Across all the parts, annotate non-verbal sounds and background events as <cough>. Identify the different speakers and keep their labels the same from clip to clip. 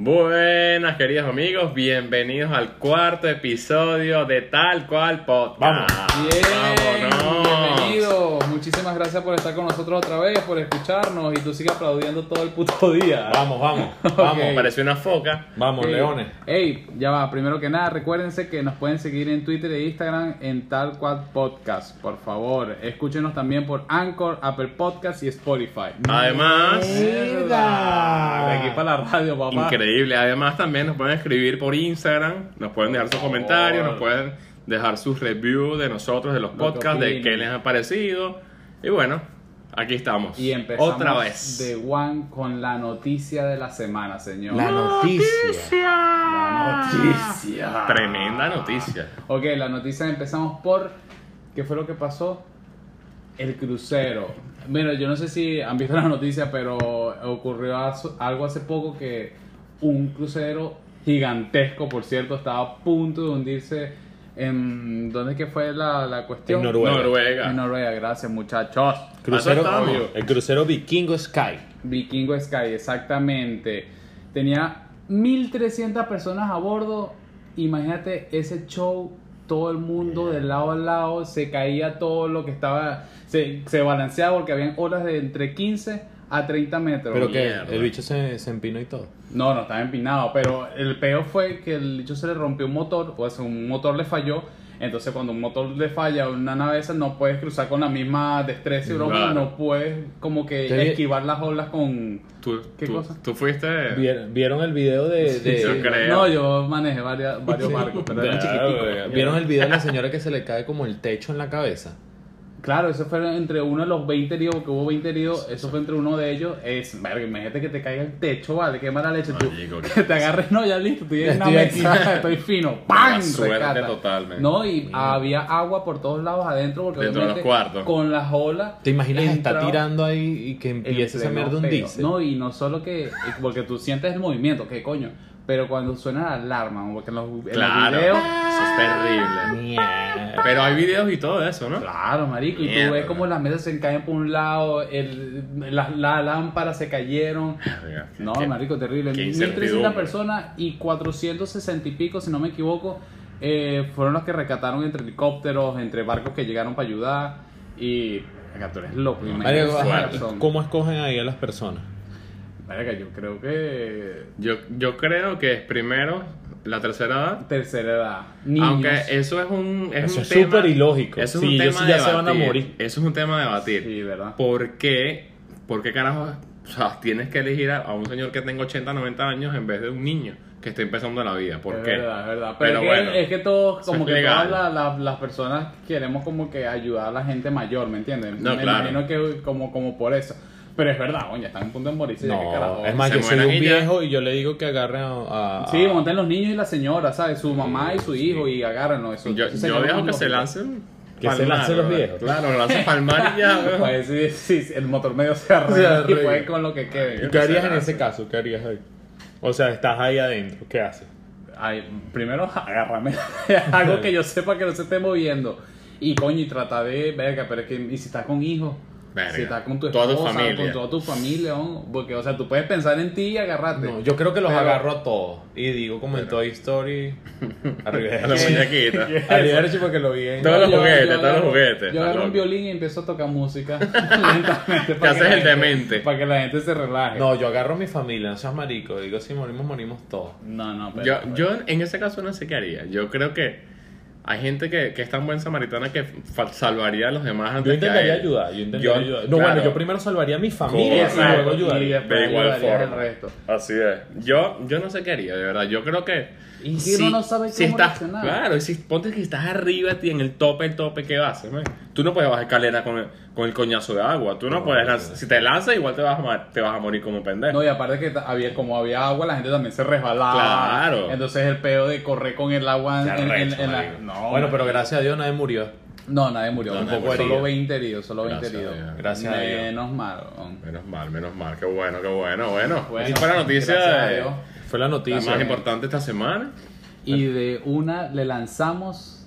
Speaker 1: Buenas queridos amigos, bienvenidos al cuarto episodio de Tal Cual Podcast.
Speaker 2: Vamos.
Speaker 3: Bien,
Speaker 1: Vámonos.
Speaker 3: bienvenidos. Muchísimas gracias por estar con nosotros otra vez, por escucharnos y tú sigues aplaudiendo todo el puto día.
Speaker 2: Vamos, <laughs> vamos, vamos,
Speaker 3: Ok.
Speaker 1: Pareció una foca.
Speaker 2: vamos,
Speaker 3: Ey,
Speaker 2: leones.
Speaker 3: Ey, ya va. Primero que nada, recuérdense que nos pueden seguir en Twitter e Instagram en Tal Cual Podcast, por favor. Escúchenos también por Anchor, Apple Podcast y Spotify.
Speaker 1: Además,
Speaker 3: Mierda. De aquí para la radio, papá.
Speaker 1: increíble. Además también nos pueden escribir por Instagram, nos pueden dejar sus
Speaker 3: favor.
Speaker 1: comentarios, nos pueden dejar sus reviews de nosotros, de los
Speaker 3: Lo que
Speaker 1: podcasts, de
Speaker 3: opinen.
Speaker 1: qué les ha parecido. Y bueno, aquí estamos.
Speaker 3: Y empezamos
Speaker 1: otra vez.
Speaker 3: de One con la noticia de la semana, señor.
Speaker 2: La noticia.
Speaker 3: La noticia.
Speaker 1: Tremenda noticia.
Speaker 3: Ok, la noticia empezamos por qué fue lo que pasó. El crucero. Mira, yo no sé si han visto la noticia, pero ocurrió hace- algo hace poco que un crucero gigantesco, por cierto, estaba a punto de hundirse en... ¿Dónde es que fue la, la cuestión?
Speaker 2: En Noruega.
Speaker 1: Noruega.
Speaker 3: En Noruega, gracias muchachos.
Speaker 2: Crucero,
Speaker 1: Acá estamos.
Speaker 2: el crucero Vikingo Sky.
Speaker 3: Vikingo Sky, exactamente. Tenía 1300 personas a bordo. Imagínate ese show, todo el mundo de lado a lado, se caía todo lo que estaba, se, se balanceaba porque habían olas de entre 15 a 30 metros.
Speaker 2: Pero que
Speaker 1: mierda.
Speaker 2: el bicho se, se empinó y todo.
Speaker 3: No, no estaba empinado, pero el peor fue que el bicho se le rompió un motor, o sea, un motor le falló. Entonces, cuando un motor le falla a una nave esa, no puedes cruzar con la misma destreza y broma,
Speaker 1: Claro.
Speaker 3: no puedes como que
Speaker 2: Te vi-
Speaker 3: esquivar las olas con.
Speaker 1: ¿Tú,
Speaker 3: ¿Qué
Speaker 1: tú-
Speaker 3: cosa?
Speaker 1: tú fuiste?
Speaker 2: ¿Vieron, vieron el video de... de-
Speaker 1: Yo creo.
Speaker 3: No, yo manejé varias- varios
Speaker 2: Sí.
Speaker 3: barcos,
Speaker 1: <laughs>
Speaker 3: pero
Speaker 2: Claro,
Speaker 3: eran chiquiticos.
Speaker 2: güey. ¿Vieron el video de la señora que se le cae como el techo en la cabeza?
Speaker 3: Claro, eso fue entre uno de los 20 heridos, porque hubo 20 heridos, eso fue entre uno de ellos. Es, verga, imagínate que te caiga el techo, vale, qué mala leche. Tú, <laughs>
Speaker 1: Marico, qué
Speaker 3: que te agarres, no, ya listo, estoy en una
Speaker 2: Estoy
Speaker 3: mesa, estoy fino, ¡pam!
Speaker 1: Mala suerte
Speaker 3: Rescata.
Speaker 1: total, man.
Speaker 3: No, y había agua por todos lados adentro, porque
Speaker 1: Dentro de los
Speaker 3: obviamente
Speaker 1: cuartos.
Speaker 3: con las olas.
Speaker 2: ¿Te imaginas está
Speaker 3: entraba-
Speaker 2: tirando ahí y que empiece esa
Speaker 3: el
Speaker 2: mierda a
Speaker 3: pleno peo.
Speaker 2: hundirse?
Speaker 3: No, y no solo que. Porque tú sientes el movimiento, que coño. Pero cuando suena la alarma, porque en los, en los
Speaker 1: Claro,
Speaker 3: videos.
Speaker 1: eso es terrible.
Speaker 2: Mierda.
Speaker 1: Pero hay videos y todo eso, ¿no?
Speaker 3: Claro, marico. Y
Speaker 1: Mierda.
Speaker 3: tú ves como las mesas se caen por un lado, el, las las lámparas se cayeron. No,
Speaker 1: Qué-
Speaker 3: marico, terrible.
Speaker 1: qué
Speaker 3: 1.300
Speaker 1: incertidumbre.
Speaker 3: personas y 460 y pico, si no me equivoco, eh, fueron los que rescataron entre helicópteros, entre barcos que llegaron para ayudar. Y. Acá tú eres loco. imagínate
Speaker 2: Marico,
Speaker 3: esas
Speaker 2: ajá,
Speaker 3: personas.
Speaker 2: ¿Cómo escogen ahí a las personas?
Speaker 3: Marica, yo creo que.
Speaker 1: Yo, yo creo que es primero la tercera edad.
Speaker 3: Tercera edad. Niños.
Speaker 1: Aunque eso es un es
Speaker 2: Eso
Speaker 1: un
Speaker 2: es
Speaker 1: tema-
Speaker 2: súper ilógico.
Speaker 1: Eso es
Speaker 2: Sí,
Speaker 1: un
Speaker 2: ellos
Speaker 1: tema
Speaker 2: ya
Speaker 1: de
Speaker 2: se van a
Speaker 1: debatir.
Speaker 2: morir.
Speaker 1: Eso es un tema de debatir.
Speaker 3: Sí, ¿verdad?
Speaker 1: ¿Por qué? ¿Por qué carajo o sea, tienes que elegir a, a un señor que tenga 80, 90 años en vez de un niño que está empezando la vida? ¿Por
Speaker 3: es
Speaker 1: qué?
Speaker 3: verdad, es verdad.
Speaker 1: Pero
Speaker 3: Pero, es, que,
Speaker 1: bueno,
Speaker 3: es que todos,
Speaker 1: eso
Speaker 3: como
Speaker 1: es
Speaker 3: que
Speaker 1: legal.
Speaker 3: todas la- la- las personas queremos como que ayudar a la gente mayor, ¿me entiendes?
Speaker 1: No,
Speaker 3: Me
Speaker 1: claro.
Speaker 3: imagino que como, como por eso. Pero es verdad, coño, están a punto de morirse. ya, ¿qué carajo?
Speaker 2: No, es más,
Speaker 1: se
Speaker 2: yo soy
Speaker 1: mueran
Speaker 2: un
Speaker 1: y ya.
Speaker 2: viejo y yo le digo que agarren a... a-
Speaker 3: Sí, monten los niños y la señora, ¿sabes? Su mamá y su
Speaker 2: Sí.
Speaker 3: hijo y agárrenlo. Eso,
Speaker 1: Yo,
Speaker 3: eso
Speaker 1: yo
Speaker 3: sería
Speaker 1: dejo
Speaker 3: más
Speaker 1: que se
Speaker 3: lógico.
Speaker 1: lancen.
Speaker 2: Que se
Speaker 1: pa'l mar,
Speaker 2: lancen los
Speaker 1: ¿verdad?
Speaker 2: viejos.
Speaker 1: Claro, lo lancen palmar y ya.
Speaker 3: Para
Speaker 1: ¿verdad?
Speaker 3: decir si el motor
Speaker 1: <laughs>
Speaker 3: medio se arregla,
Speaker 2: Se arregla.
Speaker 3: y puede con lo que
Speaker 2: ¿Y
Speaker 3: quede.
Speaker 2: qué harías en ese caso? ¿Qué harías ahí? O sea, estás ahí adentro, ¿qué haces?
Speaker 3: Ay, primero <laughs> agárrame. Algo que yo sepa que no se esté moviendo. Y coño, y trata de, verga, pero es que, y si estás con hijos,
Speaker 1: Verga.
Speaker 3: si estás con tu
Speaker 1: Toda tu
Speaker 3: esposa,
Speaker 1: familia.
Speaker 3: con toda tu familia, ¿no? porque, o sea, tú puedes pensar en ti y agarrarte.
Speaker 2: No, yo creo que los
Speaker 3: Pero-
Speaker 2: agarro a todos y digo como en Toy <laughs> Story
Speaker 1: A
Speaker 2: arriba
Speaker 1: la
Speaker 2: <laughs>
Speaker 1: muñequita.
Speaker 2: Arrivederci porque lo vi en
Speaker 1: Todos los
Speaker 3: Yo- yo
Speaker 1: juguetes, todos
Speaker 3: agarro-
Speaker 1: los juguetes.
Speaker 3: Yo agarro
Speaker 1: Está loco.
Speaker 3: un violín y empiezo a tocar música <laughs> lentamente.
Speaker 1: Te haces
Speaker 3: que la
Speaker 1: el
Speaker 3: gente-
Speaker 1: demente.
Speaker 3: Para que la gente se relaje.
Speaker 2: No, yo agarro a mi familia, no seas marico, digo si morimos, morimos todos.
Speaker 3: no, no, pero.
Speaker 1: Yo, yo en ese caso no sé qué haría. Yo creo que hay gente que, que es tan buen samaritana que fa- salvaría a los demás antes
Speaker 2: Yo intentaría
Speaker 1: que a él.
Speaker 2: ayudar, yo intentaría
Speaker 1: Yo-
Speaker 2: ayudar. No,
Speaker 1: claro.
Speaker 2: bueno, yo primero salvaría a mi
Speaker 1: Coño,
Speaker 2: familia y
Speaker 1: exacto.
Speaker 2: luego
Speaker 3: Y
Speaker 2: ayudaría.
Speaker 3: después
Speaker 1: De igual
Speaker 3: ayudarías al
Speaker 1: forma.
Speaker 3: resto.
Speaker 1: Así es. Yo, yo no sé qué haría, de verdad. Yo creo que.
Speaker 3: Y que uno no sabe
Speaker 1: si
Speaker 3: cómo
Speaker 1: estás,
Speaker 3: reaccionar.
Speaker 1: Claro, y si ponte que estás arriba ti en el tope, el tope, ¿qué haces? man? Tú no puedes bajar escalera con el, con el coñazo de agua. Tú no,
Speaker 2: No,
Speaker 1: puedes.
Speaker 2: no,
Speaker 1: lanz-
Speaker 2: no.
Speaker 1: Si te lanzas, igual te vas a, mar- te vas a morir como pendejo.
Speaker 3: No, y aparte que ta- había, como había agua, la gente también se resbalaba.
Speaker 1: Claro.
Speaker 3: Entonces el peo de correr con el agua en,
Speaker 1: Qué
Speaker 3: en- en-
Speaker 1: arrecho,
Speaker 3: en la.
Speaker 1: marico.
Speaker 3: No,
Speaker 2: Bueno, pero gracias a Dios nadie murió.
Speaker 3: no, nadie murió.
Speaker 1: No, nadie
Speaker 3: tampoco,
Speaker 1: murió.
Speaker 3: solo 20 heridos, solo 20
Speaker 1: Gracias a
Speaker 3: heridos.
Speaker 1: Dios,
Speaker 2: gracias a Dios.
Speaker 3: Menos mal. hombre.
Speaker 1: Menos mal, menos mal. Qué bueno, qué bueno. Bueno,
Speaker 3: Bueno,
Speaker 1: esa fue la
Speaker 3: gracias
Speaker 1: noticia
Speaker 3: a
Speaker 1: de-
Speaker 3: Dios.
Speaker 2: Fue la
Speaker 1: la
Speaker 2: noticia.
Speaker 1: más importante esta semana.
Speaker 3: Y de una le lanzamos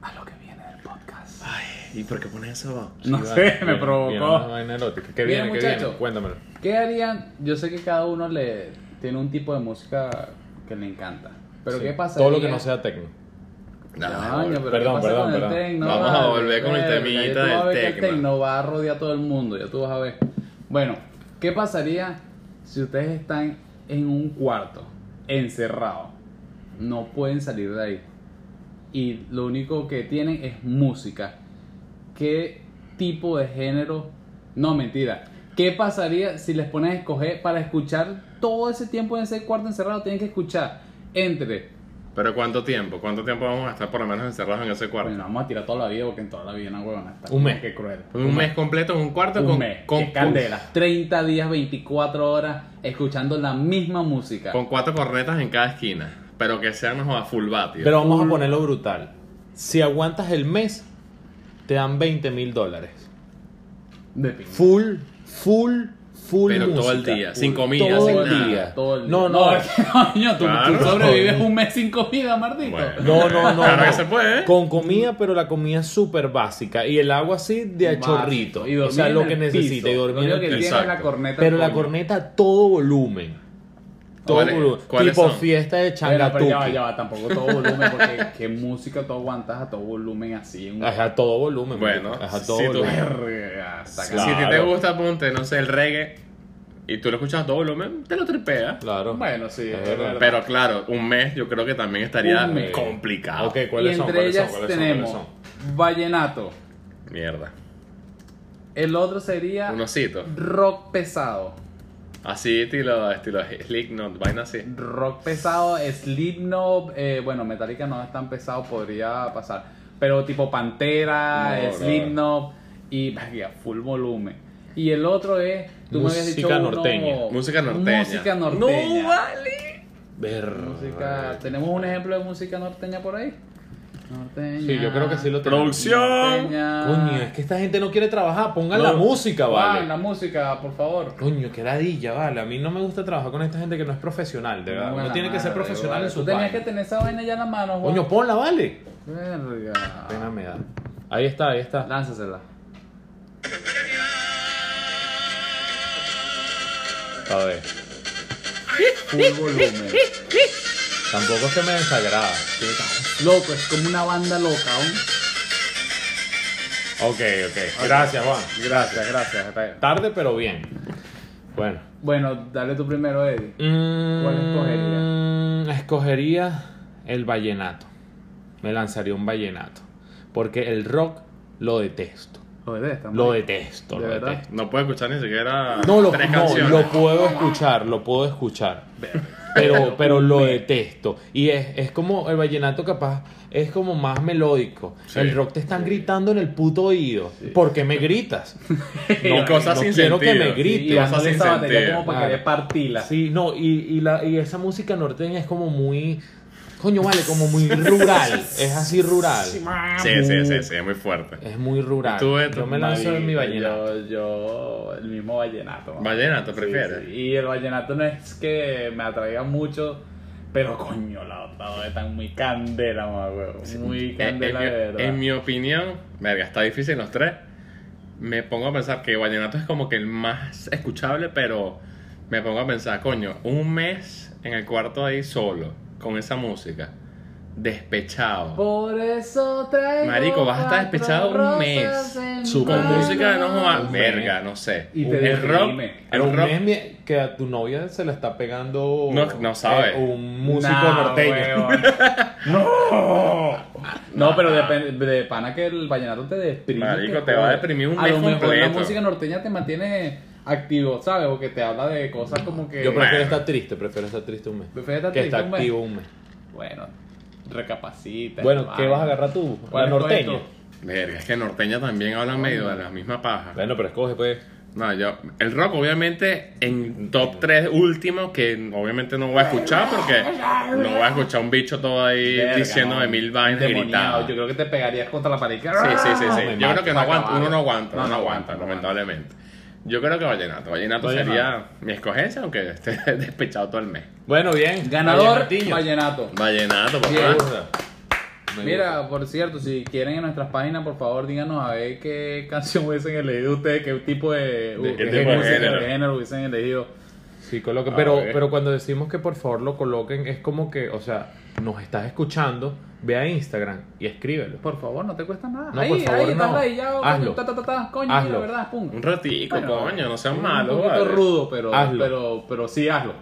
Speaker 3: a lo que viene del podcast.
Speaker 1: Ah, ¿Y por qué pones eso?
Speaker 2: <laughs>
Speaker 3: no
Speaker 2: Sí,
Speaker 3: sé,
Speaker 2: vale,
Speaker 3: me
Speaker 2: bien,
Speaker 3: provocó.
Speaker 2: bien, una vaina erótica. ¿Qué
Speaker 3: Mira,
Speaker 2: viene, qué viene?
Speaker 3: muchacho.
Speaker 2: Cuéntamelo.
Speaker 3: ¿Qué harían? Yo sé que cada uno le tiene un tipo de música que le encanta. Pero
Speaker 2: Sí.
Speaker 3: ¿qué pasa?
Speaker 2: Todo lo que no sea tecno.
Speaker 1: Nah,
Speaker 3: pero
Speaker 2: Perdón,
Speaker 3: ¿qué pasa
Speaker 2: perdón,
Speaker 3: con el
Speaker 2: perdón.
Speaker 3: tecno,
Speaker 1: Vamos
Speaker 3: vale?
Speaker 1: a volver con el
Speaker 3: Verga,
Speaker 1: temita
Speaker 3: ya tú vas a
Speaker 1: del
Speaker 3: ver que
Speaker 1: tecno.
Speaker 3: El tecno va a rodear a todo el mundo, ya tú vas a ver. Bueno, ¿qué pasaría si ustedes están en un cuarto, encerrados? No pueden salir de ahí. Y lo único que tienen es música. ¿Qué tipo de género? No, mentira. ¿Qué pasaría si les pones a escoger para escuchar todo ese tiempo en ese cuarto encerrado? Tienen que escuchar entre
Speaker 1: Pero ¿cuánto tiempo? ¿Cuánto tiempo vamos a estar por lo menos encerrados en ese cuarto?
Speaker 3: Bueno, vamos a tirar toda la vida porque en toda la vida una huevona está.
Speaker 2: Un mes.
Speaker 3: Qué cruel.
Speaker 1: Un, mes completo en un cuarto
Speaker 3: Un
Speaker 1: con,
Speaker 3: mes.
Speaker 1: con,
Speaker 3: Qué candela. 30 días, 24 horas escuchando la misma música.
Speaker 1: con cuatro cornetas en cada esquina. Pero que sean no jodas, full bat, tío.
Speaker 2: Pero vamos a ponerlo brutal. Si aguantas el mes, te dan 20 mil dólares.
Speaker 3: De pinga.
Speaker 2: Full, full, full.
Speaker 1: Pero todo el
Speaker 2: música.
Speaker 1: día,
Speaker 2: Full.
Speaker 1: sin comida,
Speaker 2: todo
Speaker 1: sin
Speaker 2: el
Speaker 1: nada.
Speaker 2: día.
Speaker 3: Todo el-
Speaker 2: No, no.
Speaker 3: <laughs> coño, tú,
Speaker 1: Claro.
Speaker 3: tú sobrevives un mes sin comida, mardito.
Speaker 1: Bueno.
Speaker 2: No, no, no.
Speaker 1: Claro
Speaker 2: no.
Speaker 1: que se puede, ¿eh?
Speaker 2: Con comida, pero la comida es súper básica. Y el agua así de a
Speaker 3: Vas,
Speaker 2: chorrito.
Speaker 3: y
Speaker 2: o
Speaker 3: dormir
Speaker 2: sea,
Speaker 3: en
Speaker 2: lo
Speaker 3: el
Speaker 2: que necesita. Y
Speaker 3: piso.
Speaker 2: dormir
Speaker 3: lo
Speaker 2: en
Speaker 3: único
Speaker 2: el
Speaker 3: que
Speaker 2: piso.
Speaker 3: tiene es la
Speaker 1: Exacto.
Speaker 3: corneta.
Speaker 2: Pero la
Speaker 3: coño.
Speaker 2: corneta a todo volumen. Todo
Speaker 1: ¿Cuáles-
Speaker 2: volumen.
Speaker 1: cuáles
Speaker 2: Tipo
Speaker 1: son?
Speaker 2: fiesta de
Speaker 3: Bueno, pero ya va,
Speaker 2: changatuki.
Speaker 3: ya va, tampoco todo volumen, porque <laughs> qué música tú aguantas a todo volumen así. En un...
Speaker 2: Es a todo volumen.
Speaker 1: Bueno,
Speaker 2: marico. Es a todo
Speaker 1: si tú-
Speaker 2: volumen.
Speaker 3: Verga, hasta
Speaker 1: Si
Speaker 3: acá.
Speaker 1: a ti te
Speaker 2: Claro.
Speaker 1: gusta, ponte, no sé, el reggae y tú lo escuchas a todo volumen, te lo tripeas.
Speaker 2: Claro.
Speaker 3: Bueno, sí,
Speaker 2: Es
Speaker 3: es
Speaker 2: verdad.
Speaker 3: verdad.
Speaker 1: Pero claro, un mes yo creo que también estaría
Speaker 3: Un mes.
Speaker 1: complicado.
Speaker 2: Ok,
Speaker 3: Y
Speaker 2: ¿cuáles son?
Speaker 3: entre
Speaker 2: ¿Cuáles son?
Speaker 3: ellas
Speaker 2: ¿Cuáles son? ¿Cuáles
Speaker 3: tenemos
Speaker 2: son?
Speaker 3: vallenato.
Speaker 1: Mierda.
Speaker 3: El otro sería
Speaker 1: Un osito.
Speaker 3: rock pesado.
Speaker 1: Así estilo, estilo Slipknot, vaina así.
Speaker 3: Rock pesado, Slipknot, eh, bueno, Metallica no es tan pesado, podría pasar. Pero tipo Pantera,
Speaker 1: No, no.
Speaker 3: Slipknot y verga, full volumen. Y el otro es, tú me habías dicho
Speaker 2: Música
Speaker 3: uno-
Speaker 2: norteña.
Speaker 1: Música norteña.
Speaker 3: Música norteña.
Speaker 1: No vale.
Speaker 2: Verga.
Speaker 3: Música- tenemos un ejemplo de música norteña por ahí. Norteña.
Speaker 2: Sí, yo creo que sí lo tenemos.
Speaker 1: Producción.
Speaker 3: norteña.
Speaker 2: Coño, es que esta gente no quiere trabajar. Pongan Ah, la
Speaker 3: No.
Speaker 2: música,
Speaker 3: Juan,
Speaker 2: vale.
Speaker 3: la música, por favor.
Speaker 2: Coño, qué ladilla, vale. A mí no me gusta trabajar con esta gente que no es profesional, de verdad.
Speaker 3: Buena
Speaker 2: Uno tiene que ser
Speaker 3: madre,
Speaker 2: profesional
Speaker 3: vale.
Speaker 2: en su
Speaker 3: Tú tenías que
Speaker 2: vaina.
Speaker 3: tener esa vaina ya en la mano, Juan.
Speaker 2: Coño, ponla, vale.
Speaker 3: Verga.
Speaker 2: Pena me da. Ahí está, ahí está.
Speaker 3: Lánzasela.
Speaker 2: A ver.
Speaker 3: Full volumen. <laughs>
Speaker 2: Tampoco se me desagrada.
Speaker 3: Loco, es como una banda loca. ¿un?
Speaker 2: Ok, ok. Gracias, Juan.
Speaker 3: Gracias, gracias.
Speaker 2: Tarde, pero bien. Bueno.
Speaker 3: Bueno, dale tú primero, Eddie.
Speaker 2: ¿Cuál
Speaker 3: escogería?
Speaker 2: Escogería el vallenato. Me lanzaría un vallenato. Porque el rock lo detesto.
Speaker 3: Joder, está
Speaker 2: Lo
Speaker 3: mal.
Speaker 2: detesto,
Speaker 3: ¿De
Speaker 2: lo
Speaker 3: verdad?
Speaker 2: detesto.
Speaker 1: No puedo escuchar ni siquiera
Speaker 2: No lo,
Speaker 1: tres
Speaker 2: no,
Speaker 1: canciones.
Speaker 2: lo puedo escuchar, lo puedo escuchar. Pero, pero lo detesto. Y es, es como el vallenato capaz, es como más melódico.
Speaker 1: Sí.
Speaker 2: El rock te están gritando en el puto oído. ¿Por qué me gritas?
Speaker 1: <laughs> Y cosas
Speaker 2: no
Speaker 1: sin
Speaker 2: quiero que
Speaker 1: sentido.
Speaker 2: me
Speaker 3: Sí,
Speaker 2: grite.
Speaker 3: y dándole
Speaker 1: sin
Speaker 3: esa batería
Speaker 1: sentido.
Speaker 3: como para
Speaker 2: Claro.
Speaker 3: querer partirla.
Speaker 2: Sí, no, y, y, la, y esa música norteña es como muy. Coño, vale, como muy rural. es así rural.
Speaker 1: Sí, sí, sí, sí, es muy fuerte.
Speaker 2: Es muy rural.
Speaker 1: ¿Y tú, Beto?
Speaker 2: Yo me lanzo en mi
Speaker 3: Marico,
Speaker 2: vallenato.
Speaker 3: Yo, yo, el mismo vallenato. man.
Speaker 1: Vallenato, prefieres.
Speaker 3: Sí, sí. Y el vallenato no es que me atraiga mucho, pero coño, la otra está muy candela, más Muy
Speaker 1: En, en
Speaker 3: candela,
Speaker 1: mi,
Speaker 3: de verdad.
Speaker 1: en mi opinión, verga, está difícil los tres. Me pongo a pensar que Vallenato es como que el más escuchable, pero me pongo a pensar, coño, un mes en el cuarto ahí solo, con esa música, despechado.
Speaker 3: Por eso traigo.
Speaker 1: Marico, vas a estar
Speaker 3: cuatro
Speaker 1: despechado un
Speaker 3: rosas
Speaker 1: mes.
Speaker 3: en
Speaker 2: Súper.
Speaker 1: Con
Speaker 3: mano.
Speaker 1: música de no
Speaker 2: Un
Speaker 1: jodas,
Speaker 2: mes.
Speaker 1: verga, no sé.
Speaker 3: Y te
Speaker 1: el rock,
Speaker 3: deprime.
Speaker 1: el
Speaker 2: Pero un
Speaker 1: rock-
Speaker 2: mes mi- que a tu novia se la está pegando
Speaker 1: No- no sabe.
Speaker 2: eh, un músico
Speaker 3: Nah,
Speaker 2: norteño. <laughs>
Speaker 3: huevón. no. No, pero depende de pana que el vallenato te deprime.
Speaker 1: Marico,
Speaker 3: que
Speaker 1: te va a
Speaker 3: joder.
Speaker 1: deprimir un
Speaker 3: A
Speaker 1: mes
Speaker 3: lo mejor la
Speaker 1: completo.
Speaker 3: música norteña te mantiene activo, ¿sabes? Porque te habla de cosas como que.
Speaker 2: Yo prefiero
Speaker 1: Bueno.
Speaker 2: estar triste, prefiero estar triste un mes.
Speaker 3: Prefiero estar
Speaker 2: que
Speaker 3: triste
Speaker 2: estar
Speaker 3: un mes.
Speaker 2: activo un mes.
Speaker 3: Bueno, recapacita.
Speaker 2: Bueno, ¿qué
Speaker 3: vaina.
Speaker 2: vas a agarrar tú? La
Speaker 3: ¿Cuál escoges
Speaker 2: norteña.
Speaker 3: tú?
Speaker 1: Verga, es que norteña también hablan medio de la misma paja.
Speaker 2: Bueno, pero escoge pues.
Speaker 1: No, yo. El rock, obviamente, en top 3 último, que obviamente no voy a escuchar porque no voy a escuchar un bicho todo ahí
Speaker 3: Verga,
Speaker 1: diciendo
Speaker 3: no,
Speaker 1: de mil vainas
Speaker 3: demoniado.
Speaker 1: gritando.
Speaker 3: Yo creo que te pegarías contra la pared.
Speaker 1: Sí, sí, sí, sí.
Speaker 2: me
Speaker 1: Yo
Speaker 2: mato,
Speaker 1: creo que no aguanta,
Speaker 3: acabado.
Speaker 1: uno no aguanta,
Speaker 3: No,
Speaker 1: uno
Speaker 3: no
Speaker 1: no aguanta,
Speaker 3: aguanta, no aguanta.
Speaker 1: lamentablemente. Yo creo que vallenato. Vallenato
Speaker 2: Vallenato.
Speaker 1: sería mi escogencia, aunque esté <laughs> despechado todo el mes.
Speaker 2: Bueno, bien.
Speaker 3: Ganador,
Speaker 2: Vallenatillo.
Speaker 3: vallenato.
Speaker 1: Vallenato,
Speaker 2: Me
Speaker 1: papá.
Speaker 3: Bien.
Speaker 2: gusta. Me
Speaker 3: Mira, por cierto, si quieren en nuestras páginas, por favor, díganos a ver qué canción hubiesen elegido ustedes, qué tipo de, uh,
Speaker 1: ¿De qué
Speaker 3: qué
Speaker 1: tipo de
Speaker 3: música,
Speaker 1: género?
Speaker 3: qué género hubiesen elegido.
Speaker 2: Sí, coloca.
Speaker 1: Ah,
Speaker 2: pero,
Speaker 1: ok.
Speaker 2: pero cuando decimos que por favor lo coloquen, es como que, o sea, nos estás escuchando, ve a Instagram y escríbelo.
Speaker 3: Por favor, no te cuesta nada.
Speaker 2: No,
Speaker 3: ahí,
Speaker 2: por favor,
Speaker 3: ahí, estás
Speaker 2: no.
Speaker 3: ladillado, coño,
Speaker 2: Hazlo.
Speaker 3: ta, ta, ta, ta, coño,
Speaker 2: Hazlo.
Speaker 3: la verdad, pum.
Speaker 1: Un ratico,
Speaker 3: Bueno,
Speaker 1: coño, no sean
Speaker 3: Un
Speaker 1: malos,
Speaker 3: poquito
Speaker 1: vale.
Speaker 3: rudo, pero,
Speaker 2: Hazlo.
Speaker 3: pero, pero sí hazlo.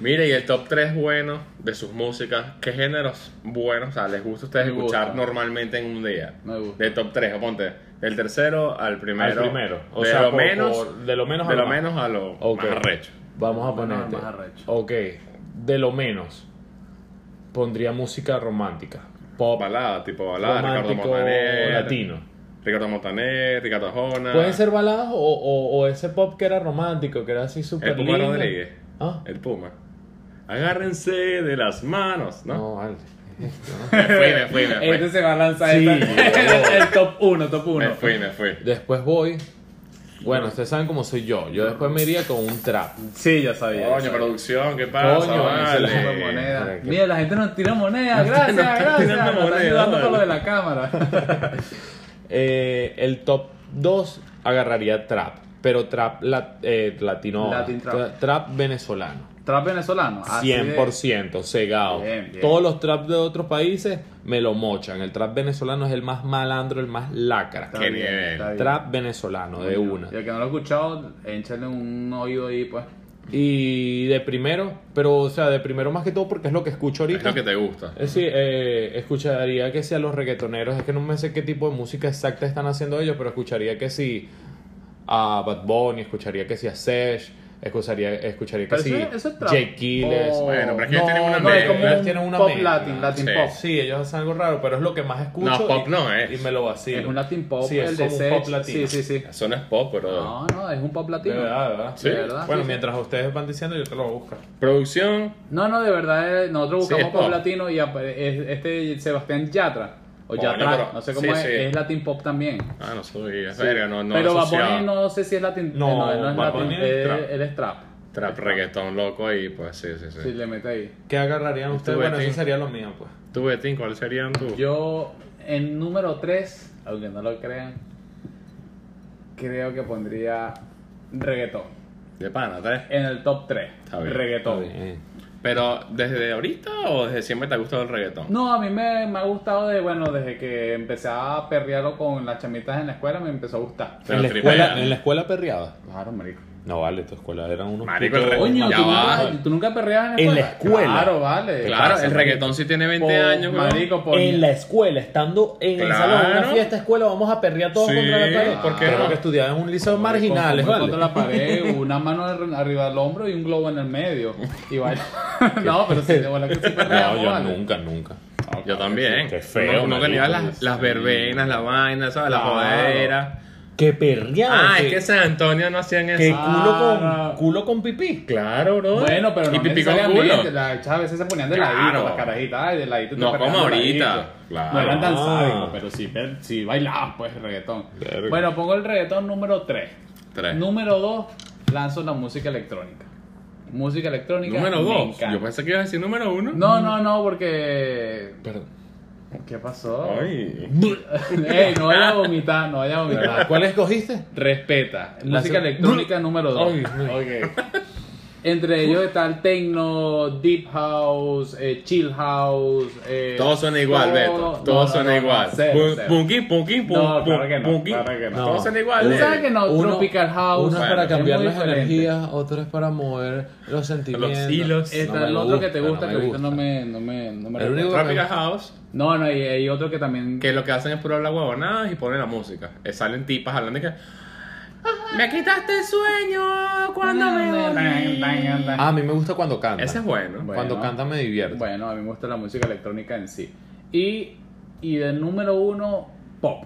Speaker 1: Mire, y el top 3 bueno de sus músicas, ¿qué géneros buenos o sea, les gusta a ustedes
Speaker 3: Me gusta.
Speaker 1: escuchar normalmente en un día?
Speaker 3: Me gusta.
Speaker 1: De top 3, ponte, del tercero al primero.
Speaker 2: Al primero. O
Speaker 1: de
Speaker 2: sea,
Speaker 1: lo
Speaker 2: por-
Speaker 1: menos,
Speaker 2: por- de lo menos a
Speaker 1: de
Speaker 2: lo
Speaker 1: lo
Speaker 2: más.
Speaker 1: menos a lo
Speaker 2: Ok.
Speaker 1: más arrecho.
Speaker 2: Vamos a
Speaker 3: Bueno,
Speaker 2: ponerte.
Speaker 3: más arrecho.
Speaker 2: Ok, de lo menos, pondría música romántica. Pop,
Speaker 1: Balada, tipo balada, Ricardo
Speaker 2: romántico,
Speaker 1: Montaner.
Speaker 2: latino.
Speaker 1: Ricardo Montaner, Ricardo Arjona.
Speaker 2: Pueden ser baladas o, o- o ese pop que era romántico, que era así súper
Speaker 1: El Puma
Speaker 2: lindo.
Speaker 1: Rodríguez.
Speaker 2: Ah,
Speaker 1: El Puma. Agárrense de las manos,
Speaker 2: no,
Speaker 1: ¿no?
Speaker 2: vale. Esto,
Speaker 1: <laughs>
Speaker 2: ¿no?
Speaker 1: Me fui, me fui, me
Speaker 3: Este
Speaker 1: fui.
Speaker 3: se va a lanzar
Speaker 2: Sí, <laughs>
Speaker 3: esta- el top 1, top 1.
Speaker 1: Me fui, me fui.
Speaker 2: Después voy. Bueno, ustedes saben cómo soy yo. Yo después me iría con un trap.
Speaker 3: Sí, ya sabía. ya
Speaker 1: Coño,
Speaker 3: sabía.
Speaker 1: producción, ¿qué pasa?
Speaker 2: Coño, se la
Speaker 1: vale?
Speaker 3: Moneda.
Speaker 2: Para que-
Speaker 3: Mira, la gente nos tira monedas. Gracias,
Speaker 1: nos está
Speaker 3: gracias.
Speaker 1: tirando
Speaker 3: Nos está
Speaker 1: monedas,
Speaker 3: ayudando
Speaker 1: vale.
Speaker 3: con lo de la cámara. <laughs>
Speaker 2: Eh, el top 2 agarraría trap. Pero trap lat- eh, latino.
Speaker 3: Latin trap.
Speaker 2: tra- trap venezolano.
Speaker 3: Trap venezolano. así de-
Speaker 2: 100% cegado.
Speaker 3: Ah, Bien, bien.
Speaker 2: Todos los traps de otros países me lo mochan. El trap venezolano es el más malandro, el más lacra.
Speaker 3: Está
Speaker 1: Qué
Speaker 3: bien,
Speaker 1: nivel.
Speaker 3: está bien.
Speaker 2: Trap venezolano, de
Speaker 3: Coño,
Speaker 2: una.
Speaker 3: Y el que no lo ha escuchado, échale un oído ahí, pues.
Speaker 2: Y de primero, pero o sea, de primero más que todo porque es lo que escucho
Speaker 1: Es
Speaker 2: ahorita.
Speaker 1: lo que te gusta.
Speaker 2: Eh, Sí, eh, escucharía que sea los reggaetoneros, es que no me sé qué tipo de música exacta están haciendo ellos, pero escucharía que si a Bad Bunny, escucharía que si a Sesh, escucharía, escucharía que
Speaker 3: Pero
Speaker 2: si
Speaker 3: eso- eso es trap. Oh.
Speaker 2: Jake Killers.
Speaker 3: O-
Speaker 1: Bueno, pero es que ellos
Speaker 2: No,
Speaker 1: tienen una
Speaker 2: no, es
Speaker 1: mezcla.
Speaker 2: como
Speaker 1: Ellos
Speaker 2: un
Speaker 1: tienen
Speaker 2: una
Speaker 3: pop
Speaker 2: mega.
Speaker 3: latin, latin
Speaker 1: Sí.
Speaker 3: pop.
Speaker 2: Sí, ellos hacen algo raro, pero es lo que más escucho.
Speaker 1: No, pop
Speaker 2: y,
Speaker 1: no es.
Speaker 2: Y me lo vacilo.
Speaker 3: Es un latin pop,
Speaker 2: Sí, es
Speaker 3: el de
Speaker 2: como un
Speaker 3: Sech.
Speaker 2: pop latino.
Speaker 3: Sí, sí, sí.
Speaker 1: Eso no es pop, pero.
Speaker 3: No, no, es un pop
Speaker 2: De
Speaker 3: latino.
Speaker 2: verdad, ¿verdad?
Speaker 1: Sí.
Speaker 3: De verdad,
Speaker 2: Bueno,
Speaker 3: sí, sí.
Speaker 2: mientras ustedes van diciendo, yo te lo voy a buscar.
Speaker 1: Producción.
Speaker 3: No, no, de verdad, eh, nosotros
Speaker 1: Sí,
Speaker 3: buscamos
Speaker 1: es
Speaker 3: pop,
Speaker 1: pop.
Speaker 3: latino y apa- es- este Sebastián Yatra, o
Speaker 1: Coño,
Speaker 3: Yatra,
Speaker 1: pero-
Speaker 3: no sé cómo
Speaker 1: sí,
Speaker 3: es,
Speaker 1: sí.
Speaker 3: es latin pop también.
Speaker 1: Ah, no sabía. Verga, no, no
Speaker 3: Pero Bad
Speaker 1: asociaba.
Speaker 3: Bunny no sé si es latin,
Speaker 2: No,
Speaker 3: eh, no, él no es
Speaker 2: Bad
Speaker 3: latin,
Speaker 2: Bunny es
Speaker 3: él-
Speaker 1: trap.
Speaker 3: él es trap.
Speaker 1: Trap reggaetón loco ahí, pues sí, sí,
Speaker 3: Si
Speaker 1: sí.
Speaker 3: le mete ahí.
Speaker 2: ¿Qué agarrarían ustedes?
Speaker 1: Estuve
Speaker 2: Bueno,
Speaker 1: aquí.
Speaker 2: eso sería lo mío, pues.
Speaker 1: Tú, Betín, ¿cuáles serían tú?
Speaker 3: Yo, en número 3, aunque no lo crean, creo que pondría reggaetón.
Speaker 1: De pana, tres.
Speaker 3: En el top 3,
Speaker 1: Está bien,
Speaker 3: reggaetón.
Speaker 1: Pero, ¿desde ahorita o desde siempre te ha gustado el reggaetón?
Speaker 3: No, a mí me, me ha gustado de, bueno, desde que empecé a perrearlo con las chamitas en la escuela, me empezó a gustar.
Speaker 1: Pero
Speaker 2: ¿En, la
Speaker 1: tripea.
Speaker 2: escuela, ¿En la escuela perreaba?
Speaker 3: Claro, marico.
Speaker 2: No vale, tu escuela eran unos.
Speaker 1: Marico,
Speaker 2: putos-
Speaker 1: el re-
Speaker 3: Coño,
Speaker 1: Ya
Speaker 3: ¿tú
Speaker 1: va.
Speaker 3: nunca, tú nunca perreabas en
Speaker 2: En
Speaker 3: la
Speaker 2: la
Speaker 3: escuela.
Speaker 2: escuela.
Speaker 3: Claro, vale.
Speaker 1: Claro,
Speaker 2: pasa,
Speaker 1: el reggaetón sí tiene 20
Speaker 3: Por-
Speaker 1: años, weón.
Speaker 3: Oh, Marico, por
Speaker 2: En la escuela, estando en el
Speaker 1: Claro.
Speaker 2: salón, en una fiesta escuela, vamos a perrear todos
Speaker 1: Sí,
Speaker 2: contra la pared.
Speaker 1: ¿por qué
Speaker 2: Pero
Speaker 1: no?
Speaker 2: que estudiaba en un liceo
Speaker 3: Como
Speaker 2: marginales,
Speaker 3: con-
Speaker 2: ¿vale?
Speaker 3: Contra
Speaker 1: <laughs>
Speaker 3: la pared, una mano ar- arriba del hombro y un globo en el medio. Y vaya. <laughs> no, pero sí, de bola que sí perreamos, vale.
Speaker 2: nunca.
Speaker 1: Yo también.
Speaker 2: Ah, Qué
Speaker 1: No,
Speaker 2: feo,
Speaker 1: no
Speaker 2: marico,
Speaker 1: tenía
Speaker 2: sí.
Speaker 1: las, las verbenas, la vaina, ¿sabes? La
Speaker 3: Claro.
Speaker 1: jodera.
Speaker 2: Que perreaba.
Speaker 1: Ah, es que en San Antonio no hacían
Speaker 2: que
Speaker 1: eso.
Speaker 2: culo, con,
Speaker 3: Ah.
Speaker 2: culo con pipí.
Speaker 1: Claro, bro.
Speaker 3: Bueno, pero no
Speaker 1: Y pipí con
Speaker 3: necesariamente,
Speaker 1: culo.
Speaker 3: Las chicas a veces se ponían de
Speaker 1: Claro.
Speaker 3: ladito, las carajitas, ay, de ladito. te
Speaker 1: No
Speaker 3: pegaban
Speaker 1: como
Speaker 3: de
Speaker 1: ahorita.
Speaker 3: ladito.
Speaker 1: Claro.
Speaker 3: No eran tan
Speaker 2: Ah.
Speaker 3: sádicos, pero sí, pe- sí bailaban, pues, reggaetón.
Speaker 2: Verga.
Speaker 3: Bueno, pongo el reggaetón número 3.
Speaker 1: Tres.
Speaker 3: Número 2, lanzo la música electrónica. Música electrónica.
Speaker 1: Número
Speaker 3: me
Speaker 1: dos.
Speaker 3: encanta.
Speaker 1: Yo pensé que ibas a decir número uno.
Speaker 3: No, no, no, porque.
Speaker 2: Perdón.
Speaker 3: ¿Qué pasó?
Speaker 1: Ay.
Speaker 3: <laughs> Ey, no vaya a vomitar, no vaya a vomitar.
Speaker 2: Ah, ¿Cuál escogiste?
Speaker 3: Respeta.
Speaker 2: La
Speaker 3: Música
Speaker 2: se-
Speaker 3: electrónica número 2.
Speaker 2: Ay, ay.
Speaker 3: Entre ellos está el techno, deep house, eh, chill house. eh,
Speaker 1: Todos suena igual,
Speaker 3: todo-
Speaker 1: Beto.
Speaker 3: no,
Speaker 1: Todos
Speaker 3: no,
Speaker 1: suena
Speaker 3: no, no,
Speaker 1: igual.
Speaker 3: cero,
Speaker 1: Pun-
Speaker 3: cero.
Speaker 1: Punky, punky, pun-
Speaker 3: No, claro
Speaker 1: pun-
Speaker 3: que no,
Speaker 1: punky.
Speaker 3: claro que no.
Speaker 1: Todos eh. son iguales.
Speaker 3: Tú sabes que no,
Speaker 2: Uno-
Speaker 3: Tropical House.
Speaker 2: Uno es para
Speaker 1: Bueno,
Speaker 2: cambiar
Speaker 3: Ah, es muy
Speaker 2: las
Speaker 3: diferente.
Speaker 2: energías, otro es para mover los sentimientos.
Speaker 1: hilos.
Speaker 3: Está
Speaker 2: No me
Speaker 3: el otro que te gusta,
Speaker 2: no
Speaker 3: que
Speaker 2: me
Speaker 3: ahorita no me. No, me, no, me
Speaker 2: El
Speaker 3: recuerdo.
Speaker 2: único-
Speaker 1: Tropical House,
Speaker 3: no, no, y hay otro que también.
Speaker 1: que lo que hacen es puro hablar huevonadas y ponen la música. Eh, salen tipas hablando y que. Me quitaste el sueño cuando
Speaker 3: Mm,
Speaker 1: me dormí.
Speaker 2: Ah, a mí me gusta cuando canta.
Speaker 1: Ese es bueno.
Speaker 3: Bueno.
Speaker 2: Cuando canta me divierto.
Speaker 3: Bueno, a mí me gusta la música electrónica en sí. Y, y de número uno, pop.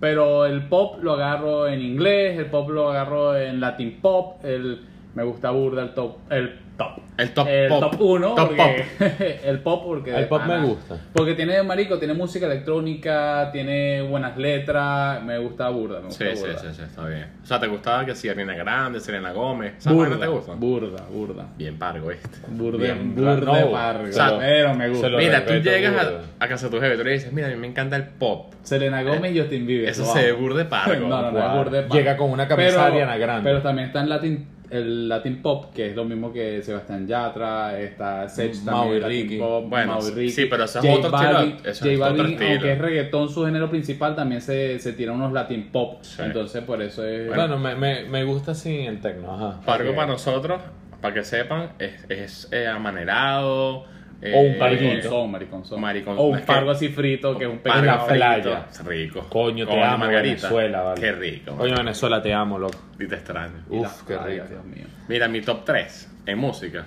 Speaker 3: Pero el pop lo agarro en inglés, el pop lo agarro en latin pop, el me gusta burda, el top, el top.
Speaker 1: El top
Speaker 3: el
Speaker 1: pop.
Speaker 3: top uno,
Speaker 1: Top
Speaker 3: porque- <laughs> el pop porque
Speaker 2: El
Speaker 3: de
Speaker 2: pop me
Speaker 3: pana-
Speaker 2: gusta.
Speaker 3: porque tiene marico, tiene música electrónica, tiene buenas letras, me gusta burda, me gusta
Speaker 1: Sí, sí,
Speaker 3: burda.
Speaker 1: sí, sí, está bien. O sea, ¿te gustaba que si Ariana Grande, Selena Gómez? ¿Esa
Speaker 3: Burda,
Speaker 1: vaina te gusta?
Speaker 3: burda, burda,
Speaker 1: Bien pargo este.
Speaker 3: burda,
Speaker 2: Bien,
Speaker 3: burda,
Speaker 2: no,
Speaker 3: de pargo,
Speaker 2: se lo-
Speaker 3: pero me gusta.
Speaker 2: se lo
Speaker 1: Mira, tú
Speaker 2: respeto,
Speaker 1: llegas
Speaker 2: burda.
Speaker 1: a, a casa de tu jefe y tú le dices, mira, a mí me encanta el pop.
Speaker 3: Selena Gómez y Justin Bieber.
Speaker 1: Eh, Eso
Speaker 3: lo
Speaker 1: se ve
Speaker 3: amo.
Speaker 1: burde pargo.
Speaker 3: <laughs> No, no, no,
Speaker 2: Guau.
Speaker 3: es burde pargo.
Speaker 2: Llega con una camisa de Ariana Grande.
Speaker 3: Pero también está en Latin, el Latin Pop, que es lo mismo que Sebastián Yatra, está Sech también,
Speaker 2: Mau y
Speaker 3: Latin
Speaker 2: Ricky.
Speaker 3: Pop,
Speaker 1: Bueno,
Speaker 3: Mau y Ricky.
Speaker 1: sí, pero eso es
Speaker 3: J
Speaker 1: otro estilo,
Speaker 3: Balvin-
Speaker 1: eso es
Speaker 3: J
Speaker 1: otro
Speaker 3: Balvin,
Speaker 1: estilo.
Speaker 3: aunque es reggaetón su género principal, también se, se tira unos Latin Pop,
Speaker 1: Sí.
Speaker 3: entonces por eso es...
Speaker 2: Bueno, me, me, me gusta sin el tecno, ajá.
Speaker 1: Pargo
Speaker 3: Ok.
Speaker 1: para nosotros, para que sepan, es, es, eh, amanerado. eh,
Speaker 2: O un parguito.
Speaker 3: Mariconzón, mariconzón.
Speaker 1: Maricon-
Speaker 3: O un
Speaker 1: es que-
Speaker 3: pargo así frito, que es un
Speaker 1: Pargo
Speaker 3: pez en la
Speaker 1: frito.
Speaker 2: playa.
Speaker 1: Es Rico.
Speaker 2: Coño, te
Speaker 1: Con la
Speaker 2: amo, Venezuela, vale.
Speaker 1: Qué rico.
Speaker 2: Oye, Venezuela, te amo, loco.
Speaker 1: Y te extraño.
Speaker 3: Y las
Speaker 2: Uf, qué
Speaker 3: playas,
Speaker 2: rico.
Speaker 3: Dios mío.
Speaker 1: Mira, mi top 3 en música.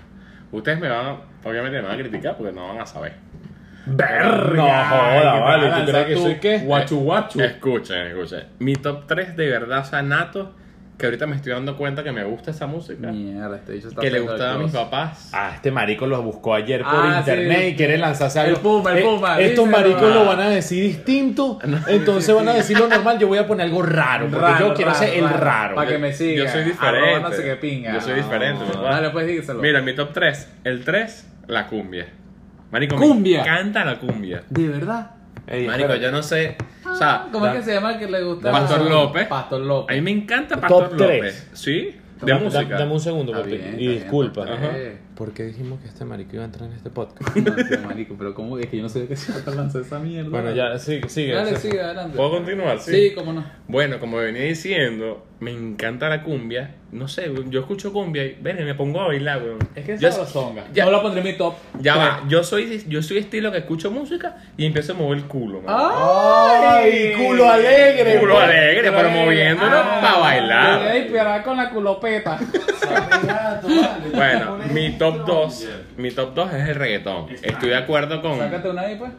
Speaker 1: Ustedes me van, a- obviamente me van a criticar porque no van a saber.
Speaker 2: ¡Verga! No joda, vale. ¿Tú crees que soy qué?
Speaker 3: Guachu guachu.
Speaker 1: Escuchen, escuchen. Mi top 3 de verdad, o sea, nato, que ahorita me estoy dando cuenta que me gusta esa música.
Speaker 3: Mierda, este bicho está
Speaker 1: que le
Speaker 3: haciendo
Speaker 1: gustaba a mis
Speaker 3: cosas.
Speaker 1: papás.
Speaker 2: Ah, este marico los buscó ayer por
Speaker 3: Ah,
Speaker 2: internet
Speaker 3: sí.
Speaker 2: y quiere lanzarse
Speaker 3: El
Speaker 2: algo.
Speaker 3: Puma, el Puma,
Speaker 2: estos
Speaker 3: díselo.
Speaker 2: maricos
Speaker 3: Ah.
Speaker 2: lo van a decir
Speaker 3: <laughs>
Speaker 2: distinto, entonces van a decir lo normal. Yo voy a poner algo raro, porque
Speaker 3: Raro,
Speaker 2: yo quiero
Speaker 3: raro,
Speaker 2: ser el
Speaker 3: raro,
Speaker 2: raro.
Speaker 3: pa' Ah, que me siga.
Speaker 1: Yo soy
Speaker 3: Arroba
Speaker 1: diferente.
Speaker 3: no sé qué pinga.
Speaker 1: Yo soy diferente.
Speaker 3: No,
Speaker 1: papá.
Speaker 3: dale, pues, díselo.
Speaker 1: Mira, mi top 3. El 3, la cumbia. Marico,
Speaker 3: Cumbia.
Speaker 1: me encanta la cumbia.
Speaker 3: ¿De verdad?
Speaker 2: Ey,
Speaker 1: Marico,
Speaker 2: espera.
Speaker 1: yo no sé. O sea,
Speaker 3: ¿Cómo es
Speaker 2: da-
Speaker 3: que se llama el que le gusta?
Speaker 1: Pastor López.
Speaker 3: Pastor
Speaker 1: a
Speaker 3: López.
Speaker 1: mí me encanta Pastor
Speaker 2: Top
Speaker 1: López.
Speaker 2: tres.
Speaker 1: Sí, de
Speaker 2: Dame-
Speaker 1: música.
Speaker 2: dame- Dame un segundo,
Speaker 3: Está
Speaker 2: papi.
Speaker 3: bien, está
Speaker 2: y
Speaker 3: bien,
Speaker 2: disculpa.
Speaker 3: está bien.
Speaker 2: ¿Por qué dijimos que este marico iba a entrar en este podcast?
Speaker 3: <laughs> No, sí, marico, pero ¿cómo es que yo no sé qué se va a lanzar esa mierda?
Speaker 2: Bueno, ya, sigue, sigue.
Speaker 3: Dale,
Speaker 2: Sí.
Speaker 3: sigue adelante.
Speaker 1: ¿Puedo continuar?
Speaker 3: Sí, cómo no.
Speaker 1: Bueno, como venía diciendo, me encanta la cumbia. No sé, yo escucho cumbia y ven, me pongo a bailar, weón.
Speaker 3: Es que
Speaker 1: yo,
Speaker 3: es sabrosonga.
Speaker 1: ya-
Speaker 3: No lo pondré en mi top.
Speaker 1: Ya va, yo soy, yo soy estilo que escucho música y empiezo a mover el culo. man.
Speaker 2: ¡Ay, culo alegre!
Speaker 1: Culo
Speaker 2: güey.
Speaker 1: alegre, pero moviéndolo para
Speaker 3: Le voy a
Speaker 1: bailar.
Speaker 3: disparar con la culopeta.
Speaker 1: Bueno, mi top 2, mi top 2 es el reggaetón. Estoy de acuerdo con
Speaker 3: Sácate una ahí, pues.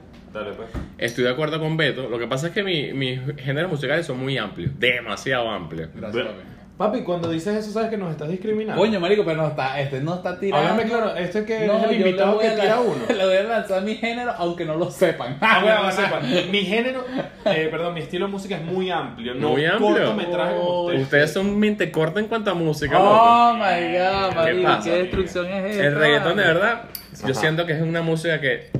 Speaker 1: estoy de acuerdo con Beto. Lo que pasa es que mi- mis géneros musicales son muy amplios, demasiado amplios.
Speaker 3: Gracias, papi.
Speaker 2: Papi, cuando dices eso, sabes que nos estás discriminando.
Speaker 3: Ah. Coño, marico, pero no está, este no está tirando.
Speaker 2: Háblame claro, este que
Speaker 3: No,
Speaker 2: es el
Speaker 3: yo le
Speaker 2: invitado
Speaker 3: voy
Speaker 2: que
Speaker 3: a
Speaker 2: tira
Speaker 3: lan- <laughs>
Speaker 2: uno.
Speaker 3: Le voy a lanzar mi género, aunque no lo sepan.
Speaker 2: Ah, bueno, no sepa. Mi género, eh, perdón, mi estilo de música es muy amplio, no
Speaker 1: Muy amplio.
Speaker 2: cortometraje como ustedes.
Speaker 1: Ustedes son mente corta en cuanto a música, loco.
Speaker 3: <laughs> Oh my god, marico, qué,
Speaker 1: pasa,
Speaker 3: destrucción es esta.
Speaker 1: El reggaetón, de verdad, yo
Speaker 2: Ajá.
Speaker 1: siento que es una música que,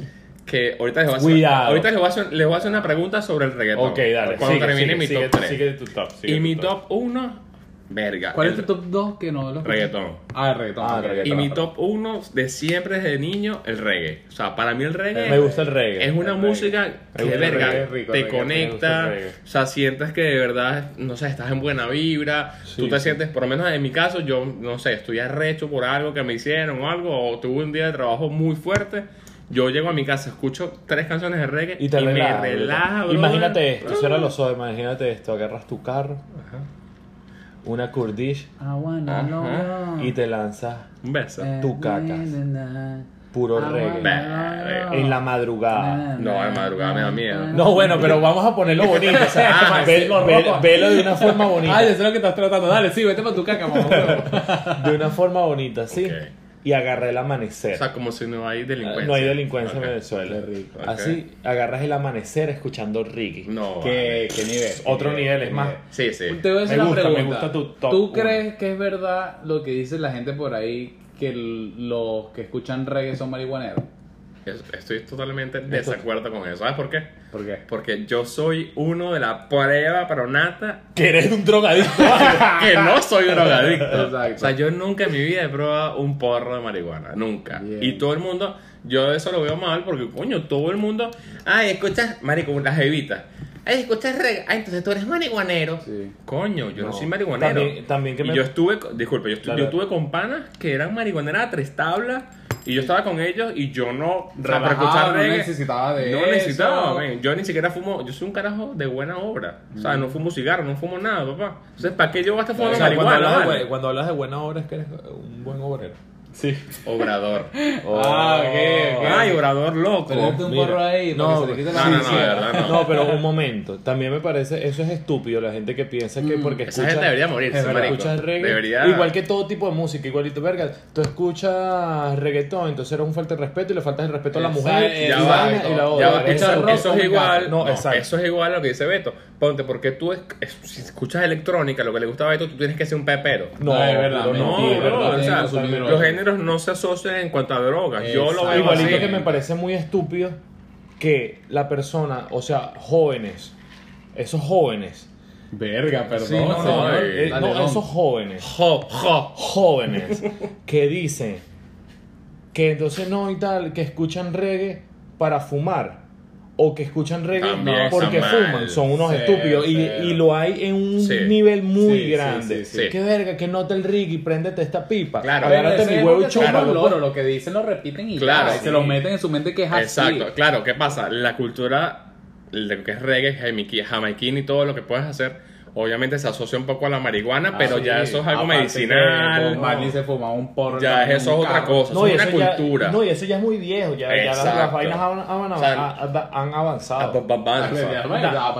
Speaker 1: que ahorita les voy a hacer,
Speaker 2: Cuidado.
Speaker 1: ahorita les voy a hacer, les voy a hacer una pregunta sobre el reggaetón.
Speaker 2: Ok, dale.
Speaker 1: Cuando
Speaker 2: sigue,
Speaker 1: termine
Speaker 2: sigue,
Speaker 1: mi
Speaker 2: sigue,
Speaker 1: top 3.
Speaker 2: Sigue tu top. sigue
Speaker 1: y
Speaker 2: tu
Speaker 1: mi top 1, verga.
Speaker 3: ¿Cuál es
Speaker 1: el
Speaker 3: tu top 2 que no lo
Speaker 1: Reggaetón.
Speaker 3: Ah, el reggaetón.
Speaker 2: Ah,
Speaker 3: ok.
Speaker 2: reggaetón.
Speaker 1: Y mi top 1 de siempre desde niño, el reggae. O sea, para mí el reggae
Speaker 2: Me gusta el reggae.
Speaker 1: es una
Speaker 3: el
Speaker 1: música
Speaker 2: Me
Speaker 1: que
Speaker 2: gusta el
Speaker 1: verga,
Speaker 2: reggae,
Speaker 3: es rico,
Speaker 1: te
Speaker 3: el
Speaker 2: me
Speaker 3: reggae,
Speaker 2: gusta
Speaker 1: conecta,
Speaker 2: el reggae.
Speaker 1: o sea, sientes que de verdad, no sé, estás en buena vibra,
Speaker 2: Sí,
Speaker 1: tú te
Speaker 2: sí.
Speaker 1: sientes, por lo menos en mi caso, yo, no sé, estoy arrecho por algo que me hicieron o algo, o tuve un día de trabajo muy fuerte, yo llego a mi casa, escucho tres canciones de reggae y,
Speaker 2: Y te
Speaker 1: me
Speaker 2: relaja.
Speaker 1: relaja, brother.
Speaker 2: Imagínate esto, cierra los ojos, imagínate esto, agarras tu carro, una Kurdish
Speaker 3: I wanna
Speaker 1: Ajá.
Speaker 3: know
Speaker 2: y te lanzas
Speaker 1: Un beso.
Speaker 3: you.
Speaker 2: tu cacas.
Speaker 3: Na, na, na.
Speaker 2: puro
Speaker 3: I wanna
Speaker 2: reggae.
Speaker 1: Verga.
Speaker 3: know.
Speaker 2: en la
Speaker 3: Na,
Speaker 2: madrugada.
Speaker 1: No, a la madrugada me da miedo.
Speaker 2: No, bueno, pero vamos a ponerlo bonito, o sea,
Speaker 3: Ah. Ah,
Speaker 2: ve-
Speaker 3: sí, lo
Speaker 2: ve-
Speaker 3: rojo.
Speaker 2: velo de una forma bonita.
Speaker 3: Ay, yo sé lo que estás tratando. Dale, sí, vete para tu caca, mamá.
Speaker 2: De una forma bonita, sí.
Speaker 1: Ok.
Speaker 2: Y agarré el amanecer.
Speaker 1: O sea, como si no hay delincuencia.
Speaker 2: no hay delincuencia en
Speaker 1: Ok.
Speaker 2: Venezuela.
Speaker 3: Qué rico.
Speaker 1: Ok.
Speaker 2: Así agarras el amanecer escuchando reggae.
Speaker 1: No.
Speaker 3: ¿Qué, qué nivel.
Speaker 2: Otro nivel, es
Speaker 3: qué
Speaker 2: más.
Speaker 3: nivel.
Speaker 1: Sí, sí.
Speaker 3: Te voy a hacer
Speaker 2: Me
Speaker 3: una
Speaker 2: gusta, me
Speaker 3: pregunta.
Speaker 2: gusta tu top
Speaker 3: ¿Tú
Speaker 2: uno.
Speaker 3: crees que es verdad lo que dice la gente por ahí que el- los que escuchan reggae son marihuaneros?
Speaker 1: Es- Estoy totalmente en desacuerdo con eso. ¿Sabes por qué?
Speaker 3: ¿Por qué?
Speaker 1: Porque yo soy uno de la prueba pero nata
Speaker 2: Que eres un
Speaker 1: <laughs>
Speaker 2: drogadicto.
Speaker 1: que no soy drogadicto.
Speaker 3: Exacto.
Speaker 1: O sea, yo nunca en mi vida he probado un porro de marihuana. Nunca.
Speaker 3: Bien.
Speaker 1: Y todo el mundo, yo eso lo veo mal porque, coño, todo el mundo. Ay, escuchas, marico, las evitas. Ay, escuchas reggae. Ay, entonces tú eres marihuanero.
Speaker 3: Sí.
Speaker 1: Coño, yo no,
Speaker 2: No.
Speaker 1: soy marihuanero.
Speaker 2: También- también que
Speaker 1: Y
Speaker 2: me-
Speaker 1: yo estuve, con- disculpe, yo, estu-
Speaker 2: Dale,
Speaker 1: yo
Speaker 2: dale.
Speaker 1: estuve con panas que eran marihuaneras a tres tablas. Y yo estaba con ellos y yo no. o sea, para
Speaker 3: Relajado,
Speaker 1: escuchar
Speaker 3: no
Speaker 1: reggae,
Speaker 3: necesitaba de
Speaker 1: No
Speaker 3: eso.
Speaker 1: necesitaba, men. Yo ni siquiera fumo. Yo soy un carajo de buena obra. O sea, no fumo cigarro, no fumo nada, papá. Entonces, ¿para qué yo gasto
Speaker 2: Mm. O
Speaker 1: fumando
Speaker 2: sea, cuando,
Speaker 1: marihuana?
Speaker 2: hablas de,
Speaker 1: vale?
Speaker 2: bu- cuando hablas de buena obra es que eres un buen obrero. Oh. Sí. <laughs>
Speaker 1: Obrador.
Speaker 3: Ah,
Speaker 2: Eh,
Speaker 3: ok, ok.
Speaker 1: Ay, obrador loco.
Speaker 3: Pero es un
Speaker 2: Oh, Mira.
Speaker 3: porro ahí para
Speaker 2: No,
Speaker 3: que se le quite
Speaker 1: no,
Speaker 3: la
Speaker 1: no, no,
Speaker 3: ansiedad.
Speaker 1: de verdad no.
Speaker 2: No, pero un momento. También me parece, eso es estúpido, la gente que piensa que porque
Speaker 1: Esa
Speaker 2: escucha...
Speaker 1: gente debería morirse,
Speaker 2: Es verdad,
Speaker 1: marico.
Speaker 2: escuchas reggae,
Speaker 1: Debería-
Speaker 2: Igual que todo tipo de música, igualito, verga. Tú escuchas reggaetón, entonces eres un falta de respeto y le faltas el respeto a la
Speaker 3: Exacto,
Speaker 2: mujer. y
Speaker 1: Ya
Speaker 2: la
Speaker 1: va,
Speaker 2: vaina y la
Speaker 1: ya
Speaker 2: otra.
Speaker 1: va,
Speaker 2: Eso-
Speaker 1: Eso,
Speaker 3: rock
Speaker 1: eso
Speaker 3: con
Speaker 1: es igual.
Speaker 2: gato. No,
Speaker 1: no,
Speaker 2: exacto.
Speaker 1: Eso es igual a lo que dice Beto. Ponte, porque tú es- es- si escuchas electrónica, lo que le gusta a Beto, tú tienes que ser un pepero.
Speaker 2: No,
Speaker 3: No, es verdad,
Speaker 2: pero
Speaker 1: No,
Speaker 2: no,
Speaker 3: mentira,
Speaker 2: es
Speaker 1: bro,
Speaker 2: verdad.
Speaker 1: o sea,
Speaker 3: consumir drogas.
Speaker 1: los géneros no se asocian en cuanto a drogas. Yo lo
Speaker 3: Exacto.
Speaker 1: veo
Speaker 2: Igualito
Speaker 1: así.
Speaker 2: que me parece muy estúpido que la persona, o sea, jóvenes, esos jóvenes
Speaker 3: Verga, perdón.
Speaker 2: No, no,
Speaker 1: señor.
Speaker 2: no,
Speaker 1: Dale,
Speaker 2: eh, no,
Speaker 3: vamos.
Speaker 2: esos jóvenes,
Speaker 1: Jo, jo.
Speaker 2: jóvenes, que dicen que entonces no y tal, que escuchan reggae para fumar. O que escuchan reggae
Speaker 1: También está
Speaker 2: porque
Speaker 1: mal.
Speaker 2: fuman, son unos
Speaker 3: Cero,
Speaker 2: estúpidos. Y,
Speaker 3: cero.
Speaker 2: y lo hay en un
Speaker 1: Sí.
Speaker 2: nivel muy
Speaker 3: Sí, sí,
Speaker 2: grande.
Speaker 1: sí, sí.
Speaker 2: Qué verga, que nota el Ricky, préndete esta pipa.
Speaker 1: Claro.
Speaker 2: agárrate
Speaker 3: Ese
Speaker 2: mi
Speaker 3: es
Speaker 2: huevo
Speaker 3: lo
Speaker 2: y
Speaker 3: que son
Speaker 2: chúpalo,
Speaker 3: los
Speaker 2: pues.
Speaker 3: loros, lo que dicen lo repiten y
Speaker 1: Claro,
Speaker 3: ya, y
Speaker 1: sí.
Speaker 3: se lo meten en su mente
Speaker 2: Ah,
Speaker 3: que es así.
Speaker 1: Exacto, claro, ¿qué pasa? La cultura, lo que es reggae, jamiqui- jamaiquín y todo lo que puedes hacer, obviamente se asocia un poco a la marihuana,
Speaker 3: Ah,
Speaker 1: pero
Speaker 3: sí.
Speaker 1: ya eso es algo
Speaker 3: Aparte que
Speaker 1: medicinal.
Speaker 3: Bob Marley se fumaba un porro.
Speaker 1: Ya,
Speaker 3: en un
Speaker 1: eso es otra
Speaker 3: carro.
Speaker 1: cosa.
Speaker 2: No,
Speaker 1: es
Speaker 2: y
Speaker 1: una
Speaker 2: eso ya-
Speaker 1: cultura.
Speaker 2: no, y eso ya es muy viejo. Ya, ya las, las
Speaker 1: Exacto.
Speaker 2: vainas han, han-
Speaker 1: O sea,
Speaker 2: a- a- han
Speaker 1: Ah,
Speaker 2: avanzado.
Speaker 1: pa- pa- pa-
Speaker 3: Dale,
Speaker 1: pa-
Speaker 3: ya.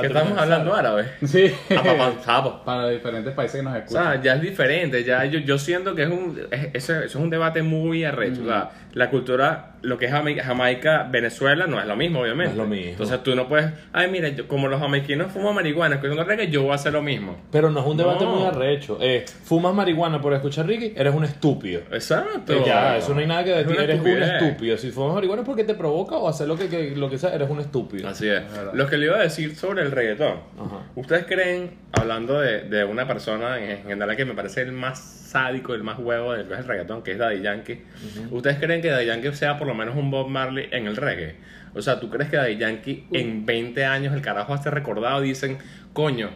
Speaker 1: ¿Qué estamos hablando
Speaker 2: <laughs>
Speaker 1: árabe?
Speaker 3: Sí.
Speaker 1: Ah, pa- pa- pa-
Speaker 3: Para diferentes países que nos
Speaker 1: O
Speaker 3: escuchan.
Speaker 1: sea, ya es diferente, ya yo, yo siento que es un, es- eso, eso es un debate muy arrecho. O sea, la cultura, lo que es Jama- Jamaica, Venezuela, no es lo mismo, obviamente.
Speaker 2: No es lo mismo.
Speaker 1: Entonces tú no puedes, ay, mira, yo- como los jamaiquinos fuman marihuana, escuchando reggae, yo voy a hacer lo mismo.
Speaker 2: Pero no es un debate
Speaker 1: No.
Speaker 2: muy arrecho. Eh, fumas marihuana por escuchar Ricky, eres un estúpido.
Speaker 1: Exacto.
Speaker 2: Eh, ya, eso no hay nada que
Speaker 1: Es
Speaker 2: decir.
Speaker 1: una
Speaker 2: Eres un
Speaker 1: estupidez.
Speaker 2: estúpido. Si fumas marihuana es porque te provoca o hacer lo que, que- lo que sea, eres un estúpido.
Speaker 1: Así es.
Speaker 3: verdad.
Speaker 1: Lo que le iba a decir sobre el reggaetón.
Speaker 2: Ajá.
Speaker 1: ¿Ustedes creen, hablando de, de una persona en general que me parece el más sádico, el más huevo del que es el reggaetón, que es Daddy Yankee? ¿Ustedes creen que Daddy Yankee sea por lo menos un Bob Marley en el reggae? O sea, ¿tú crees que Daddy Yankee en 20 años el carajo va a ser recordado? Dicen, coño,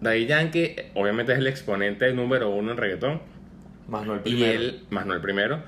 Speaker 1: Daddy Yankee eh, obviamente es el exponente número uno en reggaetón.
Speaker 2: Más no el
Speaker 1: Y
Speaker 2: primero.
Speaker 1: él, más no el primero,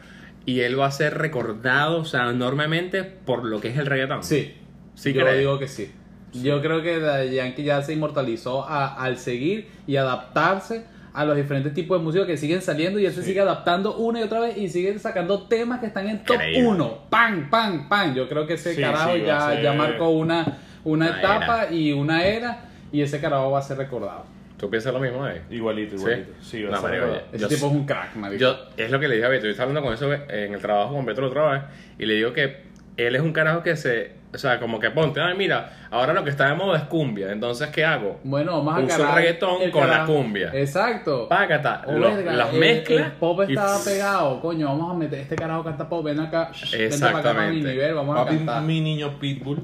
Speaker 1: y él va a ser recordado, o sea, enormemente por lo que es el reggaetón.
Speaker 3: Sí.
Speaker 1: Sí
Speaker 3: yo
Speaker 1: cree.
Speaker 3: digo que sí. Yo creo que Daddy Yankee ya se inmortalizó a- al seguir y adaptarse a los diferentes tipos de música que siguen saliendo y él se sigue adaptando una y otra vez y sigue sacando temas que están en top
Speaker 1: Increíble.
Speaker 3: 1. ¡Pam, pam, pam! Yo creo que ese
Speaker 2: Sí,
Speaker 3: carajo
Speaker 2: sí, va a
Speaker 3: ya,
Speaker 2: ser-
Speaker 3: ya marcó una, una,
Speaker 1: Una
Speaker 3: etapa y una era y ese carajo va a ser recordado.
Speaker 1: ¿Tú piensas lo mismo, eh?
Speaker 2: Igualito, igualito. Sí, va a
Speaker 1: No,
Speaker 2: ser
Speaker 1: marico,
Speaker 2: verdad.
Speaker 1: ya.
Speaker 3: Ese
Speaker 1: Yo-
Speaker 3: tipo es un crack, marico.
Speaker 1: Yo, es lo que le dije a Beto, yo estaba hablando con eso en el trabajo con Beto la otra vez, y le digo que él es un carajo que se, o sea, como que ponte, ay, mira, ahora lo que está de moda es cumbia, entonces, ¿qué hago?
Speaker 3: bueno, más
Speaker 1: Uso el reggaetón con la cumbia.
Speaker 3: Exacto.
Speaker 1: Págata,
Speaker 3: Oh,
Speaker 1: lo-
Speaker 3: verga,
Speaker 1: las
Speaker 3: el-
Speaker 1: mezclas.
Speaker 3: El pop
Speaker 1: y-
Speaker 3: estaba pegado, coño. Vamos a meter este carajo canta pop. Ven acá, shh, vente para acá para mi
Speaker 1: Exactamente.
Speaker 3: nivel. Vamos a
Speaker 2: Papi,
Speaker 3: cantar.
Speaker 2: mi niño Pitbull.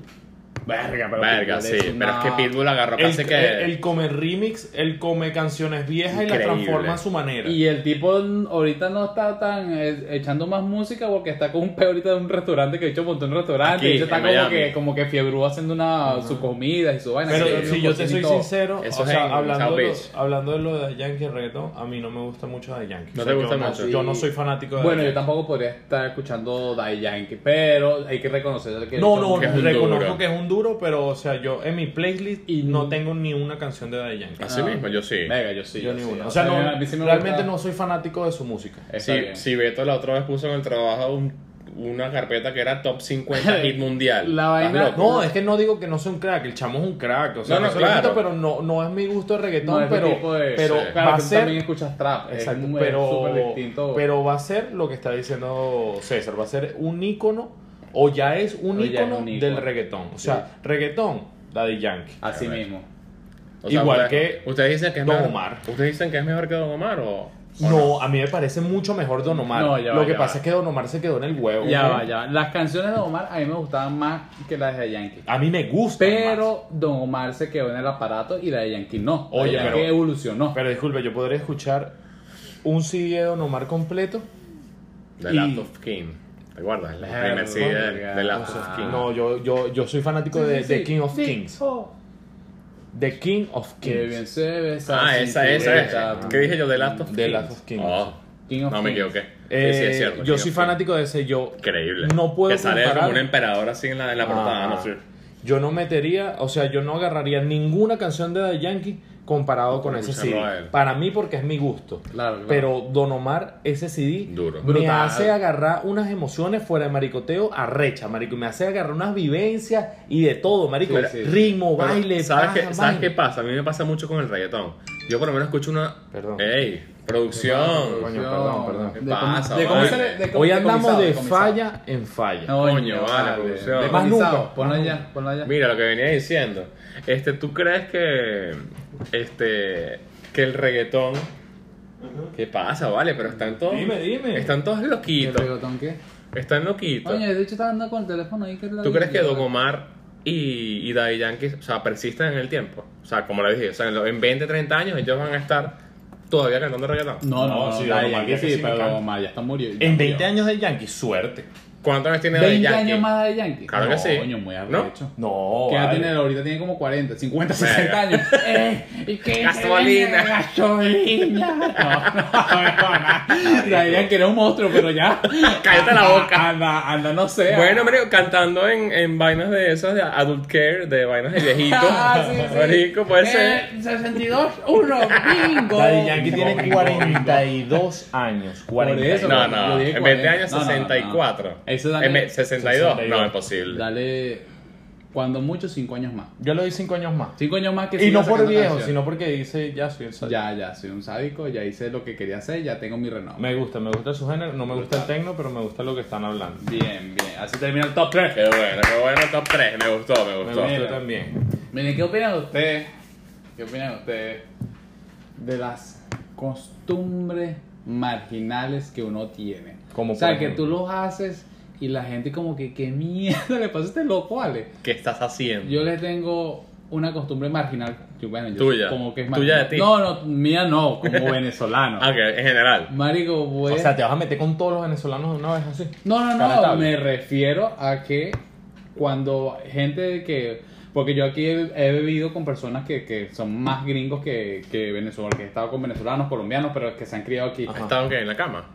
Speaker 3: Verga, pero.
Speaker 1: Verga,
Speaker 3: Pitbull
Speaker 1: sí,
Speaker 3: es
Speaker 1: pero es
Speaker 3: una-
Speaker 1: que Pitbull agarró
Speaker 2: Él,
Speaker 1: casi
Speaker 2: él-
Speaker 1: que...
Speaker 2: él come remix, él come canciones viejas y las
Speaker 1: Increíble.
Speaker 2: transforma a su manera.
Speaker 3: Y el tipo ahorita no está tan eh, echando más música porque está con un pe ahorita de un restaurante que de hecho montó un restaurante.
Speaker 1: Aquí,
Speaker 3: y de hecho está
Speaker 1: en
Speaker 3: como
Speaker 1: Miami.
Speaker 3: que, como que fiebrú haciendo una, su comida y su vaina.
Speaker 2: Pero
Speaker 3: que tiene
Speaker 2: si
Speaker 3: un
Speaker 2: yo te
Speaker 3: cocinito.
Speaker 2: soy sincero,
Speaker 1: Eso
Speaker 2: o
Speaker 1: es
Speaker 2: sea,
Speaker 1: en pues.
Speaker 2: hablando,
Speaker 1: South
Speaker 2: de lo,
Speaker 1: Beach.
Speaker 2: hablando de lo de Yankee Reggaeton, a mí no me gusta mucho de Yankee.
Speaker 1: No
Speaker 2: O sea,
Speaker 1: te gusta
Speaker 2: yo
Speaker 1: mucho.
Speaker 2: Yo no soy fanático de
Speaker 3: Bueno, yo
Speaker 2: Daddy
Speaker 3: tampoco podría estar escuchando Die Yankee, pero hay que reconocer que.
Speaker 2: Yankee. No, no,
Speaker 1: Que es un
Speaker 2: reconozco
Speaker 1: duro.
Speaker 2: que es un duro, pero o sea, yo en mi playlist
Speaker 3: Y-
Speaker 2: no tengo ni una canción de Daddy Yankee.
Speaker 1: Así
Speaker 3: Ah.
Speaker 1: mismo, yo sí.
Speaker 3: Venga, yo sí.
Speaker 2: yo
Speaker 3: yo
Speaker 2: ni
Speaker 3: sí.
Speaker 2: una. O sea,
Speaker 3: a
Speaker 2: no,
Speaker 3: mí sí me
Speaker 2: realmente
Speaker 3: gusta-
Speaker 2: no soy fanático de su música.
Speaker 3: Está
Speaker 1: Si,
Speaker 3: bien.
Speaker 1: si Beto la otra vez puso en el trabajo un- una carpeta que era top
Speaker 3: <laughs>
Speaker 1: 50 hit mundial.
Speaker 3: La
Speaker 1: ¿Estás
Speaker 3: vaina-
Speaker 1: loco?
Speaker 2: No, es que no digo que no sea un crack, el chamo es un crack, o sea,
Speaker 1: No, no,
Speaker 2: se le quita,
Speaker 1: claro.
Speaker 2: pero no, no es mi gusto de
Speaker 3: No,
Speaker 2: reggaetón,
Speaker 3: este tipo
Speaker 2: pero,
Speaker 3: de-
Speaker 2: pero
Speaker 1: sí.
Speaker 3: Claro,
Speaker 2: va a
Speaker 3: tú también
Speaker 2: ser
Speaker 3: escuchas trap.
Speaker 2: Exacto,
Speaker 3: es muy-
Speaker 2: pero,
Speaker 3: súper distinto.
Speaker 2: pero va a ser lo que está diciendo César, va a ser un ícono o ya es un
Speaker 3: O ya es
Speaker 2: ícono
Speaker 3: un ícono. Ah,
Speaker 2: del reggaetón. O sea, reggaetón, Daddy Yankee.
Speaker 3: Así mismo.
Speaker 1: O sea,
Speaker 2: Igual
Speaker 1: ustedes-
Speaker 2: que
Speaker 1: ustedes dicen que es
Speaker 2: Don
Speaker 1: mejor-
Speaker 2: Omar.
Speaker 1: Ustedes dicen que es mejor que Don Omar o, o
Speaker 2: No, a mí me parece mucho mejor Don Omar.
Speaker 3: No, ya va,
Speaker 2: lo que
Speaker 3: ya
Speaker 2: pasa
Speaker 3: va.
Speaker 2: es que Don Omar se quedó en el huevo.
Speaker 3: Ya
Speaker 2: ¿no?
Speaker 3: va, ya va. Las canciones de Omar a mí me gustaban más que las de Yankee.
Speaker 2: A mí me gusta.
Speaker 3: Pero Don Omar se quedó en el aparato y la de Yankee no. La de
Speaker 2: Oye,
Speaker 3: Yankee
Speaker 2: pero-
Speaker 3: evolucionó.
Speaker 2: Pero disculpe, yo podría escuchar un CD de Don Omar completo.
Speaker 1: The
Speaker 2: Y-
Speaker 1: Last of King. ¿Te acuerdas? El
Speaker 2: Verga.
Speaker 1: primer CD de The Last
Speaker 2: Ah.
Speaker 1: of King.
Speaker 2: No, yo, yo, yo soy fanático
Speaker 3: Sí,
Speaker 2: de,
Speaker 3: sí,
Speaker 2: de
Speaker 3: sí.
Speaker 2: King of
Speaker 3: Sí.
Speaker 2: Kings.
Speaker 3: Oh.
Speaker 2: The King of
Speaker 3: Qué
Speaker 2: Kings.
Speaker 3: bien se ve esa
Speaker 1: Ah, esa, esa es.
Speaker 3: cinturita.
Speaker 1: ¿Qué dije yo? The Last of King.
Speaker 2: The Last of King.
Speaker 1: Oh,
Speaker 3: King of
Speaker 1: no me
Speaker 3: Kings.
Speaker 1: equivoqué.
Speaker 2: Eh,
Speaker 1: Sí, sí, es cierto. King
Speaker 2: yo
Speaker 1: of
Speaker 2: soy
Speaker 1: Kings.
Speaker 2: fanático de ese. Yo
Speaker 1: Increíble.
Speaker 2: No puedo
Speaker 1: Que sale
Speaker 2: comparar- Ah,
Speaker 1: como un emperador así en la, en la portada.
Speaker 2: Ajá.
Speaker 1: No sé.
Speaker 2: Yo no metería, o sea, yo no agarraría ninguna canción de Daddy Yankee comparado con ese
Speaker 1: Escucharlo
Speaker 2: CD.
Speaker 1: a él.
Speaker 2: Para mí porque es mi gusto.
Speaker 3: Claro, claro.
Speaker 2: Pero Don Omar, ese CD,
Speaker 1: Duro.
Speaker 2: me
Speaker 3: Brutal.
Speaker 2: hace agarrar unas emociones fuera de maricoteo arrecha, marico. Me hace agarrar unas vivencias y de todo, marico.
Speaker 3: Sí, sí.
Speaker 2: Ritmo,
Speaker 1: Pero,
Speaker 2: baile,
Speaker 1: ¿sabes,
Speaker 2: paja,
Speaker 1: qué, ¿Sabes
Speaker 2: vaina.
Speaker 1: qué pasa? A mí me pasa mucho con el reggaetón. Yo por lo menos escucho una.
Speaker 2: Perdón.
Speaker 1: ¡Ey! Producción.
Speaker 2: Coño, perdón, perdón.
Speaker 3: De
Speaker 1: ¿Qué
Speaker 3: cómo-
Speaker 1: pasa,
Speaker 3: de cómo
Speaker 1: vale?
Speaker 3: se le- de cómo-
Speaker 2: Hoy
Speaker 3: de
Speaker 2: andamos
Speaker 3: comisado,
Speaker 2: de
Speaker 3: comisado.
Speaker 2: falla en falla.
Speaker 1: Coño, vale, producción.
Speaker 3: De
Speaker 2: Más
Speaker 3: comisado,
Speaker 2: nunca.
Speaker 3: Ponlo
Speaker 2: Más
Speaker 3: allá,
Speaker 2: nunca.
Speaker 3: ponlo allá.
Speaker 1: Mira lo que venía diciendo. Este, ¿tú crees que este que el reggaetón ¿Qué pasa, vale? Pero están todos
Speaker 2: Dime, dime.
Speaker 1: Están todos
Speaker 3: ¿Qué
Speaker 1: loquitos.
Speaker 3: reggaetón qué?
Speaker 1: Están loquitos.
Speaker 3: Oye, de hecho está andando con el teléfono ahí que es la-
Speaker 1: ¿Tú crees que Don Omar y, y Daddy Yankee, o sea, persisten en el tiempo. O sea, como le dije, o sea, en, lo- en 20, 30 años ellos van a estar todavía cantando reggaetón.
Speaker 3: No, no,
Speaker 4: No,
Speaker 3: no,
Speaker 4: sí,
Speaker 3: Daddy
Speaker 4: Don Omar,
Speaker 3: Yankee
Speaker 4: que
Speaker 3: sí,
Speaker 4: sí me
Speaker 3: pero
Speaker 4: encanta.
Speaker 3: Don Omar ya está muriendo.
Speaker 4: En 20 años de Yankee, suerte.
Speaker 1: ¿Cuántos años tiene Daddy
Speaker 3: 20
Speaker 1: Yankee? <laughs>
Speaker 3: años más de Yankee.
Speaker 1: Claro que sí.
Speaker 3: Coño, muy
Speaker 1: ¿No?
Speaker 3: arrecho.
Speaker 4: No.
Speaker 3: Que ya
Speaker 4: vale.
Speaker 3: tiene ahorita tiene como 40, 50,
Speaker 1: Verga.
Speaker 3: 60 años.
Speaker 1: <laughs>
Speaker 3: ¡Eh! ¿Y qué?
Speaker 1: Gasolina. <laughs>
Speaker 3: ¡Gasolina! No, no, no. La idea que era un monstruo, pero ya.
Speaker 1: Cállate la boca.
Speaker 3: Anda, anda, no sé.
Speaker 1: Bueno, marico, cantando en, en vainas de esas de adult care, de
Speaker 3: <laughs>
Speaker 1: vainas de viejito.
Speaker 3: Ah, sí, sí.
Speaker 1: Marico, puede ser.
Speaker 3: Eh, 62, 1, bingo.
Speaker 4: Daddy Yankee tiene
Speaker 2: Bingo, bingo, bingo.
Speaker 4: 42 años.
Speaker 3: Por
Speaker 4: 40.
Speaker 3: eso.
Speaker 1: No,
Speaker 3: yo
Speaker 1: no,
Speaker 3: dije
Speaker 1: en 20
Speaker 3: 40.
Speaker 1: años
Speaker 3: No, no, no, no.
Speaker 1: 64.
Speaker 3: Eso es
Speaker 1: En ve-
Speaker 3: dale,
Speaker 1: 62. no,
Speaker 4: 62.
Speaker 1: imposible.
Speaker 3: dale, cuando mucho, 5 años más.
Speaker 4: Yo le doy 5 años más.
Speaker 3: 5 años más que
Speaker 4: Y
Speaker 3: siga
Speaker 4: no por
Speaker 3: sacando
Speaker 4: viejo,
Speaker 3: canciones.
Speaker 4: sino porque dice ya soy el sádico.
Speaker 3: Ya, ya, soy un sádico, ya hice lo que quería hacer, ya tengo mi renombre.
Speaker 2: Me gusta, me gusta su género, no me gusta el tecno, pero me gusta lo que están hablando.
Speaker 3: Bien, bien. Así termina el top 3.
Speaker 1: Qué bueno, qué bueno top 3. Me gustó, me
Speaker 2: Me
Speaker 1: gustó.
Speaker 2: gusta también.
Speaker 3: Miren, ¿qué opinan ustedes? ¿Qué opinan ustedes de las costumbres marginales que uno tiene?
Speaker 2: Como
Speaker 3: o sea,
Speaker 2: por
Speaker 3: que
Speaker 2: ejemplo.
Speaker 3: tú los haces y la gente como que, ¿qué mierda le pasa a este loco, Ale?
Speaker 1: ¿Qué estás haciendo?
Speaker 3: Yo les tengo una costumbre marginal. Yo, bueno, yo
Speaker 1: Tuya.
Speaker 3: Como que es
Speaker 1: Tuya de
Speaker 3: marginal.
Speaker 1: ti.
Speaker 3: No, no, mía no, como venezolano.
Speaker 1: Ah, que en general.
Speaker 3: Marico, voy
Speaker 4: O
Speaker 3: a-
Speaker 4: sea, te vas a meter con todos los venezolanos de una vez así.
Speaker 3: No, no, no,
Speaker 4: Canetable.
Speaker 3: me refiero a que cuando gente que... Porque yo aquí he, he vivido con personas que, que son más gringos que, que venezolanos, que he estado con venezolanos, colombianos, pero que se han criado aquí.
Speaker 1: ¿Has estado qué, en la cama?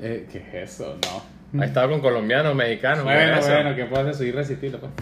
Speaker 3: Eh, ¿Qué es eso? No.
Speaker 1: ¿Has estado con colombianos, mexicanos?
Speaker 3: Bueno,
Speaker 1: venezolanos?
Speaker 3: bueno, que puedes seguir resistiendo,
Speaker 1: <laughs>
Speaker 3: pues.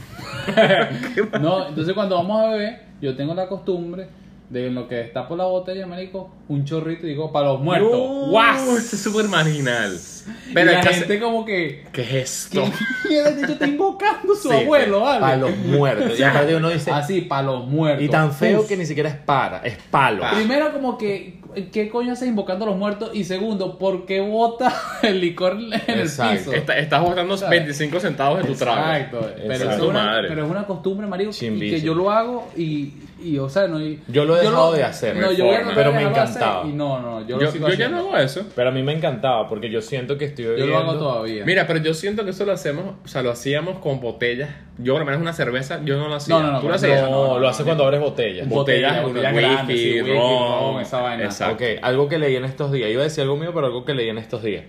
Speaker 3: no, entonces cuando vamos a beber, yo tengo la costumbre de en lo que está por la botella, marico, un chorrito y digo, para los muertos.
Speaker 1: No,
Speaker 3: ¡Guas!
Speaker 1: Esto es súper marginal.
Speaker 3: Pero
Speaker 1: Uh. Pero
Speaker 3: la
Speaker 1: es que
Speaker 3: gente como que...
Speaker 1: hace- ¿Qué es esto?
Speaker 3: Y el hecho está invocando a su
Speaker 1: Sí,
Speaker 3: abuelo, ¿vale?
Speaker 4: Para
Speaker 2: <laughs>
Speaker 4: los muertos. Y aparte uno dice.
Speaker 2: Ah,
Speaker 3: Así, para los muertos.
Speaker 4: Y tan feo
Speaker 3: Uf.
Speaker 4: que ni siquiera es para, es palo.
Speaker 2: Ah.
Speaker 3: Primero, como que, ¿qué coño haces invocando a los muertos? Y segundo, ¿por qué bota <laughs> el licor en el
Speaker 4: Exacto.
Speaker 3: piso?
Speaker 1: Está- estás botando
Speaker 3: ¿Sabes?
Speaker 1: 25 centavos de tu trago.
Speaker 3: Exacto. Pero,
Speaker 4: Exacto.
Speaker 3: es una,
Speaker 1: Madre.
Speaker 3: pero es una costumbre, marico, y que
Speaker 4: Chimbísimo.
Speaker 3: yo lo hago y, y, o sea, no... y-
Speaker 4: Yo lo he dejado de hacer,
Speaker 3: No, yo voy a tratar
Speaker 4: pero
Speaker 3: de
Speaker 4: me
Speaker 3: dejarlo de
Speaker 4: encantaba.
Speaker 3: hacer y no, no, yo,
Speaker 1: Yo,
Speaker 3: lo sigo
Speaker 1: yo ya no
Speaker 3: haciendo.
Speaker 1: hago eso.
Speaker 2: Pero a mí me encantaba, porque yo siento que estoy
Speaker 3: Yo
Speaker 2: bebiendo...
Speaker 3: lo hago todavía.
Speaker 1: Mira, pero yo siento que eso lo hacemos, o sea, lo hacíamos con botellas. Yo, por lo menos, una cerveza, yo no lo hacía.
Speaker 3: No, no, no,
Speaker 1: ¿Tú
Speaker 3: no,
Speaker 1: lo hacías?
Speaker 3: no,
Speaker 2: No, lo hace cuando abres botellas.
Speaker 1: Botellas,
Speaker 3: Botellas,
Speaker 1: botellas
Speaker 3: botellas
Speaker 1: grandes,
Speaker 3: grandes, sí,
Speaker 1: whisky,
Speaker 3: whisky,
Speaker 1: ron,
Speaker 3: ron, esa vaina.
Speaker 1: Exacto.
Speaker 2: Ok, algo que leí en estos días. Iba a decir algo mío, pero algo que leí en estos días.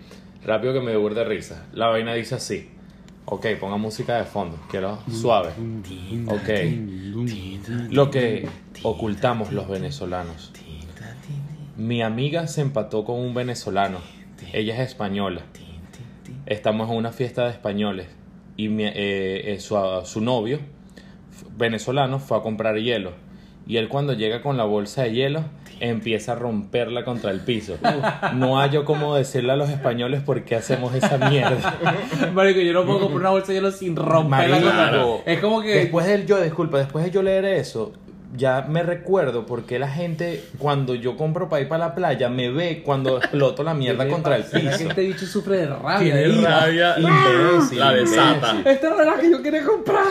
Speaker 2: Rápido que me dio burda de risa. La vaina dice así. Ok, ponga música de fondo. Quiero suave. Ok. Lo que ocultamos los venezolanos. Mi amiga se empató con un venezolano. Ella es española. Estamos en una fiesta de españoles. Y mi- eh, eh, su, su novio, f- venezolano, fue a comprar hielo. Y él cuando llega con la bolsa de hielo, empieza a romperla contra el piso. No hallo cómo decirle a los españoles por qué hacemos esa mierda.
Speaker 3: <laughs> Marico, yo no puedo comprar una bolsa de hielo sin romperla.
Speaker 4: Marico.
Speaker 3: con la- Es como que...
Speaker 4: <laughs> Después del yo, disculpa, después de yo leer eso, ya me recuerdo por qué la gente, cuando yo compro para ir para la playa, me ve cuando exploto
Speaker 1: <laughs>
Speaker 4: la mierda contra el
Speaker 3: ¿Será que
Speaker 4: piso.
Speaker 3: este bicho sufre de rabia?
Speaker 4: Tiene
Speaker 3: eh?
Speaker 1: rabia,
Speaker 4: Imbécil,
Speaker 1: la desata.
Speaker 4: imbécil.
Speaker 3: Esta era la que yo quería comprar.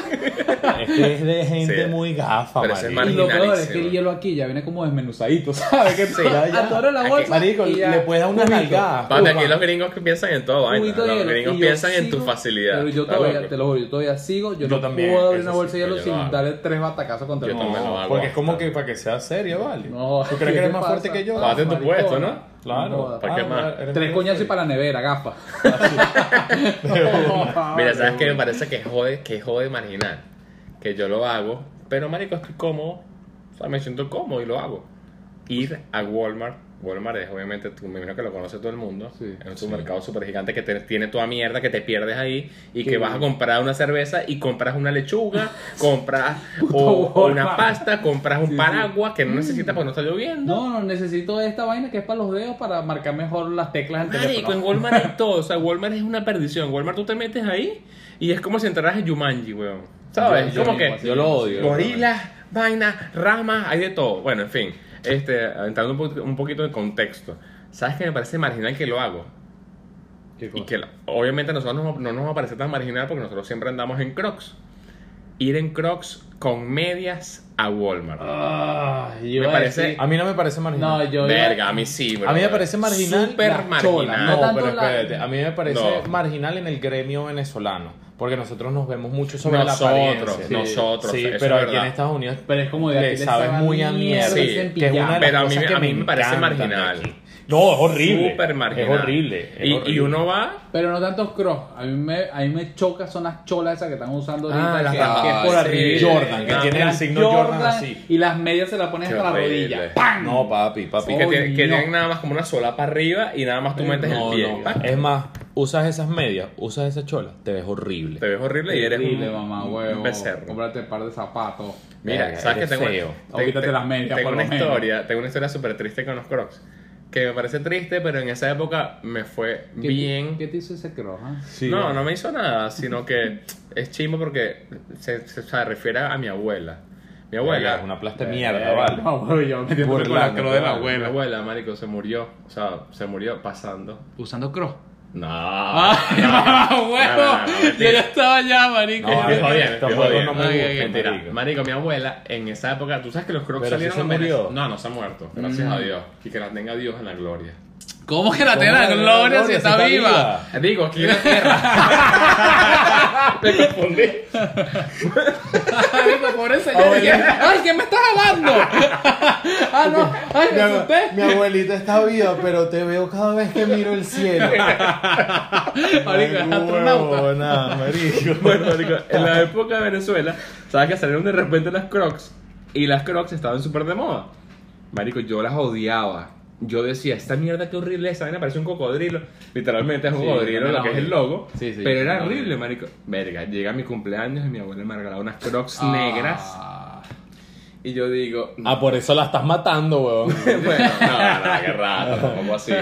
Speaker 4: Es que es de gente
Speaker 1: Sí.
Speaker 4: muy gafa,
Speaker 1: Pero ese es
Speaker 4: <laughs> marico.
Speaker 3: Y lo peor es que
Speaker 1: Marginalísimo.
Speaker 3: el hielo aquí ya viene como desmenuzadito, ¿sabes? Que
Speaker 4: Sí, ya, ya.
Speaker 3: atoró la
Speaker 1: Aquí,
Speaker 3: bolsa.
Speaker 4: Marico,
Speaker 3: y ya,
Speaker 4: le puedes dar una
Speaker 3: cubito,
Speaker 4: nalgada.
Speaker 1: Papi,
Speaker 4: Upa.
Speaker 1: aquí los gringos que piensan en todo vaina.
Speaker 3: cubito de
Speaker 1: Los
Speaker 3: hielo,
Speaker 1: gringos
Speaker 3: y yo
Speaker 1: piensan en tu
Speaker 3: sigo,
Speaker 1: facilidad.
Speaker 3: Pero yo
Speaker 1: ¿Estás
Speaker 3: todavía,
Speaker 1: loco?
Speaker 3: te lo juro, yo todavía sigo. Yo,
Speaker 4: Yo
Speaker 3: no
Speaker 4: también,
Speaker 3: puedo abrir
Speaker 1: eso
Speaker 3: una
Speaker 1: sí,
Speaker 3: bolsa de hielo
Speaker 1: yo lo hago.
Speaker 3: sin darle tres batacazos contra
Speaker 1: Yo
Speaker 3: el
Speaker 1: también lo
Speaker 3: piso.
Speaker 1: hago.
Speaker 4: Porque es como que para que sea serio, ¿vale?
Speaker 3: No,
Speaker 4: ¿Tú crees
Speaker 3: ¿qué
Speaker 4: que
Speaker 3: te
Speaker 4: eres más
Speaker 3: pasa?
Speaker 4: fuerte que yo?
Speaker 1: Pásate en tu
Speaker 3: maricona.
Speaker 1: puesto, ¿no?
Speaker 4: Claro.
Speaker 1: ¿Para qué más?
Speaker 4: eres
Speaker 3: Tres
Speaker 4: muy
Speaker 3: coñazos y
Speaker 4: serio.
Speaker 3: para la nevera,
Speaker 4: <laughs>
Speaker 3: gafa.
Speaker 1: Mira, ¿sabes qué? Me parece que jode, que jode marginal. Que yo lo hago, pero marico, estoy cómodo. O sea, me siento cómodo y lo hago.
Speaker 3: Pues
Speaker 1: Ir a Walmart. Walmart es obviamente, tú, me imagino que lo conoce todo el mundo.
Speaker 3: Sí,
Speaker 1: es un supermercado súper gigante que te- tiene toda mierda, que te pierdes ahí y que
Speaker 3: Sí.
Speaker 1: vas a comprar una cerveza y compras una
Speaker 3: <laughs>
Speaker 1: lechuga, compras
Speaker 3: Puto
Speaker 1: o- o una
Speaker 3: Walmart.
Speaker 1: pasta, compras un
Speaker 3: Sí, Mm. sí.
Speaker 1: paraguas que no necesitas porque no está lloviendo.
Speaker 3: No, no, necesito esta vaina que es para los dedos para marcar mejor las teclas del
Speaker 1: Marico, en
Speaker 3: teléfono.
Speaker 1: Walmart hay todo. O sea, Walmart es una perdición. Walmart tú te metes ahí y es como si entraras a Jumanji, weón. ¿Sabes?
Speaker 3: Yo- yo
Speaker 1: como
Speaker 3: mismo,
Speaker 1: que
Speaker 3: así.
Speaker 2: Yo lo odio.
Speaker 1: gorilas, vainas, ramas, hay de todo. Bueno, en fin. Este, entrando un, po- un poquito en contexto. ¿Sabes que me parece marginal que lo hago?
Speaker 3: ¿Qué
Speaker 1: Y
Speaker 3: cosa?
Speaker 1: que la- obviamente a nosotros no, no nos va a parecer tan marginal porque nosotros siempre andamos en crocs. ir en Crocs con medias a Walmart.
Speaker 2: Ah,
Speaker 3: Ay, yo
Speaker 1: Me
Speaker 3: iba a
Speaker 1: parece-
Speaker 3: decir-
Speaker 2: A mí no me parece marginal.
Speaker 3: No, yo. iba-
Speaker 1: Verga, a mí sí, bro.
Speaker 2: a mí me parece marginal.
Speaker 1: Súper
Speaker 2: la-
Speaker 1: marginal.
Speaker 3: No
Speaker 2: No,
Speaker 3: tanto
Speaker 2: pero
Speaker 3: la-
Speaker 2: espérate, a mí me parece
Speaker 1: No.
Speaker 2: marginal en el gremio venezolano, porque nosotros nos vemos mucho sobre la
Speaker 1: nosotros,
Speaker 2: apariencia.
Speaker 3: Sí.
Speaker 1: nosotros.
Speaker 2: sí,
Speaker 1: eso
Speaker 2: pero
Speaker 1: es
Speaker 2: aquí en
Speaker 1: verdad.
Speaker 2: Estados Unidos
Speaker 3: Pero es como de
Speaker 2: le
Speaker 3: aquí
Speaker 2: sabes
Speaker 3: saben
Speaker 2: muy a mierda,
Speaker 1: Sí,
Speaker 2: que es una de las
Speaker 1: Pero a mí
Speaker 2: cosas
Speaker 1: me-
Speaker 2: que
Speaker 1: a mí me parece
Speaker 2: encantan de
Speaker 1: marginal.
Speaker 2: aquí. No, es horrible.
Speaker 1: Súper marginal.
Speaker 2: Es horrible. es
Speaker 1: y, y
Speaker 2: horrible.
Speaker 1: uno va.
Speaker 3: Pero no tantos crocs. A mí me, a mí me choca son las cholas esas que están usando
Speaker 1: Ah,
Speaker 3: ahorita.
Speaker 1: las
Speaker 3: que,
Speaker 1: ramas.
Speaker 3: que es por
Speaker 1: Sí.
Speaker 3: arriba.
Speaker 2: Jordan, que
Speaker 1: Ah,
Speaker 2: tiene el
Speaker 3: Las
Speaker 2: signo Jordan, así.
Speaker 3: Y las medias se las pones
Speaker 1: Qué
Speaker 3: hasta la
Speaker 1: horrible.
Speaker 3: rodilla. ¡Pam!
Speaker 2: No, papi, papi.
Speaker 1: Y que,
Speaker 3: Oh,
Speaker 1: tienen, que
Speaker 3: no.
Speaker 1: tienen nada más como una solapa arriba y nada más tú metes
Speaker 2: No,
Speaker 1: el pie.
Speaker 2: no.
Speaker 1: Pa,
Speaker 2: Es más, usas esas medias, usas esas cholas, te ves horrible.
Speaker 1: Te ves horrible y eres
Speaker 3: Horrible,
Speaker 1: un,
Speaker 3: mamá,
Speaker 1: un
Speaker 3: huevo.
Speaker 1: becerro.
Speaker 3: Cómprate un par de zapatos.
Speaker 1: Mira,
Speaker 2: Verga,
Speaker 1: ¿sabes que
Speaker 2: eres
Speaker 1: tengo,
Speaker 2: feo.
Speaker 1: te-
Speaker 3: O quítate
Speaker 1: te-
Speaker 3: las medias,
Speaker 1: tengo
Speaker 3: por
Speaker 1: una
Speaker 3: lo menos.
Speaker 1: historia, tengo una historia súper triste con los Crocs. Que me parece triste, pero en esa época me fue
Speaker 3: ¿Qué-
Speaker 1: bien.
Speaker 3: ¿Qué te hizo ese croc? ah?
Speaker 2: Sí,
Speaker 1: no, no me hizo nada, sino que es chimbo porque se, se- o sea, refiere a mi abuela. Mi abuela.
Speaker 2: Es una plasta de mierda,
Speaker 3: Eh,
Speaker 2: vale.
Speaker 3: No, huevo, yo me
Speaker 1: Por
Speaker 2: burlando,
Speaker 1: la de la
Speaker 2: vale.
Speaker 1: abuela. Mi abuela, marico, se murió. O sea, se murió pasando.
Speaker 3: Usando croc.
Speaker 1: No.
Speaker 3: Ay, mamá, huevo.
Speaker 1: no, no, no,
Speaker 3: yo ya estaba allá, marico.
Speaker 1: No,
Speaker 2: vale.
Speaker 1: estoy jodiendo,
Speaker 2: estos
Speaker 1: estoy
Speaker 2: juegos
Speaker 1: jodiendo.
Speaker 2: no me
Speaker 1: Ay, ay,
Speaker 2: gustan,
Speaker 1: ay, mentira.
Speaker 2: marico.
Speaker 1: Marico, mi abuela, en esa época, tú sabes que los crocs
Speaker 2: Pero sí
Speaker 1: salieron
Speaker 2: se
Speaker 1: en Venezuela?
Speaker 2: murió.
Speaker 1: No, no se ha muerto. Gracias
Speaker 3: Mm.
Speaker 1: a Dios. Y que la tenga Dios en la gloria.
Speaker 3: ¿Cómo que la
Speaker 2: ¿Cómo
Speaker 3: tiene la
Speaker 2: la
Speaker 3: gloria si
Speaker 2: gloria
Speaker 3: está viva?
Speaker 1: Digo, aquí en la
Speaker 2: <laughs>
Speaker 1: tierra. Me confundí.
Speaker 3: Marico, pobre señor. Ay, ¿qué me estás <laughs> hablando? ah, no. Ay, me asusté.
Speaker 2: abuelita está viva, pero te veo cada vez que miro el cielo.
Speaker 3: Marico, es astronauta.
Speaker 1: Bueno, marico, en la época de Venezuela, sabes que salieron de repente las Crocs y las Crocs estaban súper de moda. Marico, yo las odiaba. Yo decía, esta mierda qué horrible es, esta vaina parece un cocodrilo. Literalmente es un
Speaker 3: Sí,
Speaker 1: cocodrilo
Speaker 3: también
Speaker 1: lo
Speaker 3: la
Speaker 1: que es
Speaker 3: odio.
Speaker 1: el logo.
Speaker 3: Sí, sí,
Speaker 1: pero
Speaker 3: yo
Speaker 1: era
Speaker 3: también la
Speaker 1: horrible,
Speaker 3: odio.
Speaker 1: marico. Verga, llega mi cumpleaños y mi abuela me regalaba unas Crocs
Speaker 3: Ah.
Speaker 1: negras. Y yo digo,
Speaker 2: <laughs> Ah, por eso la estás matando, huevón.
Speaker 1: <laughs> bueno, no, no, qué rato, tampoco así.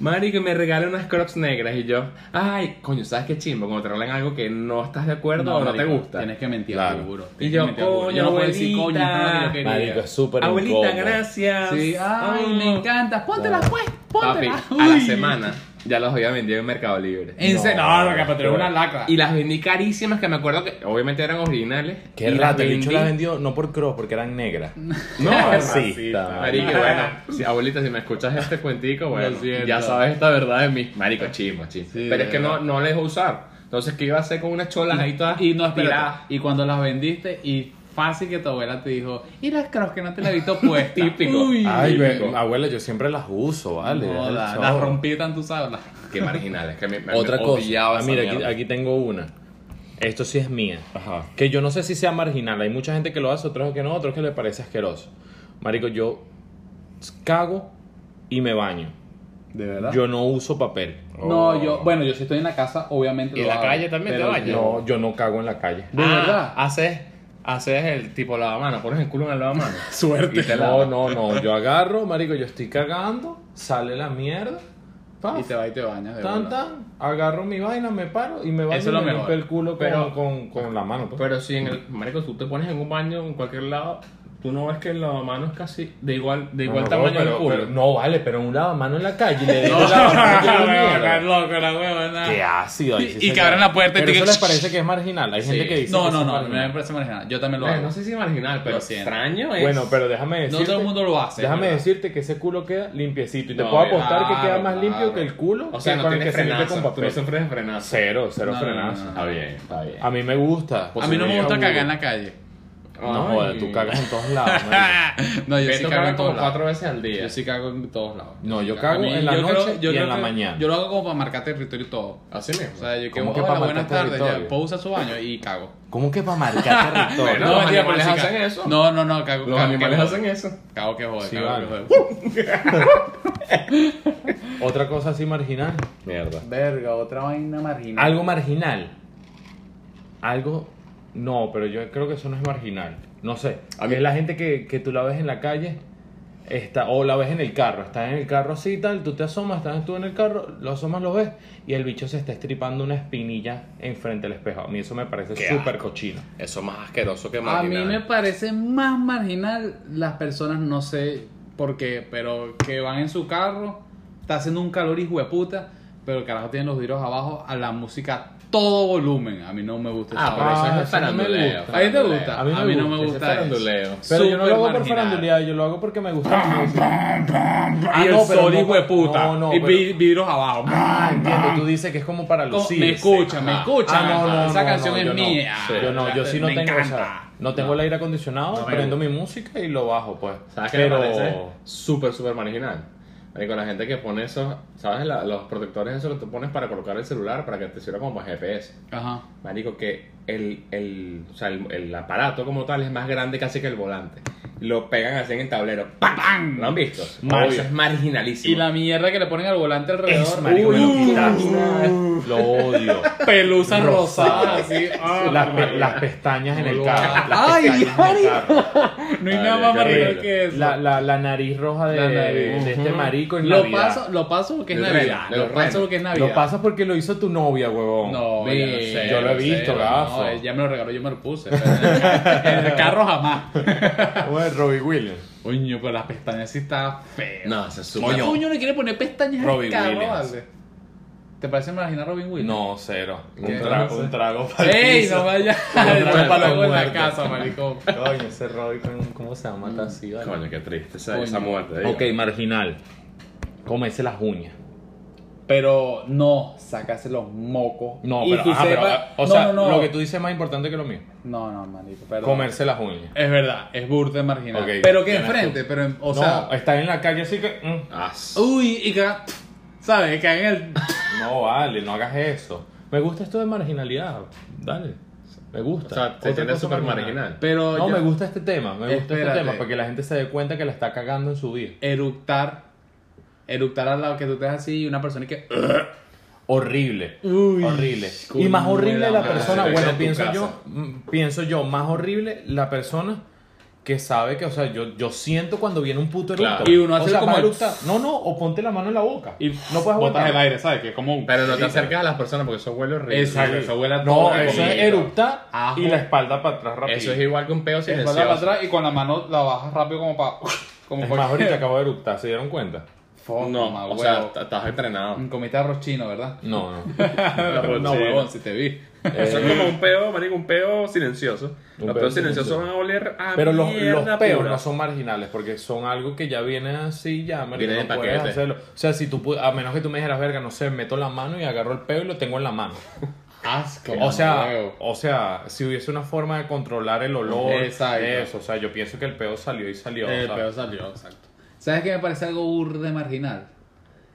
Speaker 1: Marico, y me regalan unas crocs negras y yo, ay, coño, ¿sabes qué chimbo? Cuando te regalan algo que no estás de acuerdo o no
Speaker 3: marico,
Speaker 1: te gusta.
Speaker 3: Tienes que mentir,
Speaker 2: Claro.
Speaker 3: seguro.
Speaker 1: Y
Speaker 3: Tienes que
Speaker 1: yo,
Speaker 3: mentir, seguro.
Speaker 1: coño,
Speaker 3: Yo no puedo decir, coño, esto no es lo que yo quería.
Speaker 2: Marico, es súper
Speaker 1: Abuelita,
Speaker 2: incómodo.
Speaker 1: gracias.
Speaker 3: Sí, ay, me encanta. Póntela,
Speaker 2: Claro.
Speaker 3: pues.
Speaker 1: Papi,
Speaker 3: Póntela.
Speaker 1: a la
Speaker 3: Uy.
Speaker 1: semana ya las había vendido en Mercado Libre.
Speaker 3: En serio. No, no, que pero
Speaker 2: pero-
Speaker 3: una lacra.
Speaker 1: Y las vendí carísimas, que me acuerdo que obviamente eran originales.
Speaker 2: Qué
Speaker 1: y
Speaker 2: rato, el bicho la vendió no por cross, porque eran negras.
Speaker 1: <laughs>
Speaker 2: <laughs>
Speaker 1: No,
Speaker 2: racista.
Speaker 1: Marico, Ah, bueno, si, abuelita, si me escuchas este cuentico, bueno,
Speaker 3: Lo siento.
Speaker 1: ya sabes esta verdad de mí. Marico, chismo, chismo.
Speaker 3: Sí,
Speaker 1: Pero
Speaker 3: de
Speaker 1: es que no,
Speaker 3: verdad.
Speaker 1: no la dejo usar. Entonces, ¿qué iba a hacer con unas cholas ahí todas
Speaker 3: Y no, espérate.
Speaker 1: tiradas?
Speaker 3: Y cuando las vendiste, y fácil que tu abuela te dijo, y las crocs que no te la he visto pues, <laughs> puesta.
Speaker 1: Típico.
Speaker 3: Uy.
Speaker 2: Ay, ve-
Speaker 1: típico.
Speaker 2: abuela, yo siempre las uso, vale.
Speaker 3: No,
Speaker 2: dale,
Speaker 3: la-
Speaker 2: chao.
Speaker 3: las rompí tan tú sabes. las-
Speaker 1: Qué marginales, que me, me
Speaker 2: <laughs> Otra cosa.
Speaker 1: odiaba
Speaker 2: Ah,
Speaker 1: esa
Speaker 2: mira, aquí,
Speaker 1: <laughs> mierda.
Speaker 2: aquí tengo una. Esto sí es mía.
Speaker 1: Ajá.
Speaker 2: Que yo no sé si sea marginal. Hay mucha gente que lo hace, otros que no, otros que le parece asqueroso. Marico, yo cago y me baño.
Speaker 3: ¿De verdad?
Speaker 2: Yo no uso papel.
Speaker 3: No,
Speaker 2: Oh.
Speaker 3: yo, bueno, yo si estoy en la casa, obviamente.
Speaker 1: ¿Y en
Speaker 3: lo
Speaker 1: la
Speaker 3: hago,
Speaker 1: calle también te
Speaker 3: pero
Speaker 1: bañas?
Speaker 3: yo-
Speaker 2: No, yo no cago en la calle.
Speaker 3: ¿De
Speaker 1: Ah,
Speaker 3: verdad?
Speaker 1: Haces, haces el tipo lavamanos, pones el culo en el
Speaker 2: <laughs>
Speaker 1: lavamanos.
Speaker 3: Suerte.
Speaker 1: Y te
Speaker 2: No,
Speaker 1: lavas.
Speaker 2: no, no. Yo agarro, marico, yo estoy cagando, sale la mierda. paf,
Speaker 3: Y te vas y te bañas. De
Speaker 2: tan,
Speaker 3: verdad.
Speaker 2: tan, agarro mi vaina, me paro y me baño y
Speaker 3: Eso es lo
Speaker 2: me
Speaker 3: mejor.
Speaker 2: limpio el culo con,
Speaker 1: Pero-
Speaker 2: con, con la mano. pues.
Speaker 1: Pero si en el. Marico, tú te pones en un baño en cualquier lado, tú no ves que el lavamanos es casi de igual, de igual
Speaker 2: No,
Speaker 1: tamaño
Speaker 2: pero-
Speaker 1: del culo. <laughs>
Speaker 2: pero- no, vale, pero un lavamano en la calle
Speaker 3: <laughs>
Speaker 2: le dejo
Speaker 3: No,
Speaker 2: la mano <laughs> llena de
Speaker 3: huevona,
Speaker 2: mierda.
Speaker 3: loco, la eh. huevona.
Speaker 2: Qué ácido. ahí sí
Speaker 3: Y- y
Speaker 2: se
Speaker 3: que
Speaker 2: queda.
Speaker 3: abran la puerta y
Speaker 2: Pero
Speaker 3: te
Speaker 2: eso
Speaker 3: que-
Speaker 2: les parece que es marginal. Hay gente
Speaker 1: Sí.
Speaker 2: que dice
Speaker 3: No,
Speaker 2: que
Speaker 3: no,
Speaker 2: eso es
Speaker 3: no,
Speaker 2: marginal.
Speaker 3: me parece marginal. Yo también lo
Speaker 1: Bueno,
Speaker 3: hago.
Speaker 1: no sé si marginal, pero
Speaker 3: Lo siento.
Speaker 1: extraño es.
Speaker 2: Bueno, pero déjame
Speaker 3: No
Speaker 2: decirte.
Speaker 3: todo el mundo lo hace.
Speaker 2: Déjame
Speaker 3: ¿verdad?
Speaker 2: decirte que ese culo queda limpiecito. Y te
Speaker 1: No,
Speaker 2: puedo apostar que queda
Speaker 1: claro,
Speaker 2: más limpio
Speaker 1: claro.
Speaker 2: que el culo.
Speaker 1: O sea,
Speaker 2: que
Speaker 1: no
Speaker 2: con el
Speaker 1: tienes
Speaker 2: que se limpia
Speaker 1: frenazo.
Speaker 2: con
Speaker 1: Tú no
Speaker 2: papel.
Speaker 1: sufres de frenazo.
Speaker 2: Cero, cero
Speaker 3: pues. No, no,
Speaker 2: frenazo.
Speaker 3: no,
Speaker 1: Está bien, está bien.
Speaker 2: A mí me gusta.
Speaker 3: A mí no me gusta
Speaker 2: Posibilidad.
Speaker 3: cagar en la calle. <laughs>
Speaker 2: No
Speaker 1: Ay.
Speaker 2: joder, tú cagas en todos lados. marico.
Speaker 3: no, yo
Speaker 1: Beto
Speaker 3: sí cago
Speaker 1: caga
Speaker 3: en
Speaker 1: como
Speaker 3: todos lados.
Speaker 1: cuatro veces al día.
Speaker 3: Yo sí cago en todos lados.
Speaker 2: No, yo
Speaker 3: A
Speaker 2: cago
Speaker 3: mí-
Speaker 2: en la
Speaker 3: yo
Speaker 2: noche
Speaker 3: creo- yo
Speaker 2: y en
Speaker 3: creo
Speaker 2: la
Speaker 3: que-
Speaker 2: mañana.
Speaker 3: Yo lo hago como para marcar territorio y todo.
Speaker 1: Así mismo.
Speaker 3: O sea, yo que,
Speaker 2: ¿Cómo que
Speaker 3: hola,
Speaker 2: para marcar
Speaker 3: buenas tardes, ya
Speaker 2: territorio?
Speaker 3: puedo usar su baño y cago.
Speaker 2: ¿Cómo que para marcar territorio?
Speaker 1: Bueno,
Speaker 2: <laughs>
Speaker 3: No,
Speaker 1: los
Speaker 3: mentira, pero
Speaker 1: animales
Speaker 3: sí cago.
Speaker 1: hacen eso.
Speaker 3: No, no, no, cago.
Speaker 1: Los
Speaker 3: cago que
Speaker 1: animales
Speaker 3: jode.
Speaker 1: hacen eso.
Speaker 3: Cago que jode,
Speaker 2: Sí,
Speaker 3: cago que
Speaker 2: vale.
Speaker 3: jode.
Speaker 2: Otra cosa así marginal.
Speaker 1: Mierda.
Speaker 3: Verga, otra vaina marginal.
Speaker 2: Algo marginal. Algo. No, pero yo creo que eso no es marginal. No sé.
Speaker 1: A mí-
Speaker 2: es la gente que, que tú la ves en la calle. Está, o la ves en el carro, estás en el carro así y tal, tú te asomas, estás tú en el carro, lo asomas, lo ves, y el bicho se está estripando una espinilla enfrente del espejo. A mí eso me parece
Speaker 1: Qué
Speaker 2: súper
Speaker 1: asco.
Speaker 2: cochino.
Speaker 1: Eso es más asqueroso que
Speaker 3: A
Speaker 1: marginal.
Speaker 3: mí me parece más marginal las personas, no sé por qué, pero que van en su carro, está haciendo un calor hijo de puta, pero el carajo tiene los vidrios abajo a la música a todo volumen. A mí no me gusta
Speaker 1: Ah,
Speaker 3: esa
Speaker 1: pero
Speaker 3: vaina.
Speaker 1: eso es
Speaker 2: Ah, eso no me
Speaker 1: faranduleo.
Speaker 2: gusta.
Speaker 3: ¿A ti te
Speaker 1: faranduleo.
Speaker 3: gusta?
Speaker 2: A mí me
Speaker 3: no me
Speaker 1: Ese
Speaker 2: gusta,
Speaker 1: es
Speaker 3: gusta eso.
Speaker 1: faranduleo.
Speaker 2: Pero yo no lo hago por
Speaker 3: marginal.
Speaker 2: farandulidad, yo lo hago porque me gusta la música.
Speaker 3: Ah,
Speaker 2: Y el
Speaker 3: no, pero
Speaker 2: sol,
Speaker 3: no,
Speaker 2: hijo de puta.
Speaker 3: no, no,
Speaker 2: Y
Speaker 3: pero-
Speaker 2: vi-
Speaker 3: abajo.
Speaker 2: Ah, entiendo, tú dices que es como para lucir.
Speaker 3: me escucha, me escucha.
Speaker 2: Ah, no, no,
Speaker 3: Esa
Speaker 2: no,
Speaker 3: canción
Speaker 2: no,
Speaker 3: es
Speaker 2: yo no.
Speaker 3: mía.
Speaker 1: Sí.
Speaker 2: Yo no, yo sí no
Speaker 3: me
Speaker 2: tengo, o sea,
Speaker 3: encanta.
Speaker 2: no tengo el aire acondicionado,
Speaker 1: No me
Speaker 2: prendo mi música y lo bajo, pues.
Speaker 1: ¿Sabes qué me parece? Súper, súper marginal. Con la gente que pone esos, ¿sabes? La- los protectores, eso lo tú pones para colocar el celular para que te sirva como GPS.
Speaker 3: Ajá.
Speaker 1: Marico, que el, el, o sea, el, el aparato como tal es más grande casi que el volante. Lo pegan así en el tablero. ¡Pam!
Speaker 3: ¡Pam!
Speaker 1: ¿Lo han visto?
Speaker 2: Obvio.
Speaker 1: Eso es marginalísimo.
Speaker 3: Y la mierda que le ponen al volante
Speaker 2: Es
Speaker 3: alrededor.
Speaker 2: marico, me lo
Speaker 3: Uy,
Speaker 2: quitaste. Lo odio.
Speaker 3: pelusa
Speaker 2: Rosada.
Speaker 3: rosada, así. Ah,
Speaker 2: Las, pe- las pestañas en el carro. las
Speaker 3: Ay,
Speaker 2: pestañas en el carro.
Speaker 3: no hay
Speaker 1: Ay,
Speaker 3: nada más
Speaker 1: qué
Speaker 3: marginal
Speaker 1: horrible.
Speaker 3: que eso.
Speaker 2: La, la, la nariz roja de,
Speaker 3: La nariz.
Speaker 2: de este
Speaker 1: Ujú.
Speaker 2: marico en
Speaker 3: lo,
Speaker 2: Navidad.
Speaker 3: paso, lo paso porque es
Speaker 1: Del
Speaker 3: Navidad.
Speaker 1: reno, del
Speaker 3: Lo paso
Speaker 1: reno.
Speaker 3: porque es Navidad.
Speaker 2: Lo pasas porque lo hizo tu novia, huevón.
Speaker 3: No,
Speaker 1: Ve,
Speaker 3: ya no sé,
Speaker 2: yo lo he
Speaker 3: no sé,
Speaker 2: visto,
Speaker 3: no,
Speaker 2: gafo.
Speaker 3: eh, ya me lo regaló, yo me
Speaker 2: <laughs>
Speaker 3: lo puse. pero en el carro jamás.
Speaker 2: Bueno, Robbie Williams.
Speaker 3: <laughs> Coño, pero las pestañas sí está feo.
Speaker 1: No, eso es súper.
Speaker 3: Coño, coño le quiere poner pestañas
Speaker 2: Robin
Speaker 3: al carro,
Speaker 2: Williams.
Speaker 3: vale? ¿Te parece imaginar Robin Williams?
Speaker 2: No, cero. Un
Speaker 3: ¿Qué?
Speaker 2: trago, un trago para
Speaker 3: ¡Ey,
Speaker 2: <laughs>
Speaker 3: no vaya!
Speaker 2: Otra
Speaker 3: Yo luego en la
Speaker 2: muerte.
Speaker 3: casa, maricón.
Speaker 2: Coño, ese Robbie, ¿cómo- ¿cómo se llama? Está así, vale.
Speaker 1: Coño, qué triste esa,
Speaker 3: Coño.
Speaker 1: esa muerte. digo.
Speaker 2: Ok, marginal. Comerse las uñas.
Speaker 3: Pero no, sacarse los mocos.
Speaker 2: No,
Speaker 3: Y
Speaker 2: pero,
Speaker 3: tú
Speaker 2: ajá, pero, ah,
Speaker 3: sepas-
Speaker 2: o sea,
Speaker 3: no, no, no.
Speaker 2: lo que tú dices es más importante que lo mío.
Speaker 3: No, no, marico, pero...
Speaker 2: Comerse las uñas.
Speaker 3: Es verdad, es burda y marginal.
Speaker 2: Ok,
Speaker 3: pero que
Speaker 2: tienes
Speaker 3: enfrente, pero, en-
Speaker 2: no,
Speaker 3: o sea...
Speaker 2: estar en la calle así que... mm,
Speaker 1: Ah, s-
Speaker 3: Uy, y caga... ¿Sabes? Caga en el...
Speaker 2: no vale, no hagas eso. Me gusta esto de marginalidad. Dale. Me gusta.
Speaker 1: o sea, te
Speaker 2: Otra
Speaker 1: sientes
Speaker 2: cosa
Speaker 1: súper marginal.
Speaker 3: Pero
Speaker 2: No,
Speaker 3: yo-
Speaker 2: me gusta este tema. Me gusta
Speaker 3: Espérate.
Speaker 2: este tema porque la gente se dé cuenta que la está cagando en su vida.
Speaker 3: Eructar. Eructar al lado que tú estés así y una persona que...
Speaker 2: Horrible.
Speaker 3: Uy,
Speaker 2: horrible.
Speaker 3: coño
Speaker 2: Y más horrible
Speaker 3: de
Speaker 2: la
Speaker 3: la
Speaker 2: persona,
Speaker 1: madre.
Speaker 2: bueno,
Speaker 1: En tu
Speaker 2: pienso
Speaker 1: casa.
Speaker 2: yo, mm, pienso yo, más horrible la persona que sabe que, o sea, yo, yo siento cuando viene un puto eructo.
Speaker 1: Claro.
Speaker 3: Y uno hace
Speaker 2: o sea,
Speaker 3: como
Speaker 2: va a
Speaker 3: el-
Speaker 2: eructar. No, no, o ponte la mano en la boca.
Speaker 3: Y
Speaker 2: no puedes
Speaker 3: botas
Speaker 2: aguantar.
Speaker 3: el aire, ¿sabes? Que es como un...
Speaker 1: Pero no te acerques a las personas porque eso huele horrible.
Speaker 3: Exacto, eso huele
Speaker 2: No,
Speaker 3: a todo
Speaker 2: eso es
Speaker 3: comido.
Speaker 2: eructar
Speaker 3: Ajo.
Speaker 2: y la espalda para atrás rápido.
Speaker 1: Eso es igual que un peo
Speaker 3: Espalda para
Speaker 1: silencioso.
Speaker 3: atrás y con la mano la bajas rápido como para... Como
Speaker 2: Es
Speaker 3: pa-
Speaker 2: más, ahorita acabo de eructar, ¿se dieron cuenta?
Speaker 3: Fuck, mamá,
Speaker 1: No, o
Speaker 3: huevo.
Speaker 1: sea, t- estás entrenado.
Speaker 3: Comiste arroz chino,
Speaker 2: <laughs>
Speaker 3: ¿verdad?
Speaker 2: No, no.
Speaker 3: no, huevón, si te vi.
Speaker 1: Eso es como un peo, marico, un peo silencioso.
Speaker 2: Eh. Un
Speaker 1: Los
Speaker 2: peo
Speaker 1: peos silenciosos
Speaker 2: silencioso.
Speaker 1: van a oler a
Speaker 2: Pero los, los
Speaker 1: mierda
Speaker 2: peos
Speaker 1: pura.
Speaker 2: no son marginales porque son algo que ya viene así, ya, marico,
Speaker 1: Viene de
Speaker 2: no puedes
Speaker 1: paquete.
Speaker 2: hacerlo. O sea, si tú pu- a menos que tú me dijeras, verga, no sé, meto la mano y agarro el peo y lo tengo en la mano.
Speaker 3: Asco.
Speaker 2: O sea,
Speaker 3: huevo.
Speaker 2: o sea, si hubiese una forma de controlar el olor,
Speaker 3: Exacto.
Speaker 2: eso, o sea, yo pienso que el peo salió y salió. o
Speaker 3: El
Speaker 2: sea,
Speaker 3: Eh, peor salió, exacto. ¿Sabes qué me parece algo burde marginal?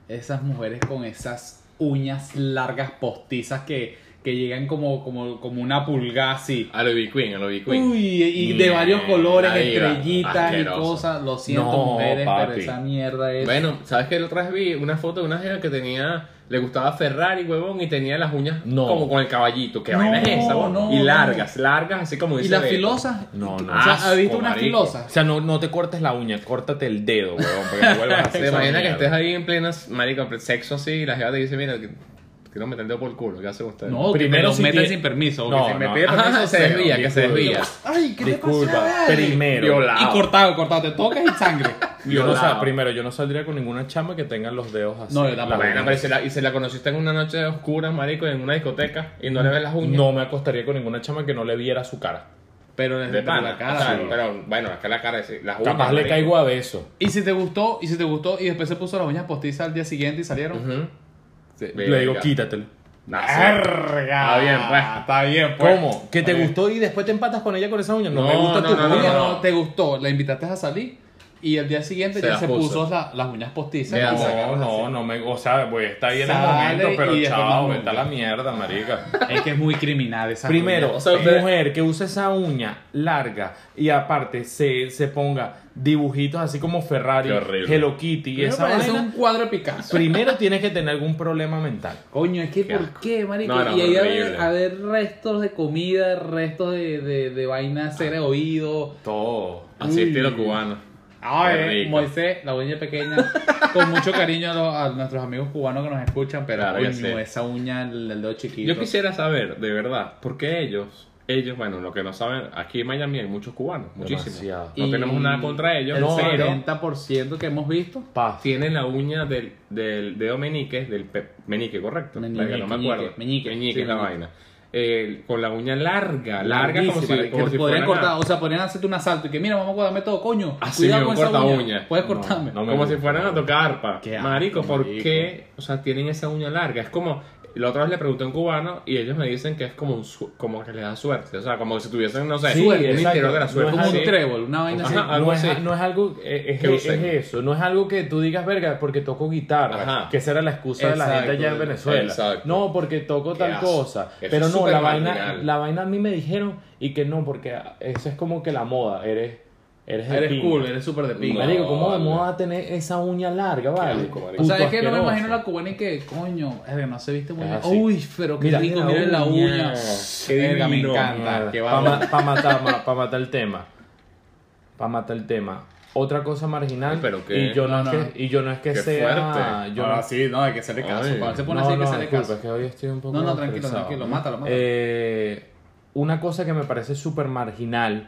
Speaker 3: Esas mujeres con esas uñas largas postizas que, que llegan como, como, como una pulga así.
Speaker 1: A lo B Queen, a lo B Queen.
Speaker 3: Uy, y de varios colores,
Speaker 1: Ahí va,
Speaker 3: estrellitas y
Speaker 1: asqueroso.
Speaker 3: cosas. Lo siento,
Speaker 2: No,
Speaker 3: mujeres, pero
Speaker 2: papi.
Speaker 3: esa mierda es.
Speaker 1: Bueno, ¿sabes que La otra vez vi una foto de una jeva que tenía, le gustaba Ferrari, huevón, y tenía las uñas
Speaker 2: No.
Speaker 1: como con el caballito. ¿Qué
Speaker 3: No,
Speaker 1: vaina es esa, huevón?
Speaker 3: no,
Speaker 1: Y
Speaker 3: no.
Speaker 1: largas, largas, así como
Speaker 3: y
Speaker 1: dice
Speaker 3: las
Speaker 1: Beto.
Speaker 3: filosas.
Speaker 2: No, no.
Speaker 3: O sea, ¿has visto
Speaker 1: Asco,
Speaker 3: unas
Speaker 1: marico.
Speaker 2: O
Speaker 3: filosas?
Speaker 2: sea, no, no te cortes la uña, córtate el dedo, weón, porque no vuelvas a
Speaker 1: <laughs>
Speaker 2: hacer
Speaker 1: ¿Te
Speaker 2: esa
Speaker 1: imaginas que
Speaker 2: mierda.
Speaker 1: estés ahí en pleno marico, en sexo así y la jeva te dice, mira, que- quiero meter el dedo por el culo, ¿qué hacen ustedes?
Speaker 3: No,
Speaker 2: Primero
Speaker 3: primero
Speaker 2: si
Speaker 3: meten
Speaker 2: tie-
Speaker 3: sin permiso.
Speaker 2: No,
Speaker 3: que se
Speaker 2: no.
Speaker 3: me pide
Speaker 1: Ajá, <laughs>
Speaker 3: permiso,
Speaker 1: se
Speaker 3: cero.
Speaker 1: desvía, que se desvía.
Speaker 3: Ay, ¿qué
Speaker 2: Disculpa, primero.
Speaker 1: Violado.
Speaker 3: Y cortado, cortado, te tocas y sangre.
Speaker 2: Yo no, o sea,
Speaker 1: Violado.
Speaker 2: primero, yo no saldría con ninguna chama que tenga los dedos así.
Speaker 3: No, yo tampoco.
Speaker 2: Las
Speaker 1: Bueno, pues,
Speaker 2: uñas.
Speaker 1: pero y se la, y se la conociste en una noche oscura, marico, en una discoteca y no le ves las uñas.
Speaker 2: No me acostaría con ninguna chama que no le viera su cara.
Speaker 3: Pero les
Speaker 1: De pana.
Speaker 3: la cara.
Speaker 1: o sea,
Speaker 3: sí.
Speaker 1: Pero bueno, es que la cara es así, las uñas.
Speaker 2: Capaz le
Speaker 1: marico.
Speaker 2: caigo a beso.
Speaker 3: Y si te gustó, y si te gustó, y después se puso las uñas postizas al día siguiente y salieron.
Speaker 1: Ujú.
Speaker 2: Le digo, quítatelo.
Speaker 1: Nah, sí.
Speaker 3: Verga.
Speaker 1: Está bien, pues.
Speaker 3: Está bien, pues.
Speaker 2: ¿Cómo? ¿Que te gustó y después te empatas con ella con esa uña? No,
Speaker 1: No,
Speaker 2: me gusta
Speaker 1: no,
Speaker 2: tu
Speaker 1: no,
Speaker 3: No,
Speaker 2: uña.
Speaker 3: no, no, te gustó, la invitaste a salir y al día siguiente
Speaker 1: Se
Speaker 3: ya
Speaker 1: las
Speaker 3: se
Speaker 1: puso.
Speaker 3: puso la- las uñas postizas.
Speaker 1: Me la
Speaker 3: No,
Speaker 2: No,
Speaker 1: sacaron
Speaker 2: no, no me. O sea, voy a estar ahí en el
Speaker 3: Sale
Speaker 2: momento,
Speaker 3: y
Speaker 2: pero
Speaker 3: después
Speaker 2: chao,
Speaker 3: más
Speaker 2: vete a la mierda, marica.
Speaker 3: Es que es muy criminal esa
Speaker 2: Primero,
Speaker 3: uña.
Speaker 1: o sea, ustedes-
Speaker 2: mujer que usa esa uña larga y aparte se, se ponga dibujitos así como Ferrari,
Speaker 1: Qué horrible.
Speaker 2: Hello Kitty y
Speaker 3: Primero
Speaker 2: esa
Speaker 3: parece
Speaker 2: vaina.
Speaker 3: un cuadro de Picasso.
Speaker 2: Primero tienes que tener algún problema mental.
Speaker 3: Coño, es que
Speaker 1: Qué
Speaker 3: ¿por
Speaker 1: asco.
Speaker 3: qué, marico?
Speaker 1: No, no,
Speaker 3: y ahí a
Speaker 1: horrible.
Speaker 3: ver, a ver restos de comida, restos de, de, de vaina, cera de oído.
Speaker 2: Todo.
Speaker 1: Así
Speaker 3: Uy.
Speaker 1: estilo cubano. Qué
Speaker 3: Ay,
Speaker 1: rico.
Speaker 3: Ah, eh, Moisés, la uña pequeña, con mucho cariño a, los- a nuestros amigos cubanos que nos escuchan, pero
Speaker 1: Claro que
Speaker 3: coño,
Speaker 1: sí.
Speaker 3: esa uña, el, el dedo chiquito.
Speaker 1: Yo quisiera saber, de verdad, por qué ellos ellos, bueno, lo que no saben, aquí en Miami hay muchos cubanos, muchísimos.
Speaker 2: Demasiado.
Speaker 1: No
Speaker 3: Y
Speaker 1: tenemos nada contra ellos,
Speaker 3: El
Speaker 1: pero
Speaker 3: 70% que hemos visto.
Speaker 2: Paz.
Speaker 1: tienen la uña del, del dedo meñique, del pe- meñique, correcto.
Speaker 3: Meñique,
Speaker 1: Verga, no me
Speaker 3: meñique,
Speaker 1: acuerdo.
Speaker 3: meñique, sí,
Speaker 1: es la
Speaker 3: meñique.
Speaker 1: vaina. Eh, con la uña larga, larga como
Speaker 3: Larguísima,
Speaker 1: si,
Speaker 3: que
Speaker 1: como
Speaker 3: te
Speaker 1: si fuera
Speaker 3: podrían cortar,
Speaker 1: nada.
Speaker 3: o sea, podrían hacerte un asalto y que mira, vamos a cortarme todo, coño.
Speaker 1: Así
Speaker 3: cuidado
Speaker 1: mismo,
Speaker 3: con esa
Speaker 1: corta
Speaker 3: uña.
Speaker 1: uña.
Speaker 3: Puedes
Speaker 1: No,
Speaker 3: cortarme.
Speaker 2: no me
Speaker 1: como
Speaker 2: gusta.
Speaker 1: si fueran a tocar arpa.
Speaker 3: Qué asco,
Speaker 1: Marico, ¿por
Speaker 3: marico.
Speaker 1: qué? O sea, tienen esa uña larga. Es como. La otra vez le pregunté a un cubano y ellos me dicen que es como un su- como que les da suerte. O sea, como si tuviesen, no sé,
Speaker 2: Sí,
Speaker 1: el
Speaker 2: exacto.
Speaker 1: interior de la
Speaker 2: No
Speaker 1: suerte.
Speaker 3: Como
Speaker 1: Sí.
Speaker 3: un trébol, una vaina
Speaker 1: Ajá,
Speaker 3: así.
Speaker 1: algo
Speaker 2: no, es,
Speaker 1: así.
Speaker 2: no es algo, es, es-
Speaker 1: Que
Speaker 2: es
Speaker 1: usen.
Speaker 2: eso, no es algo que tú digas, verga, porque toco guitarra,
Speaker 1: Ajá.
Speaker 2: que esa era la excusa de la
Speaker 3: Exacto.
Speaker 2: gente allá en Venezuela.
Speaker 1: Exacto.
Speaker 2: No, porque toco
Speaker 1: Qué
Speaker 2: tal
Speaker 1: asco.
Speaker 2: cosa.
Speaker 1: Eso
Speaker 2: Pero
Speaker 1: es
Speaker 2: no,
Speaker 1: súper
Speaker 2: la vaina,
Speaker 1: marginal.
Speaker 2: la vaina a mí me dijeron y que no, porque eso es como que la moda, eres, eres, de
Speaker 3: Eres
Speaker 2: pinga.
Speaker 3: cool, eres súper de pinga.
Speaker 2: Marico, ¿cómo de
Speaker 1: vale.
Speaker 2: moda tener esa uña larga, vale?
Speaker 1: asco, marico.
Speaker 3: O sea,
Speaker 2: Puto
Speaker 3: es que no me
Speaker 2: asqueroso.
Speaker 3: imagino a la cubana y que, coño, verga, no se viste muy
Speaker 2: Es
Speaker 3: bien.
Speaker 2: así.
Speaker 3: Uy, pero qué
Speaker 2: Mira,
Speaker 3: rico,
Speaker 2: la
Speaker 3: miren la
Speaker 2: uña.
Speaker 3: uña.
Speaker 1: Qué
Speaker 3: Verga, me
Speaker 1: divino.
Speaker 3: encanta. Qué
Speaker 2: Para
Speaker 3: bárbaro.
Speaker 2: matar, para matar el tema. Para matar el tema. Otra cosa marginal.
Speaker 1: Ay, pero qué-
Speaker 2: y yo no,
Speaker 3: no,
Speaker 2: es que, y yo no es que
Speaker 1: Qué
Speaker 2: sea.
Speaker 1: fuerte.
Speaker 2: Yo
Speaker 3: Ahora
Speaker 2: no-
Speaker 3: Ah, sí, no, hay que hacerle caso.
Speaker 1: Ay.
Speaker 3: Cuando se
Speaker 2: no,
Speaker 3: pone así, hay que
Speaker 2: no,
Speaker 3: hacerle
Speaker 2: disculpa,
Speaker 3: caso.
Speaker 2: es que hoy estoy un poco.
Speaker 3: No, no, tranquilo,
Speaker 2: estresado.
Speaker 3: tranquilo, mátalo, mátalo.
Speaker 2: Eh, una cosa que me parece súper marginal,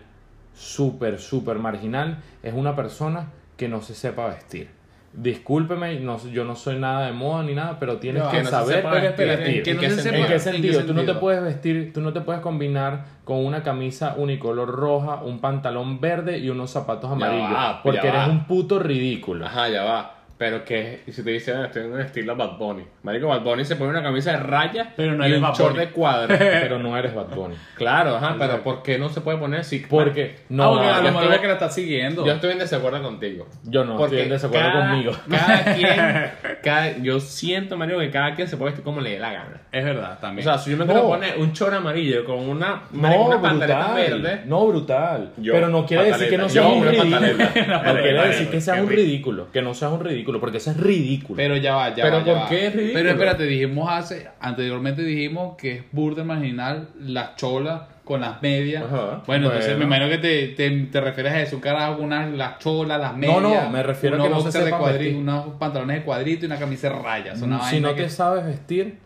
Speaker 2: súper, súper marginal, es una persona que no se sepa vestir. Discúlpeme, no, yo no soy nada de moda ni nada, pero tienes
Speaker 3: No,
Speaker 2: que
Speaker 3: que no se
Speaker 2: saber
Speaker 3: sepa vestir.
Speaker 2: vestir.
Speaker 3: ¿En qué
Speaker 2: ¿En qué
Speaker 3: no se
Speaker 2: sentido?
Speaker 3: sepa?
Speaker 2: ¿En qué
Speaker 3: ¿En qué
Speaker 2: sentido? Tú no te
Speaker 3: sentido?
Speaker 2: puedes vestir, tú no te puedes combinar con una camisa unicolor roja, un pantalón verde y unos zapatos amarillos,
Speaker 1: va, ya
Speaker 2: porque eres
Speaker 1: va.
Speaker 2: un puto
Speaker 3: Eh.
Speaker 2: ridículo.
Speaker 1: Ajá, ya va. Pero que si te dicen, "Ah, estoy en un estilo Bad Bunny. Marico, Bad Bunny se pone una camisa de raya
Speaker 3: Pero no
Speaker 1: y
Speaker 3: eres
Speaker 1: un
Speaker 3: Bad
Speaker 1: short
Speaker 3: Bunny.
Speaker 1: de
Speaker 2: <laughs>
Speaker 1: cuadro.
Speaker 2: Pero no eres Bad Bunny.
Speaker 1: claro, ajá, pero ¿por qué no se puede poner así?
Speaker 2: Porque
Speaker 3: No, ah,
Speaker 2: no,
Speaker 3: porque a
Speaker 1: yo
Speaker 3: lo mejor
Speaker 1: estoy-
Speaker 3: es que la está siguiendo.
Speaker 1: Yo estoy en desacuerdo contigo.
Speaker 2: Yo no, estoy en desacuerdo
Speaker 1: cada-
Speaker 2: conmigo.
Speaker 1: <laughs> Cada quien,
Speaker 2: <laughs>
Speaker 1: cada- yo siento, Mario, que cada quien se puede vestir como le dé la gana.
Speaker 3: Es verdad,
Speaker 1: O
Speaker 3: también.
Speaker 1: sea, si yo me quiero
Speaker 2: No.
Speaker 1: poner un chor amarillo con una, marico,
Speaker 2: No,
Speaker 1: una pantaleta
Speaker 2: brutal.
Speaker 1: verde.
Speaker 2: No, brutal.
Speaker 1: Yo,
Speaker 2: pero no quiere decir que no
Speaker 1: pantaleta.
Speaker 2: seas
Speaker 1: Yo,
Speaker 2: un
Speaker 1: una
Speaker 2: ridículo. <laughs>
Speaker 1: pantaleta.
Speaker 2: No quiere decir
Speaker 1: Qué
Speaker 2: que seas un
Speaker 1: rico.
Speaker 2: ridículo. Que no seas un ridículo, porque eso es ridículo.
Speaker 3: Pero ya va, ya
Speaker 1: Pero
Speaker 3: va. ya
Speaker 1: ¿por
Speaker 3: va.
Speaker 1: qué es ridículo?
Speaker 3: Pero espérate, dijimos hace, anteriormente dijimos que es burda marginal las cholas con las medias.
Speaker 1: Ajá.
Speaker 3: Bueno, entonces
Speaker 1: Bueno.
Speaker 3: me imagino que te, te, te refieres a eso, un carajo, unas las cholas, las
Speaker 2: No,
Speaker 3: medias.
Speaker 2: no, me refiero a
Speaker 3: unos
Speaker 2: que no se
Speaker 3: boxers de
Speaker 2: sepan
Speaker 3: cuadrito,
Speaker 2: vestir.
Speaker 3: unos pantalones de cuadrito y una camisa de rayas. Una
Speaker 2: Mm, si
Speaker 3: vaina
Speaker 2: no te
Speaker 3: que-
Speaker 2: sabes vestir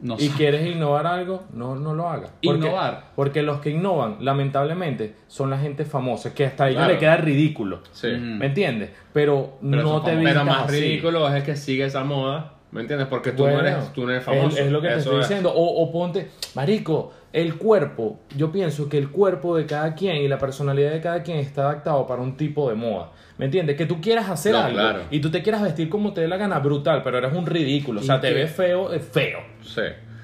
Speaker 3: no
Speaker 2: y
Speaker 3: sé.
Speaker 2: quieres innovar algo, no, no lo hagas. Porque-
Speaker 3: Innovar.
Speaker 2: Porque los que innovan, lamentablemente, son la gente famosa, que hasta a ellos
Speaker 1: Claro.
Speaker 2: le queda ridículo.
Speaker 1: Sí.
Speaker 3: Ujú.
Speaker 2: ¿Me entiendes? Pero, no
Speaker 3: son
Speaker 2: te
Speaker 3: famosos.
Speaker 2: vistas
Speaker 1: Pero más
Speaker 2: así.
Speaker 1: ridículo es el que sigue esa moda. ¿Me entiendes? Porque tú, no,
Speaker 2: Bueno,
Speaker 1: eres, tú no eres famoso.
Speaker 2: Es, es lo que te
Speaker 1: Eso
Speaker 2: estoy
Speaker 1: es.
Speaker 2: diciendo. O, o ponte, marico, el cuerpo. Yo pienso que el cuerpo de cada quien y la personalidad de cada quien está adaptado para un tipo de moda. ¿Me entiendes? Que tú quieras hacer
Speaker 1: No,
Speaker 2: algo
Speaker 1: claro.
Speaker 2: y tú te quieras vestir como te dé la gana, brutal, pero eres un ridículo. O sea,
Speaker 3: ¿Y
Speaker 2: te
Speaker 3: qué?
Speaker 2: ves feo, es feo.
Speaker 1: Sí.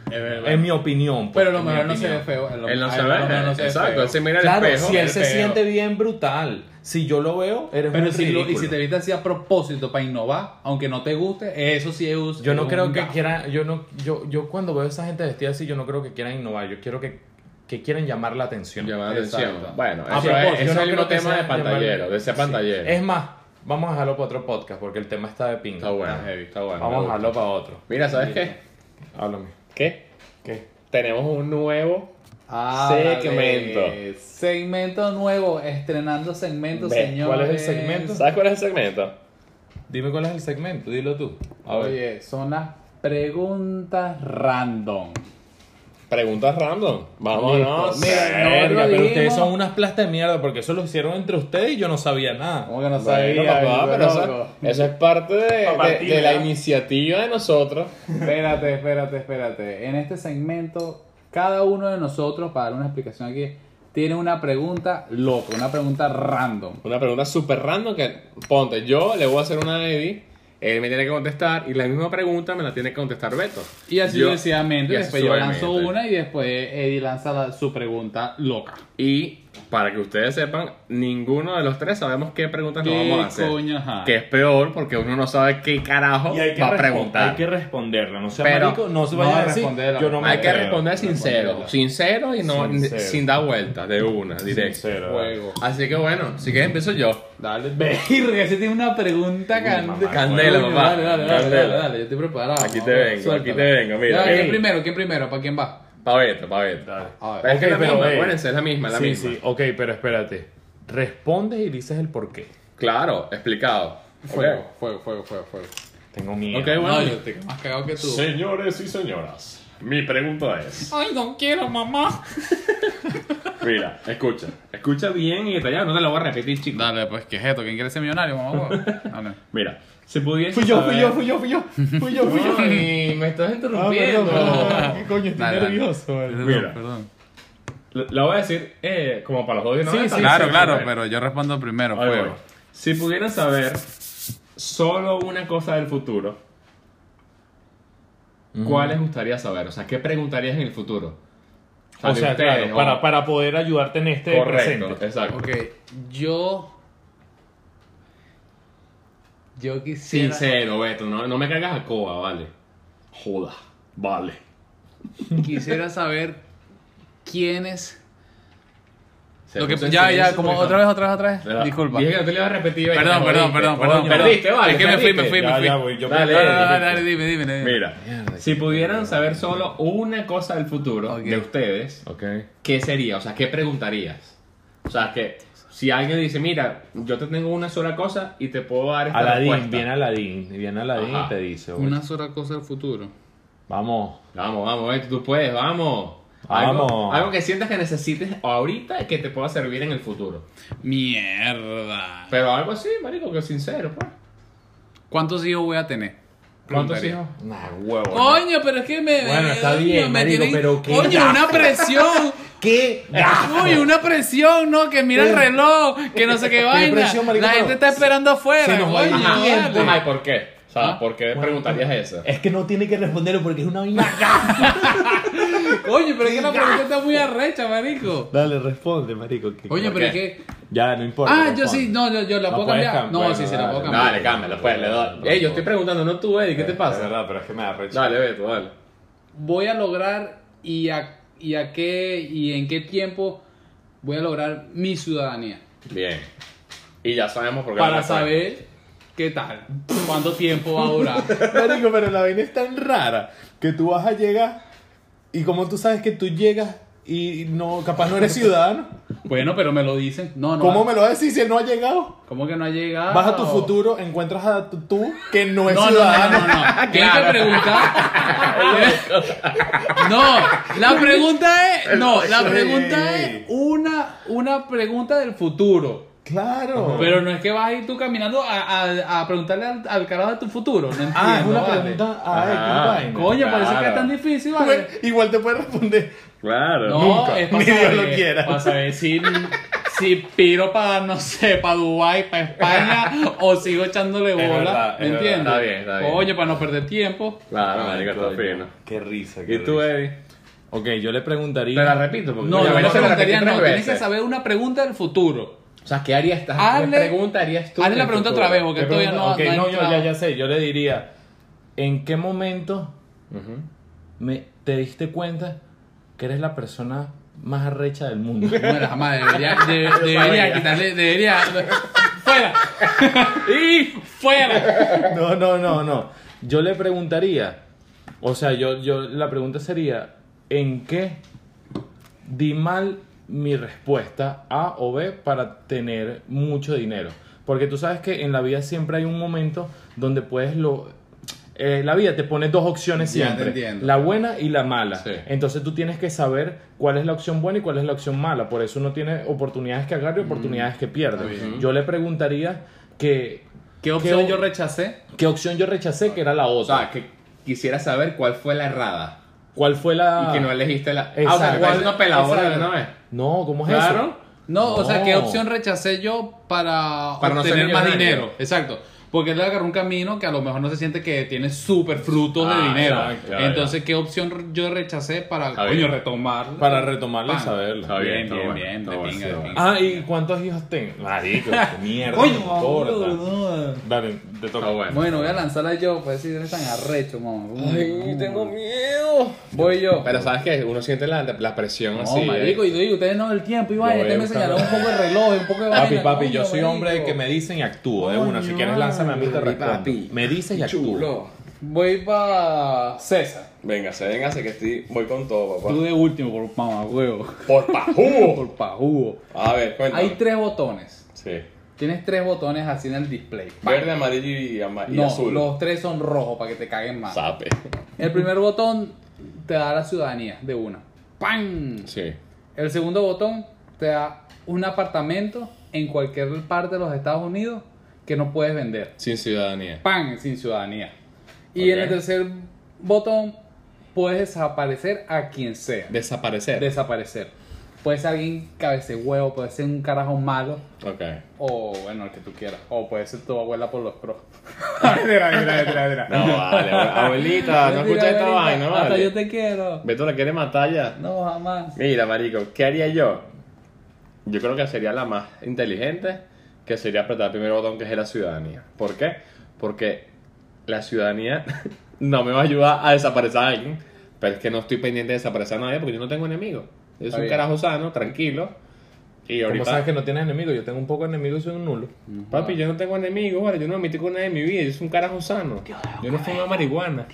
Speaker 3: Es verdad.
Speaker 2: En mi opinión. pues.
Speaker 3: Pero a lo
Speaker 2: En mi
Speaker 3: mejor no se
Speaker 2: opinión.
Speaker 3: ve feo. a lo-
Speaker 1: Él no
Speaker 3: a
Speaker 1: se
Speaker 3: lo
Speaker 1: ve.
Speaker 3: mejor no se ve
Speaker 1: Exacto,
Speaker 3: feo.
Speaker 1: él se mira al
Speaker 2: Claro,
Speaker 1: espejo.
Speaker 2: si él
Speaker 3: es
Speaker 2: se
Speaker 3: feo.
Speaker 2: siente bien, brutal. Si yo lo veo, eres
Speaker 3: Pero
Speaker 2: un
Speaker 3: si, lo-
Speaker 2: ridículo.
Speaker 3: y si te viste así a propósito para innovar, aunque no te guste, eso sí es
Speaker 2: Yo no
Speaker 3: un
Speaker 2: creo que
Speaker 3: gajo.
Speaker 2: quieran, yo no, yo, yo cuando veo a esa gente vestida así, yo no creo que quieran innovar, yo quiero que, que quieran llamar la atención.
Speaker 1: Llamar la
Speaker 3: Exacto.
Speaker 1: atención. Bueno,
Speaker 2: A
Speaker 1: eso
Speaker 2: propósito,
Speaker 1: es,
Speaker 2: Ah, pues yo
Speaker 1: eso es
Speaker 2: no
Speaker 1: el mismo
Speaker 2: creo que
Speaker 1: tema
Speaker 2: sea
Speaker 1: de pantallero,
Speaker 2: llamar-
Speaker 1: de ser
Speaker 2: Sí.
Speaker 1: pantallero.
Speaker 2: Es más, vamos a dejarlo para otro podcast porque el tema está de pinga.
Speaker 1: Está bueno, está bueno.
Speaker 2: Vamos a dejarlo para otro.
Speaker 1: Mira, ¿sabes qué?
Speaker 2: Háblame.
Speaker 1: ¿Qué?
Speaker 2: ¿Qué?
Speaker 1: Tenemos un nuevo.
Speaker 3: Háblale.
Speaker 1: Segmento.
Speaker 3: Ah, Segmento nuevo, estrenando segmento,
Speaker 1: Ve,
Speaker 3: señor.
Speaker 2: ¿cuál es el segmento?
Speaker 1: ¿Sabes cuál es el segmento?
Speaker 2: Dime cuál es el segmento, dilo tú. A ver.
Speaker 3: Oye, son las preguntas random.
Speaker 1: Preguntas random. Vámonos.
Speaker 3: Listo. Mira, no
Speaker 2: Verga,
Speaker 3: lo
Speaker 2: pero
Speaker 3: dijimos.
Speaker 2: ustedes son unas plastas de mierda porque eso lo hicieron entre ustedes y yo no sabía nada.
Speaker 3: ¿Cómo que no
Speaker 1: Bueno,
Speaker 3: sabía?
Speaker 1: papá,
Speaker 3: amigo
Speaker 1: pero
Speaker 3: loco?
Speaker 1: eso, eso es parte de, de-
Speaker 4: Martín,
Speaker 1: de la
Speaker 4: ¿verdad?
Speaker 1: iniciativa de nosotros.
Speaker 3: Espérate, espérate, espérate. En este segmento, cada uno de nosotros, para dar una explicación aquí, tiene una pregunta loca, una pregunta random.
Speaker 1: Una pregunta súper random que, ponte, yo le voy a hacer una a Eddie, él me tiene que contestar y la misma pregunta me la tiene que contestar Beto.
Speaker 3: Y así
Speaker 1: Yo-
Speaker 3: sucesivamente,
Speaker 1: y así
Speaker 3: después yo lanzo
Speaker 1: suavemente.
Speaker 3: una y después Eddie lanza la- su pregunta loca.
Speaker 1: Y para que ustedes sepan, ninguno de los tres sabemos qué preguntas nos
Speaker 3: ¿Qué
Speaker 1: vamos a hacer.
Speaker 3: coño, ajá?
Speaker 1: Que es peor porque uno no sabe qué carajo
Speaker 2: Y hay que,
Speaker 1: va a
Speaker 2: respon-
Speaker 1: preguntar.
Speaker 2: hay que responderla, no sea
Speaker 1: Pero
Speaker 2: marico, no se
Speaker 3: no
Speaker 2: vaya a
Speaker 3: a
Speaker 2: decir,
Speaker 3: responderla,
Speaker 2: yo no me
Speaker 1: Hay que
Speaker 2: creo.
Speaker 1: responder sincero, sincero y no
Speaker 2: Sincero.
Speaker 1: sin dar vueltas de una, directo.
Speaker 2: Sincero.
Speaker 3: Juego.
Speaker 1: Así que bueno, si quieres empiezo yo.
Speaker 3: Dale, <laughs> verga, ese tiene una pregunta candela.
Speaker 2: mamá.
Speaker 1: Candela, papá.
Speaker 3: Dale, dale, dale,
Speaker 1: Candela.
Speaker 3: dale, dale, yo estoy preparado.
Speaker 1: Aquí
Speaker 3: Vamos,
Speaker 1: te
Speaker 3: vamos,
Speaker 1: vengo,
Speaker 3: suéltala.
Speaker 1: aquí te vengo, mira.
Speaker 3: Ya, ¿Quién
Speaker 1: Ey.
Speaker 3: primero? ¿Quién primero? ¿Para quién va?
Speaker 1: Pa' Beto, pa' Beto.
Speaker 2: Dale.
Speaker 3: A
Speaker 1: Pero
Speaker 3: ver.
Speaker 1: es que es la
Speaker 2: Ok, pero,
Speaker 1: misma,
Speaker 2: ey.
Speaker 1: acuérdense, es la misma, es la
Speaker 2: sí,
Speaker 1: misma.
Speaker 2: sí, ok, pero espérate. Respondes y dices el por qué.
Speaker 1: Claro, explicado.
Speaker 3: Fuego, fuego, fuego, fuego, fuego.
Speaker 2: Tengo miedo.
Speaker 1: Ok, bueno.
Speaker 3: No, yo estoy más cagado que tú.
Speaker 2: Señores y señoras,
Speaker 1: Mi pregunta es. Ay, no quiero, mamá. Mira, escucha. Escucha bien y detallado. No te lo voy a repetir, chico.
Speaker 5: Dale, pues, ¿qué es esto? ¿Quién quiere ser millonario, mamá? No, no.
Speaker 1: Mira, si pudiese.
Speaker 2: Fui yo, fui
Speaker 1: saber-
Speaker 2: yo, fui yo, fui yo. Fui yo, fui yo.
Speaker 3: Ay, me estás
Speaker 2: Ah,
Speaker 3: interrumpiendo.
Speaker 2: perdón, perdón. Qué coño, estoy
Speaker 5: Dale, dale.
Speaker 2: nervioso. vale.
Speaker 5: Perdón,
Speaker 1: Mira.
Speaker 5: perdón.
Speaker 1: La la voy a decir eh, como para los dos de una
Speaker 2: Sí,
Speaker 1: vez,
Speaker 2: sí,
Speaker 1: tal vez.
Speaker 5: Claro, claro,
Speaker 1: Ok.
Speaker 5: pero yo respondo primero. pues.
Speaker 1: Ahí
Speaker 5: fuego.
Speaker 1: voy. Si pudieran saber solo una cosa del futuro, ¿cuál les gustaría saber? O sea, ¿qué preguntarías en el futuro?
Speaker 2: O
Speaker 1: de
Speaker 2: sea,
Speaker 1: ustedes,
Speaker 2: claro,
Speaker 1: o-
Speaker 2: para, para poder ayudarte en este
Speaker 1: Correcto,
Speaker 2: presente.
Speaker 1: exacto.
Speaker 3: Ok, yo. Yo quisiera.
Speaker 1: Sincero, Beto, no, no me cagas a coa, vale. Joda, vale.
Speaker 3: Quisiera saber quiénes.
Speaker 1: Se
Speaker 3: lo que,
Speaker 1: puso en
Speaker 3: ya, ya,
Speaker 1: silencio
Speaker 3: como
Speaker 1: porque-
Speaker 3: otra vez, otra vez, otra vez.
Speaker 1: ¿Verdad?
Speaker 3: Disculpa.
Speaker 1: Dije que no te lo iba a repetir. Beto,
Speaker 3: Perdón,
Speaker 1: me
Speaker 3: perdón,
Speaker 1: jodiste.
Speaker 3: perdón, perdón,
Speaker 1: Coño, Perdiste, vale.
Speaker 3: Es que me fui,
Speaker 1: perdiste.
Speaker 3: me fui, me
Speaker 2: Ya,
Speaker 3: fui.
Speaker 2: ya voy, yo
Speaker 1: Dale,
Speaker 3: Dale, dale,
Speaker 1: dale,
Speaker 3: dale, dime, dime. dime.
Speaker 1: Mira, si pudieran saber solo una cosa del futuro
Speaker 3: Ok.
Speaker 1: de ustedes,
Speaker 2: Ok.
Speaker 1: ¿qué sería? O sea, ¿qué preguntarías? O sea, que si alguien dice, mira, yo te tengo una sola cosa y te puedo dar esta
Speaker 2: Aladín,
Speaker 1: respuesta.
Speaker 2: viene Aladín. Viene Aladín
Speaker 1: Ajá.
Speaker 2: y te dice, güey,
Speaker 5: Una sola cosa del futuro.
Speaker 2: vamos.
Speaker 1: Vamos, vamos, Beto, tú puedes, vamos. Algo,
Speaker 2: Vamos.
Speaker 1: algo que sientas que necesites ahorita y que te pueda servir en el futuro.
Speaker 5: Mierda.
Speaker 1: Pero algo así, marico, que sincero, pues.
Speaker 5: ¿Cuántos hijos voy a tener?
Speaker 1: ¿Cuántos
Speaker 5: Preguntaría.
Speaker 1: hijos?
Speaker 2: Nah, huevo.
Speaker 3: Coño, pero es que me.
Speaker 2: Bueno, está
Speaker 3: coño,
Speaker 2: bien,
Speaker 3: me
Speaker 2: marico,
Speaker 3: tienen-
Speaker 2: pero qué
Speaker 3: Coño,
Speaker 2: gasto.
Speaker 3: una
Speaker 2: <laughs>
Speaker 3: presión.
Speaker 2: ¿Qué?
Speaker 3: Uy, una presión, ¿no? Que mira el reloj, que no sé qué vaina.
Speaker 2: Eh. presión, marico,
Speaker 3: La
Speaker 2: pero
Speaker 3: gente está esperando afuera.
Speaker 2: se nos va el
Speaker 3: coño,
Speaker 1: Ajá,
Speaker 3: vale.
Speaker 1: ajá, ¿y por qué? O sea,
Speaker 3: Ah.
Speaker 1: ¿por qué preguntarías eso?
Speaker 2: Es que no tiene que responderlo porque es una vaina.
Speaker 3: Oye, pero es que la pregunta está muy arrecha, marico.
Speaker 2: <laughs> Dale, responde, marico. que-
Speaker 3: Oye, pero es
Speaker 1: qué?
Speaker 3: que.
Speaker 2: Ya, no importa.
Speaker 3: Ah, yo
Speaker 2: responde.
Speaker 3: sí, no, yo, yo la
Speaker 2: No
Speaker 3: puedo
Speaker 2: puedes
Speaker 3: cambiar.
Speaker 2: cam-
Speaker 3: No,
Speaker 2: bueno,
Speaker 3: sí, sí, la puedo
Speaker 2: dale,
Speaker 3: cambiar.
Speaker 1: Dale, cámbiala, pues, le doy. Ey, yo estoy preguntando, no tú, Eddie, ¿qué te
Speaker 2: Es
Speaker 1: pasa?
Speaker 2: verdad, pero es que me da rechazo.
Speaker 1: Dale, Beto, dale.
Speaker 3: Voy a lograr y a, y a qué y en qué tiempo voy a lograr mi ciudadanía.
Speaker 1: Bien. Y ya sabemos por qué.
Speaker 3: Para
Speaker 1: no fue.
Speaker 3: saber qué tal, cuánto tiempo va a durar.
Speaker 2: <laughs> Marico, pero la vaina es tan rara que tú vas a llegar y como tú sabes que tú llegas y no, capaz no eres ciudadano,
Speaker 3: Bueno, pero me lo dicen. No, no.
Speaker 2: ¿cómo me lo vas a decir si él no ha llegado?
Speaker 3: ¿Cómo que no ha llegado?
Speaker 2: Vas a tu futuro, encuentras a tu, tú que no es
Speaker 3: No, no, no,
Speaker 2: ciudadano.
Speaker 3: no, no.
Speaker 2: <laughs>
Speaker 3: Tienes que preguntar. No, la pregunta es. No, la
Speaker 2: Sí.
Speaker 3: pregunta es una, una pregunta del futuro.
Speaker 2: Claro.
Speaker 3: Pero no es que vas a ir tú caminando a, a- a preguntarle al, al carajo de tu futuro. No entiendo.
Speaker 2: ah, es una
Speaker 3: vale.
Speaker 2: pregunta. Ay,
Speaker 1: Ajá.
Speaker 2: qué vaina.
Speaker 3: Coño, parece que
Speaker 1: Claro.
Speaker 3: es tan difícil,
Speaker 2: Tú
Speaker 3: ¿vale?
Speaker 2: ves, Igual te puede responder.
Speaker 1: Claro.
Speaker 3: No,
Speaker 2: Nunca, <laughs>
Speaker 1: <laughs>
Speaker 3: es para
Speaker 2: ni Dios
Speaker 3: saber,
Speaker 2: lo quiera.
Speaker 3: Para saber si, si piro para, no sé, para Dubái, para España, o sigo echándole bola.
Speaker 2: verdad, es
Speaker 3: ¿Me
Speaker 2: verdad.
Speaker 3: entiendes?
Speaker 1: Está bien, está bien.
Speaker 3: Oye, para no perder tiempo.
Speaker 1: Claro, marico, está
Speaker 2: Coño,
Speaker 1: fino.
Speaker 2: Qué Ecco, risa. qué
Speaker 1: ¿Y tú,
Speaker 2: risa.
Speaker 1: Eddie?
Speaker 2: Ok, yo le preguntaría.
Speaker 1: Te la repito, porque
Speaker 3: No,
Speaker 1: coño,
Speaker 3: no,
Speaker 1: Beto
Speaker 3: no,
Speaker 1: se la repetí
Speaker 3: preguntaría, no,
Speaker 1: tres
Speaker 3: tienes que
Speaker 1: veces.
Speaker 3: saber una pregunta del futuro.
Speaker 1: O sea, ¿qué harías? ¿Qué
Speaker 3: Hazle-
Speaker 1: pregunta harías tú?
Speaker 3: hazle
Speaker 1: en
Speaker 3: la
Speaker 1: el
Speaker 3: pregunta
Speaker 1: futuro?
Speaker 3: otra vez, porque
Speaker 2: Le
Speaker 3: todavía no,
Speaker 2: pregunto, ok,
Speaker 3: no ha
Speaker 2: no, yo
Speaker 3: entrado.
Speaker 2: ya, ya sé. Yo le diría, ¿en qué momento
Speaker 1: Ujú.
Speaker 2: me, te diste cuenta que eres la persona más arrecha
Speaker 1: <laughs>
Speaker 2: del mundo?
Speaker 3: Bueno, jamás debería, de- debería quitarle, debería.
Speaker 1: <laughs>
Speaker 3: ¡Fuera! ¡Y fuera!
Speaker 2: No, no, no, no. Yo le preguntaría, o sea, yo, yo la pregunta sería, ¿en qué di mal mi respuesta A o B para tener mucho dinero? Porque tú sabes que en la vida siempre hay un momento donde puedes lo... eh, la vida te pone dos opciones
Speaker 5: Ya te
Speaker 2: siempre,
Speaker 5: entiendo.
Speaker 2: la buena y la mala.
Speaker 1: Sí.
Speaker 2: Entonces tú tienes que saber cuál es la opción buena y cuál es la opción mala. Por eso uno tiene oportunidades que
Speaker 5: Mm.
Speaker 2: agarra y oportunidades que pierde. Yo le preguntaría que
Speaker 3: ¿Qué opción
Speaker 2: o-
Speaker 3: yo rechacé?
Speaker 2: ¿Qué opción yo rechacé? Que era la
Speaker 1: O
Speaker 2: otra.
Speaker 1: sea, que quisiera saber cuál fue la errada.
Speaker 2: ¿Cuál fue la...?
Speaker 1: Y que no elegiste la... Ah, o sea,
Speaker 2: Exacto.
Speaker 1: que parece una peladora de una vez.
Speaker 2: No, ¿cómo es
Speaker 1: Claro.
Speaker 2: eso?
Speaker 3: No, o sea, ¿qué
Speaker 2: No.
Speaker 3: opción rechacé yo para,
Speaker 1: Para no ser
Speaker 3: obtener más
Speaker 1: millonario.
Speaker 3: dinero? Exacto. Porque él agarró un camino que a lo mejor no se siente que tiene súper frutos
Speaker 1: Ah,
Speaker 3: de dinero.
Speaker 1: exacto, ya, ya.
Speaker 3: Entonces, ¿qué opción yo rechacé para,
Speaker 1: Está
Speaker 3: coño,
Speaker 1: bien.
Speaker 3: retomar?
Speaker 2: Para retomarla y
Speaker 3: Pan.
Speaker 2: saberla.
Speaker 1: Está bien,
Speaker 3: bien,
Speaker 1: está
Speaker 3: bien,
Speaker 1: bueno,
Speaker 3: bien,
Speaker 1: está
Speaker 3: de
Speaker 1: bueno,
Speaker 3: pinga,
Speaker 1: está
Speaker 3: de
Speaker 1: bueno.
Speaker 3: pinga.
Speaker 2: Ah, ¿y cuántos hijos tengo? <laughs> Marico, qué mierda. no importa. Dale, te toca.
Speaker 1: Está bueno.
Speaker 3: Bueno, voy a lanzarla yo, para ver si eres tan arrecho, mamá.
Speaker 1: Ay, tengo miedo.
Speaker 3: Voy yo.
Speaker 1: Pero ¿sabes qué? Uno siente la, la presión
Speaker 3: no,
Speaker 1: así.
Speaker 3: marico, y yo digo, ustedes no del tiempo, Iván,
Speaker 2: Lo
Speaker 3: ustedes
Speaker 2: veo,
Speaker 3: me señalaron un poco de reloj, un poco de
Speaker 2: Papi,
Speaker 3: vaina,
Speaker 2: papi,
Speaker 3: coño,
Speaker 2: yo soy hombre
Speaker 3: marico.
Speaker 2: que me dicen y actúo de una. Si
Speaker 1: Coño,
Speaker 2: quieres, lánzame a mí te
Speaker 1: papi,
Speaker 2: respondo.
Speaker 1: papi.
Speaker 2: Me dices y actúo.
Speaker 3: Voy para César.
Speaker 1: Véngase, véngase que estoy... Voy con todo, papá.
Speaker 3: Tú de último, por mamá, huevo.
Speaker 1: Por pajú.
Speaker 3: Por pajugo.
Speaker 1: A ver, cuéntame.
Speaker 3: Hay tres botones.
Speaker 1: Sí.
Speaker 3: Tienes tres botones así en el display.
Speaker 1: Verde, amarillo y, ama- y
Speaker 3: No,
Speaker 1: azul.
Speaker 3: los tres son rojos para que te caguen más.
Speaker 1: Sape.
Speaker 3: El primer botón te da la ciudadanía de una. ¡Pam!
Speaker 1: Sí.
Speaker 3: El segundo botón te da un apartamento en cualquier parte de los Estados Unidos que no puedes vender.
Speaker 1: Sin ciudadanía.
Speaker 3: ¡Pam! Sin ciudadanía. Y
Speaker 1: Ok.
Speaker 3: en el tercer botón puedes desaparecer a quien sea.
Speaker 1: Desaparecer.
Speaker 3: Desaparecer. Puede ser alguien cabece huevo, puede ser un carajo malo,
Speaker 1: ok.
Speaker 3: o bueno, el que tú quieras. O puede ser tu abuela por los pros. Mentira, mentira, mentira, <laughs> mentira.
Speaker 1: No, vale, abuelita, no
Speaker 3: Mentira,
Speaker 1: escuchas esta
Speaker 3: abuelita,
Speaker 1: vaina,
Speaker 3: Hasta
Speaker 1: vale.
Speaker 3: yo te quiero.
Speaker 1: Beto la quiere matar ya.
Speaker 3: No, jamás.
Speaker 1: Mira, marico, ¿qué haría yo? Yo creo que sería la más inteligente, que sería apretar el primer botón, que es la ciudadanía. ¿Por qué? Porque la ciudadanía <laughs> no me va a ayudar a desaparecer a alguien, pero es que no estoy pendiente de desaparecer a nadie porque yo no tengo enemigos. Yo
Speaker 3: Está
Speaker 1: soy un
Speaker 3: bien.
Speaker 1: carajo sano, tranquilo. Y
Speaker 2: Como
Speaker 1: ahorita,
Speaker 2: sabes que no tienes enemigos, yo tengo un poco de enemigos y soy un nulo.
Speaker 1: papi, yo no tengo enemigos, vale, yo no me metí con nadie en mi vida, yo soy un carajo sano. Yo no fumo marihuana.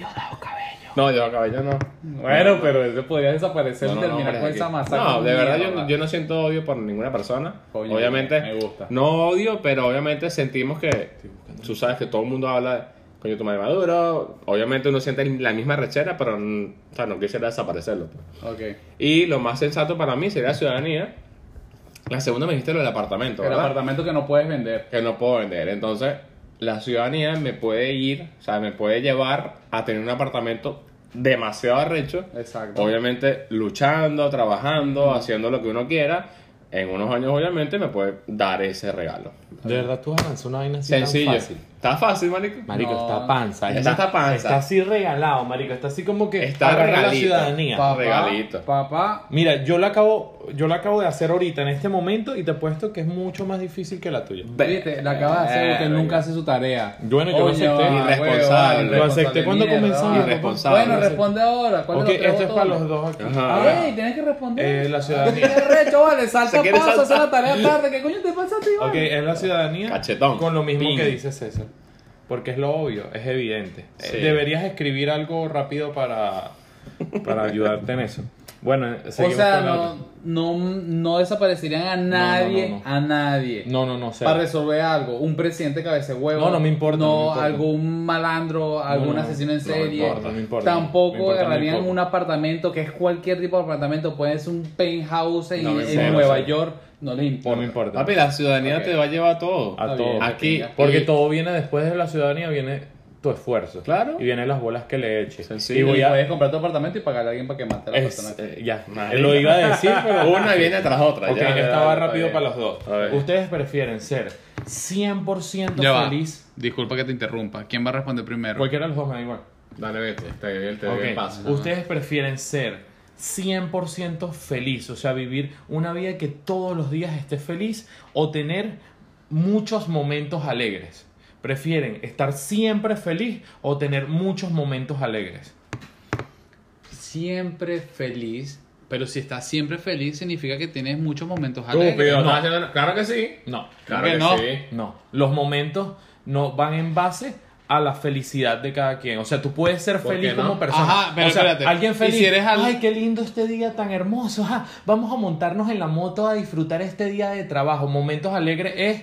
Speaker 1: No, yo cabello no.
Speaker 3: Bueno, pero ese podría desaparecer
Speaker 1: No,
Speaker 3: y
Speaker 1: no, no,
Speaker 3: terminar
Speaker 1: hombre,
Speaker 3: con esa
Speaker 1: aquí.
Speaker 3: masacre.
Speaker 1: No, de verdad yo,
Speaker 3: Mierda.
Speaker 1: no- yo no siento odio por ninguna persona.
Speaker 3: Coño,
Speaker 1: obviamente,
Speaker 3: me gusta.
Speaker 1: no odio, pero obviamente sentimos que. Tú sabes que todo el mundo habla de. Coño, tu madre maduro. Obviamente uno siente la misma rechera, pero mm, o sea, no quisiera desaparecerlo. pues.
Speaker 3: Ok.
Speaker 1: Y lo más sensato para mí sería la ciudadanía. La segunda me dijiste lo del apartamento,
Speaker 3: El
Speaker 1: ¿verdad?
Speaker 3: apartamento que no puedes vender.
Speaker 1: que no puedo vender. Entonces, la ciudadanía me puede ir, o sea, me puede llevar a tener un apartamento demasiado arrecho.
Speaker 3: Exacto.
Speaker 1: Obviamente, luchando, trabajando, haciendo lo que uno quiera. En unos años, obviamente, me puede dar ese regalo.
Speaker 2: De verdad, tú has lanzado una vaina así
Speaker 1: Sencillo.
Speaker 2: tan fácil.
Speaker 1: Está fácil, marico.
Speaker 2: Marico,
Speaker 3: No.
Speaker 2: está panza.
Speaker 1: Esa está panza.
Speaker 2: Está así regalado, marico. Está así como que
Speaker 1: Está
Speaker 2: agarra la
Speaker 1: regalito.
Speaker 2: ciudadanía.
Speaker 1: Pa- regalito.
Speaker 3: Papá.
Speaker 2: Mira, yo la acabo, yo la acabo de hacer ahorita en este momento y te apuesto que es mucho más difícil que la tuya.
Speaker 3: Viste, la acaba de hacer porque
Speaker 1: Verga.
Speaker 3: nunca hace su tarea.
Speaker 2: Bueno, yo lo
Speaker 3: Coño,
Speaker 2: acepté.
Speaker 3: ah,
Speaker 1: Irresponsable.
Speaker 3: huevón,
Speaker 1: Lo
Speaker 2: acepté cuando
Speaker 3: mierda.
Speaker 2: comenzamos.
Speaker 1: Irresponsable.
Speaker 3: Bueno, responde ahora. ¿Cuál
Speaker 2: Ok,
Speaker 3: de los tres
Speaker 2: esto es para
Speaker 3: botones?
Speaker 2: los dos aquí.
Speaker 1: Ajá.
Speaker 2: Ahora,
Speaker 3: Ay, tienes Ah, que responder.
Speaker 2: Ah, eh, la ciudadanía.
Speaker 3: Qué recho, vale, salta
Speaker 1: Se quiere
Speaker 3: paso, haz la
Speaker 1: saltar.
Speaker 3: tarea tarde. ¿Qué coño te pasa a ti,
Speaker 2: Ok,
Speaker 3: vale?
Speaker 2: es la ciudadanía.
Speaker 1: Cachetón.
Speaker 2: Con lo mismo
Speaker 1: Pin.
Speaker 2: que dice César. Porque es lo obvio, es evidente. Eh,
Speaker 1: Sí.
Speaker 2: Deberías escribir algo rápido para, para ayudarte en eso. Bueno, eh,
Speaker 3: O
Speaker 2: seguimos
Speaker 3: sea,
Speaker 2: con la otra.
Speaker 3: no, no, no desaparecerían a nadie,
Speaker 2: no, no.
Speaker 3: a nadie.
Speaker 2: No, no, no, cero.
Speaker 3: Para resolver algo, un presidente cabeza de huevo.
Speaker 2: No, no me importa,
Speaker 3: No,
Speaker 2: no me importa.
Speaker 3: algún malandro, algún
Speaker 2: No, no, no.
Speaker 3: asesino en
Speaker 2: No me
Speaker 3: serie.
Speaker 2: importa, no me importa.
Speaker 3: Tampoco
Speaker 2: Me importa muy
Speaker 3: agarrarían
Speaker 2: poco.
Speaker 3: un apartamento que es cualquier tipo de apartamento. Puede ser un penthouse en,
Speaker 1: No me
Speaker 3: en
Speaker 1: importa,
Speaker 3: Nueva
Speaker 1: sí.
Speaker 3: York. No les importa.
Speaker 2: No me importa.
Speaker 1: Papi, la ciudadanía
Speaker 3: Ok.
Speaker 1: te va a llevar a todo.
Speaker 2: A
Speaker 3: Está
Speaker 2: todo.
Speaker 3: bien,
Speaker 1: Aquí,
Speaker 3: ok, ya.
Speaker 2: Porque
Speaker 1: y-
Speaker 2: todo viene después de la ciudadanía, viene tu esfuerzo.
Speaker 1: Claro.
Speaker 2: Y vienen las bolas que le eches.
Speaker 1: Sencillo.
Speaker 2: Y voy a-
Speaker 3: Puedes comprar tu apartamento y pagarle a alguien para que mate a la
Speaker 2: es-
Speaker 3: persona.
Speaker 2: eh, ya,
Speaker 1: Marico.
Speaker 2: lo iba a
Speaker 1: <laughs>
Speaker 2: decir, <laughs> pero
Speaker 1: Una viene tras otra.
Speaker 2: Ok,
Speaker 1: ya,
Speaker 2: esta
Speaker 1: ya,
Speaker 2: va
Speaker 1: ya,
Speaker 2: rápido
Speaker 1: ya.
Speaker 2: para los dos.
Speaker 1: A ver.
Speaker 2: ¿Ustedes prefieren ser 100%
Speaker 3: Ya va.
Speaker 2: feliz?
Speaker 3: Disculpa que te interrumpa. ¿Quién va a responder primero?
Speaker 2: Cualquiera de los dos me da igual.
Speaker 1: Dale, Beto. Te doy el, te doy
Speaker 2: Ok,
Speaker 1: el paso.
Speaker 2: Ustedes prefieren ser 100% feliz, o sea, vivir una vida que todos los días esté feliz o tener muchos momentos alegres. ¿Prefieren estar siempre feliz o tener muchos momentos alegres?
Speaker 3: Siempre feliz. Pero si estás siempre feliz, significa que tienes muchos momentos
Speaker 1: Estúpido,
Speaker 3: alegres.
Speaker 1: estás haciendo- Claro que sí.
Speaker 2: No,
Speaker 1: Claro
Speaker 3: que
Speaker 1: que,
Speaker 3: no.
Speaker 1: sí.
Speaker 2: no. Los momentos no van en base a la felicidad de cada quien. O sea, tú puedes ser
Speaker 1: ¿Por
Speaker 2: feliz
Speaker 1: qué no?
Speaker 2: como persona.
Speaker 3: Ajá, pero
Speaker 2: o sea,
Speaker 3: espérate.
Speaker 2: Alguien
Speaker 3: ¿Y
Speaker 2: feliz.
Speaker 3: si eres al-
Speaker 2: Ay, qué lindo este día tan hermoso. Ah, vamos a montarnos en la moto a disfrutar este día de trabajo. Momentos alegres es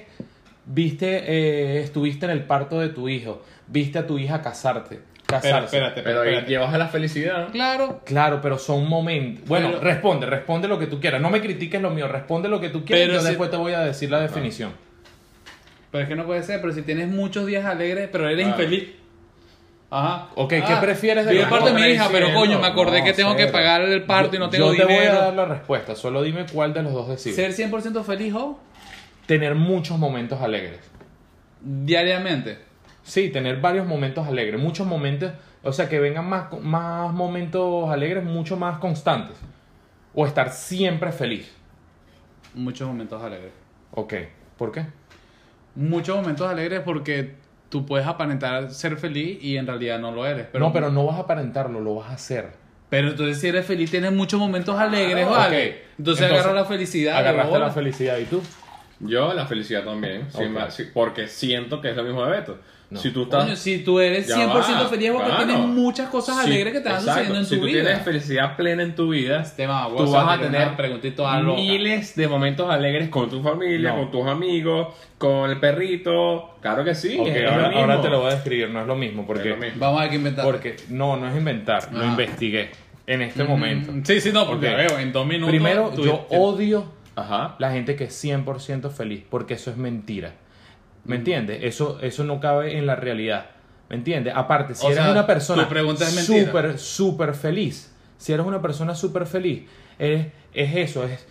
Speaker 2: viste eh, estuviste en el parto de tu hijo, viste a tu hija casarte, casarse.
Speaker 1: Pero ahí llevas a la felicidad.
Speaker 3: Claro.
Speaker 2: Claro, pero son momentos. Bueno,
Speaker 3: Pero-
Speaker 2: responde, responde lo que tú quieras. No me critiques lo mío, responde lo que tú quieras.
Speaker 3: Pero
Speaker 2: yo
Speaker 3: si-
Speaker 2: después te voy a decir la definición.
Speaker 3: Pero es que no puede ser, pero si tienes muchos días alegres, pero eres
Speaker 1: Ah.
Speaker 3: infeliz. Ajá.
Speaker 2: Ok, ¿qué prefieres de
Speaker 3: de
Speaker 2: los
Speaker 3: parte Ah, de mi hija, pero
Speaker 1: diciendo,
Speaker 3: coño, me acordé
Speaker 2: no,
Speaker 3: que tengo que
Speaker 2: cero.
Speaker 3: pagar el parto y no tengo
Speaker 2: yo te voy a dar
Speaker 3: dinero.
Speaker 2: la respuesta, solo dime cuál de los dos decides.
Speaker 3: Ser 100% feliz oh, o
Speaker 2: Tener muchos momentos alegres.
Speaker 3: diariamente.
Speaker 2: Sí, tener varios momentos alegres, muchos momentos, o sea, que vengan más, más momentos alegres, mucho más constantes. O estar siempre feliz.
Speaker 3: Muchos momentos alegres.
Speaker 2: Ok, ¿por qué?
Speaker 3: Muchos momentos alegres porque tú puedes aparentar ser feliz y en realidad no lo eres. Pero,
Speaker 2: no, pero no vas a aparentarlo, lo vas a hacer.
Speaker 3: pero entonces si eres feliz tienes muchos momentos alegres,
Speaker 2: Ah, ok.
Speaker 3: ¿vale? Entonces,
Speaker 2: Entonces,
Speaker 3: agarra la felicidad.
Speaker 2: Agarraste
Speaker 3: huevón.
Speaker 2: la felicidad y tú.
Speaker 1: Yo la felicidad también, sin
Speaker 2: Ok.
Speaker 1: más- sí, porque siento que es lo mismo de Beto.
Speaker 2: No.
Speaker 1: Si tú estás
Speaker 3: Coño, si tú eres
Speaker 1: Ya
Speaker 3: 100%
Speaker 1: va,
Speaker 3: feliz es porque
Speaker 1: claro.
Speaker 3: tienes muchas cosas
Speaker 1: si-
Speaker 3: alegres que te van
Speaker 1: exacto,
Speaker 3: sucediendo en
Speaker 1: si
Speaker 3: tu
Speaker 1: tú
Speaker 3: vida.
Speaker 1: tienes felicidad plena en tu vida,
Speaker 2: Este
Speaker 3: Tema,
Speaker 1: tú vas a tener
Speaker 3: una preguntita loca.
Speaker 1: miles de momentos alegres con tu familia,
Speaker 2: No.
Speaker 1: con tus amigos, con el perrito. Claro que sí.
Speaker 2: Ok,
Speaker 1: es lo
Speaker 2: ahora,
Speaker 1: mismo.
Speaker 2: ahora te lo voy a describir, no es lo mismo, porque
Speaker 1: Es lo mismo.
Speaker 3: Vamos a ver qué inventamos.
Speaker 2: Porque, no, no es inventar, lo
Speaker 3: Ah.
Speaker 2: investigué. en este momento.
Speaker 3: Mm, Sí, sí, no, porque
Speaker 2: Ok.
Speaker 3: veo, en dos minutos.
Speaker 2: Primero,
Speaker 3: tú-
Speaker 2: yo
Speaker 3: tú-
Speaker 2: odio
Speaker 1: Ajá.
Speaker 2: la gente que es 100% feliz, porque eso es mentira.
Speaker 1: Mm.
Speaker 2: ¿Me entiendes? Eso, eso no cabe en la realidad. ¿Me entiendes? Aparte, si
Speaker 3: O
Speaker 2: eres
Speaker 3: sea,
Speaker 2: una persona
Speaker 3: tu pregunta es mentira.
Speaker 2: súper, súper feliz, si eres una persona súper feliz, eres- es eso, es...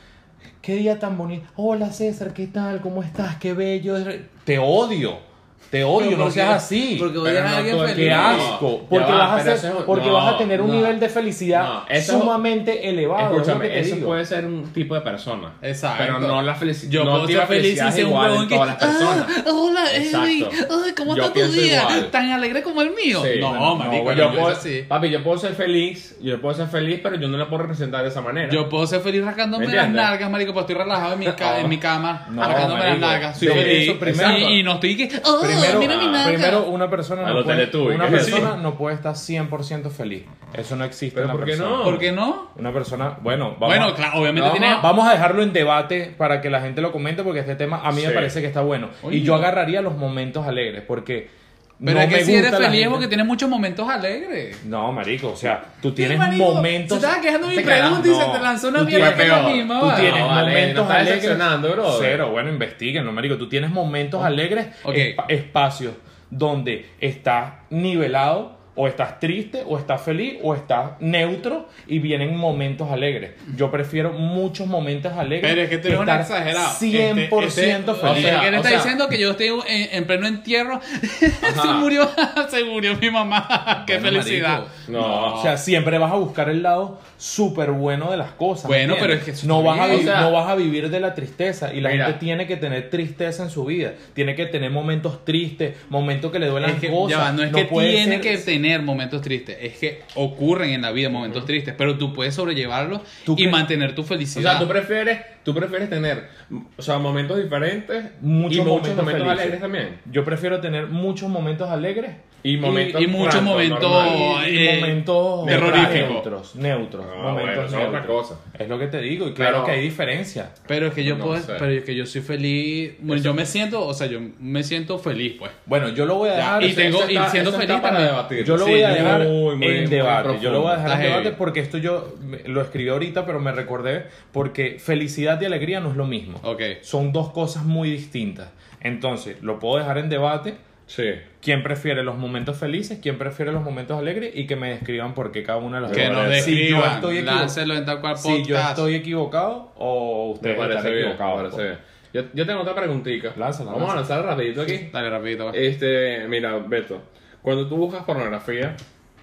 Speaker 2: Qué día tan bonito. Hola César, ¿qué tal? ¿Cómo estás? Qué bello. Te odio. Te
Speaker 3: Pero
Speaker 2: odio, no
Speaker 3: porque-
Speaker 2: seas así.
Speaker 3: Porque
Speaker 1: Pero
Speaker 3: odias a
Speaker 1: no
Speaker 3: alguien
Speaker 1: todo el
Speaker 3: feliz.
Speaker 2: Qué
Speaker 1: No,
Speaker 2: asco,
Speaker 1: ya
Speaker 2: porque,
Speaker 1: va,
Speaker 2: vas,
Speaker 1: pero
Speaker 2: a
Speaker 1: eso
Speaker 2: ser-
Speaker 1: es-
Speaker 2: porque
Speaker 1: no,
Speaker 2: vas a tener un
Speaker 3: no.
Speaker 2: nivel de felicidad
Speaker 1: No, eso-
Speaker 2: sumamente elevado. es lo que
Speaker 1: Escúchame,
Speaker 2: te
Speaker 1: eso
Speaker 2: digo.
Speaker 1: puede ser un tipo de persona.
Speaker 3: Exacto.
Speaker 1: Pero no la felicidad.
Speaker 3: Yo
Speaker 1: no
Speaker 3: puedo
Speaker 1: tiene
Speaker 3: ser feliz
Speaker 1: felicidad
Speaker 3: y ser un
Speaker 1: igual en
Speaker 3: huevón que-
Speaker 1: todas las personas.
Speaker 3: <laughs>
Speaker 6: Hola,
Speaker 1: Exacto.
Speaker 6: Eddie. Ay, ¿Cómo
Speaker 1: Yo
Speaker 6: está tu
Speaker 1: pienso
Speaker 6: día?
Speaker 1: igual.
Speaker 6: ¿Tan alegre como el mío?
Speaker 1: Sí,
Speaker 3: No,
Speaker 1: bueno,
Speaker 3: marico,
Speaker 1: bueno,
Speaker 3: yo
Speaker 1: yo puedo,
Speaker 3: pienso así.
Speaker 1: Papi, yo puedo ser feliz, yo puedo ser feliz, pero yo no la puedo representar de esa manera.
Speaker 3: Yo puedo ser feliz rascándome
Speaker 1: ¿Me
Speaker 3: las
Speaker 1: entiendes?
Speaker 3: nalgas, marico, porque estoy relajado en mi, ca- en mi cama,
Speaker 2: No,
Speaker 3: rascándome las
Speaker 1: marico.
Speaker 3: nalgas. Soy
Speaker 1: Sí,
Speaker 3: feliz.
Speaker 1: eso primero.
Speaker 3: Y, y no estoy que.
Speaker 6: Oh,
Speaker 2: Primero,
Speaker 6: mira mi nalga.
Speaker 2: primero, una persona,
Speaker 1: A
Speaker 2: no
Speaker 1: los
Speaker 2: puede,
Speaker 1: Teletubbies,
Speaker 2: una
Speaker 1: sí.
Speaker 2: persona no puede estar 100% feliz. Eso no existe.
Speaker 1: Pero
Speaker 2: en la
Speaker 1: ¿por qué
Speaker 2: persona.
Speaker 1: no?
Speaker 3: ¿Por qué no?
Speaker 2: Una persona, bueno, vamos,
Speaker 3: Bueno,
Speaker 2: a-
Speaker 3: claro, obviamente
Speaker 2: vamos,
Speaker 3: tiene.
Speaker 2: a- vamos a dejarlo en debate para que la gente lo comente porque este tema a mí me
Speaker 1: Sí.
Speaker 2: parece que está bueno.
Speaker 3: Oye.
Speaker 2: Y yo agarraría los momentos alegres porque
Speaker 3: Pero
Speaker 2: no
Speaker 3: es que
Speaker 2: me
Speaker 3: si eres
Speaker 2: gusta la
Speaker 3: feliz es
Speaker 2: gente-
Speaker 3: porque tienes muchos momentos alegres.
Speaker 2: No, marico, o sea, tú
Speaker 3: Sí,
Speaker 2: tienes
Speaker 3: marico,
Speaker 2: momentos...
Speaker 3: Se estaba quejando de mi
Speaker 1: Te cagas,
Speaker 3: pregunta y se
Speaker 2: no.
Speaker 3: te lanzó una
Speaker 1: Tú
Speaker 3: mierda
Speaker 1: tienes-
Speaker 3: que es la
Speaker 1: peor.
Speaker 3: misma.
Speaker 2: Tú
Speaker 3: ¿vale?
Speaker 2: tienes
Speaker 1: No, vale,
Speaker 2: momentos
Speaker 1: no estás
Speaker 2: alegres.
Speaker 1: decepcionando, bro.
Speaker 2: Cero, bueno, investiguen, no, marico. Tú tienes momentos alegres,
Speaker 3: Ok.
Speaker 2: espa- espacios donde estás nivelado, o estás triste, o estás feliz, o estás neutro, y vienen momentos alegres. Yo prefiero muchos momentos alegres.
Speaker 3: Pero es que tú eres un
Speaker 2: estar
Speaker 3: exagerado.
Speaker 2: 100%
Speaker 3: Este- este-
Speaker 2: feliz.
Speaker 3: O sea, que
Speaker 1: este,
Speaker 3: él
Speaker 1: O
Speaker 3: está
Speaker 1: sea-
Speaker 3: diciendo que yo estoy en, en pleno entierro. <laughs> se murió, <laughs> se murió mi mamá. Qué
Speaker 2: Bueno,
Speaker 3: felicidad.
Speaker 2: marico.
Speaker 1: No.
Speaker 2: O sea, siempre vas a buscar el lado súper bueno de las cosas. ¿me
Speaker 3: Bueno, pero
Speaker 2: entiendes?
Speaker 3: es que eso
Speaker 2: no
Speaker 3: está
Speaker 2: vas, a
Speaker 1: bien.
Speaker 2: vi-
Speaker 1: O sea-
Speaker 2: no vas a vivir de la tristeza. Y la
Speaker 1: Mira.
Speaker 2: gente tiene que tener tristeza en su vida. Tiene que tener momentos tristes, momentos que le duelen
Speaker 3: Es que, ya
Speaker 2: cosas.
Speaker 3: va, no es que
Speaker 2: puede
Speaker 3: tiene
Speaker 2: ser-
Speaker 3: que tener momentos tristes, es que ocurren en la vida momentos tristes, pero tú puedes sobrellevarlos
Speaker 2: ¿Tú
Speaker 3: y
Speaker 2: cre-
Speaker 3: mantener tu
Speaker 1: O
Speaker 3: felicidad.
Speaker 1: sea, tú prefieres, tú prefieres tener o sea, momentos diferentes
Speaker 2: Muchos
Speaker 1: y muchos
Speaker 2: momentos
Speaker 1: momentos
Speaker 2: felices.
Speaker 1: alegres también.
Speaker 2: Yo prefiero tener muchos momentos alegres.
Speaker 1: Y momentos
Speaker 3: y muchos
Speaker 1: francos,
Speaker 3: momentos-
Speaker 1: normales.
Speaker 2: y
Speaker 3: eh,
Speaker 2: momentos
Speaker 3: terrorífico.
Speaker 2: neutros, neutros,
Speaker 1: Ah,
Speaker 2: momentos
Speaker 1: bueno, eso es
Speaker 2: neutros.
Speaker 1: otra cosa.
Speaker 2: Es lo que te digo y claro
Speaker 1: Pero-
Speaker 2: que hay diferencia.
Speaker 3: pero es que yo
Speaker 1: No
Speaker 3: puedo,
Speaker 1: sé.
Speaker 3: pero es que yo soy feliz, bueno, yo me siento, o sea, yo me siento feliz, pues.
Speaker 2: Bueno, yo lo voy a
Speaker 3: Ya,
Speaker 2: dejar.
Speaker 3: y
Speaker 1: Eso-
Speaker 3: tengo-
Speaker 1: eso
Speaker 3: y siendo
Speaker 1: eso
Speaker 3: feliz
Speaker 1: para
Speaker 3: también.
Speaker 1: debatir.
Speaker 2: Yo lo
Speaker 1: Sí,
Speaker 2: voy a
Speaker 1: muy-
Speaker 2: dejar
Speaker 1: muy- muy
Speaker 2: en debate. yo lo
Speaker 1: profundo.
Speaker 2: voy a dejar
Speaker 3: Está
Speaker 2: en debate
Speaker 3: heavy.
Speaker 2: porque esto yo me- lo escribí ahorita, pero me recordé porque felicidad y alegría no es lo mismo.
Speaker 3: Ok.
Speaker 2: Son dos cosas muy distintas. Entonces, lo puedo dejar en debate.
Speaker 1: Sí.
Speaker 2: ¿Quién prefiere los momentos felices? ¿Quién prefiere los momentos alegres? Y que me describan por qué cada una de las
Speaker 3: Que
Speaker 2: dos.
Speaker 3: nos
Speaker 2: Si yo
Speaker 3: describan,
Speaker 2: estoy equivo-
Speaker 3: láncelo en tal cual
Speaker 2: Si
Speaker 3: podcast.
Speaker 2: yo estoy equivocado o
Speaker 1: Me
Speaker 2: ustedes
Speaker 1: parece
Speaker 2: están
Speaker 1: bien. me
Speaker 2: equivocados.
Speaker 1: parece bien. Yo, yo tengo otra preguntita.
Speaker 2: pues. Lánzala,
Speaker 1: Vamos a lanzar rapidito aquí.
Speaker 3: Dale rapidito.
Speaker 2: Eh,
Speaker 3: va.
Speaker 1: Este, mira, Beto, cuando tú buscas pornografía,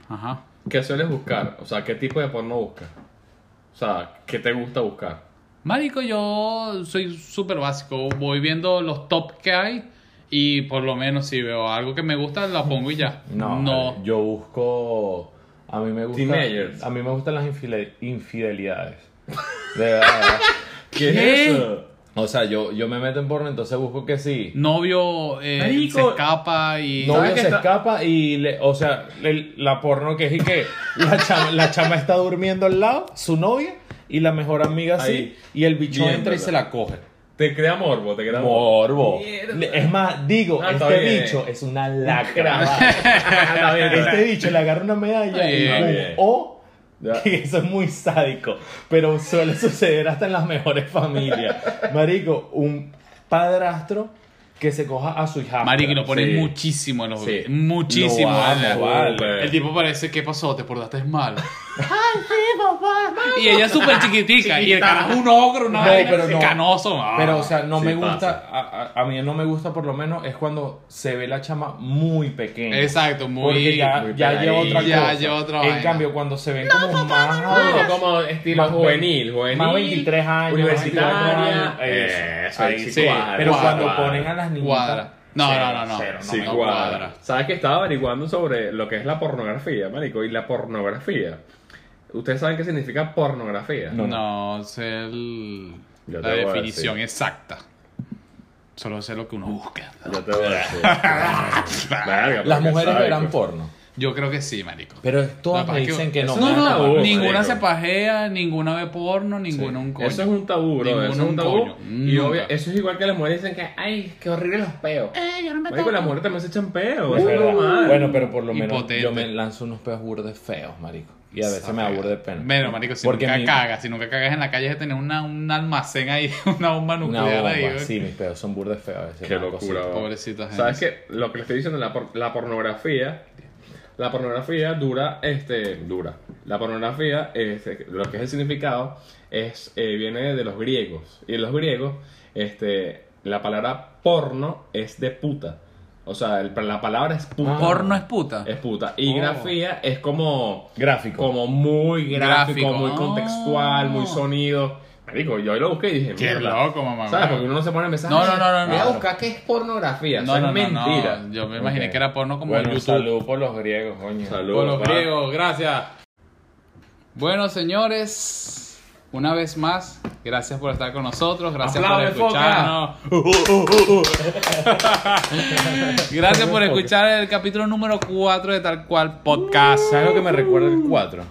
Speaker 3: Ajá.
Speaker 1: ¿qué sueles buscar? O sea, ¿qué tipo de porno buscas? O sea, ¿qué te gusta buscar?
Speaker 3: Marico, yo soy súper básico. Voy viendo los top que hay y por lo menos si veo algo que me gusta, la pongo y ya.
Speaker 2: No,
Speaker 3: no.
Speaker 2: yo busco. A mí me gusta.
Speaker 1: Teenagers.
Speaker 2: A mí me gustan las infide- infidelidades. <laughs> De verdad.
Speaker 1: ¿Qué,
Speaker 3: ¿Qué?
Speaker 1: es eso?
Speaker 2: o sea, yo, yo me meto en porno, entonces busco que sí.
Speaker 3: Novio eh,
Speaker 2: Marico.
Speaker 3: se escapa y.
Speaker 2: Novio
Speaker 1: que
Speaker 2: se
Speaker 1: está-
Speaker 2: escapa y, le- o sea, el- la porno que es y que la chama, la chama está durmiendo al lado, su novia, y la mejor amiga
Speaker 1: Ahí,
Speaker 2: sí, y el bicho entra
Speaker 1: viéndola.
Speaker 2: y se la coge.
Speaker 1: Te crea morbo, te crea morbo. <laughs>
Speaker 2: Morbo. Le- Es más, digo,
Speaker 1: Ah, está
Speaker 2: este
Speaker 1: bien.
Speaker 2: bicho es una lacra.
Speaker 1: Está bien, está
Speaker 2: Este
Speaker 1: bien.
Speaker 2: bicho le agarra una medalla y
Speaker 3: Bien.
Speaker 2: pum, o
Speaker 1: Ya.
Speaker 2: que eso es muy sádico, pero suele suceder hasta en las mejores familias. Marico, un padrastro que se coja a su hija.
Speaker 3: Marico, y lo ponen
Speaker 1: Sí.
Speaker 3: muchísimo en los
Speaker 1: Sí.
Speaker 3: Muchísimo.
Speaker 2: Lo
Speaker 3: vale.
Speaker 2: amo, vale.
Speaker 3: El tipo parece, ¿qué pasó? ¿Te portaste mal? <laughs> Ay, sí, papá. Y ella es súper chiquitica. y el carajo es un ogro, una
Speaker 2: No,
Speaker 3: vaina,
Speaker 2: pero no.
Speaker 3: canoso. Ah.
Speaker 2: Pero, o sea, no
Speaker 1: Sí
Speaker 2: me
Speaker 1: pasa.
Speaker 2: gusta, a, a- a mí no me gusta por lo menos, es cuando se ve la chama muy pequeña.
Speaker 3: Exacto, muy.
Speaker 2: Porque ya,
Speaker 1: muy
Speaker 2: ya lleva otra
Speaker 3: peladita,
Speaker 2: cosa.
Speaker 3: ya lleva otra
Speaker 2: en
Speaker 3: vaina.
Speaker 2: cambio, cuando se ven como más...
Speaker 1: No, como estilo
Speaker 2: Más
Speaker 1: juvenil, juvenil.
Speaker 2: más 23 años,
Speaker 1: Universitaria.
Speaker 2: 24 años.
Speaker 1: Eso, ahí sí,
Speaker 3: sí.
Speaker 1: cuadra,
Speaker 2: Pero
Speaker 1: cuadra.
Speaker 2: cuando ponen a las niñas.
Speaker 3: Cuadra. No, no, no, no.
Speaker 1: Sí,
Speaker 3: No
Speaker 1: cuadra.
Speaker 3: cuadra.
Speaker 1: ¿Sabes que estaba averiguando sobre lo que es la pornografía, marico? Y la pornografía. ¿Ustedes saben qué significa pornografía?
Speaker 2: No.
Speaker 3: No sé el-
Speaker 1: Yo
Speaker 3: la
Speaker 1: te voy a
Speaker 3: definición exacta. Solo sé lo que uno busca.
Speaker 1: Yo te voy a <laughs> decir. Verga,
Speaker 2: Las
Speaker 1: porque
Speaker 2: mujeres
Speaker 1: sádico.
Speaker 2: verán porno.
Speaker 3: Yo creo que sí, marico.
Speaker 2: Pero
Speaker 3: No,
Speaker 2: todas
Speaker 3: para
Speaker 2: me
Speaker 3: que-
Speaker 2: dicen que no.
Speaker 1: eso
Speaker 2: me
Speaker 1: no
Speaker 2: da
Speaker 1: es
Speaker 2: tabú.
Speaker 1: tabú.
Speaker 3: ninguna
Speaker 1: marico.
Speaker 3: se pajea, ninguna ve porno, ninguna un coño.
Speaker 1: Eso es un tabú, bro.
Speaker 3: Ninguno
Speaker 1: Eso es un
Speaker 3: un
Speaker 1: tabú.
Speaker 3: coño.
Speaker 1: Y
Speaker 3: Nunca.
Speaker 1: obvio, eso es igual que las mujeres dicen que, ay, qué horrible los peos.
Speaker 6: Eh, yo no me
Speaker 1: Marico, las
Speaker 6: toco.
Speaker 3: Pues
Speaker 1: mujeres también se echan peos.
Speaker 2: Es
Speaker 1: Eso es
Speaker 2: verdad.
Speaker 1: normal.
Speaker 2: Uh. Bueno, pero por lo
Speaker 3: Y
Speaker 2: menos
Speaker 3: potente.
Speaker 2: yo me lanzo unos peos burdes feos, marico. Y a veces me aburre de pena.
Speaker 3: Bueno, marico, si
Speaker 2: Porque
Speaker 3: nunca
Speaker 2: mi-
Speaker 3: cagas, si nunca cagas en la calle, es tener una, un almacén ahí, <laughs> una bomba
Speaker 2: Una
Speaker 3: nuclear
Speaker 2: bomba,
Speaker 3: ahí. ¿eh? güey.
Speaker 2: sí, mis pedos son burdes feos a veces.
Speaker 1: Qué
Speaker 2: una
Speaker 1: locura.
Speaker 2: cosita.
Speaker 1: bro.
Speaker 3: Pobrecita gente.
Speaker 1: ¿Sabes qué? Lo que le estoy diciendo, la, por- la pornografía. La pornografía dura, este, dura. La pornografía, este, lo que es el significado, es, eh, viene de los griegos. Y en los griegos, este, la palabra porno es de puta. O sea, el- la palabra es puta.
Speaker 3: Porno es puta.
Speaker 1: Es puta. Y grafía es como.
Speaker 2: Gráfico.
Speaker 1: Como muy gráfico, Oh.
Speaker 3: Gráfico.
Speaker 1: muy
Speaker 3: Ah.
Speaker 1: contextual, muy sonido. Marico, yo ahí lo busqué y dije,
Speaker 3: Qué
Speaker 1: mierda.
Speaker 3: loco, mamá.
Speaker 1: ¿Sabes?
Speaker 3: güey.
Speaker 1: Porque uno no se pone a pensar.
Speaker 3: No, no, no, no,
Speaker 1: Voy a
Speaker 3: no.
Speaker 1: buscar qué es pornografía.
Speaker 3: No,
Speaker 1: Eso
Speaker 3: no,
Speaker 1: es
Speaker 3: no, no.
Speaker 1: mentira.
Speaker 3: Yo me imaginé
Speaker 2: Ok.
Speaker 3: que era porno como
Speaker 2: Bueno,
Speaker 3: en YouTube.
Speaker 2: salud por los griegos, coño.
Speaker 1: Saludos.
Speaker 7: Con los
Speaker 1: pa.
Speaker 7: griegos, gracias.
Speaker 3: Bueno, señores, una vez más, gracias por estar con nosotros, gracias
Speaker 7: Aplaude,
Speaker 3: por escucharnos. <laughs> gracias por escuchar el capítulo número 4 de Tal Cual Podcast.
Speaker 2: Ah, ¿Sabes lo que me recuerda el 4?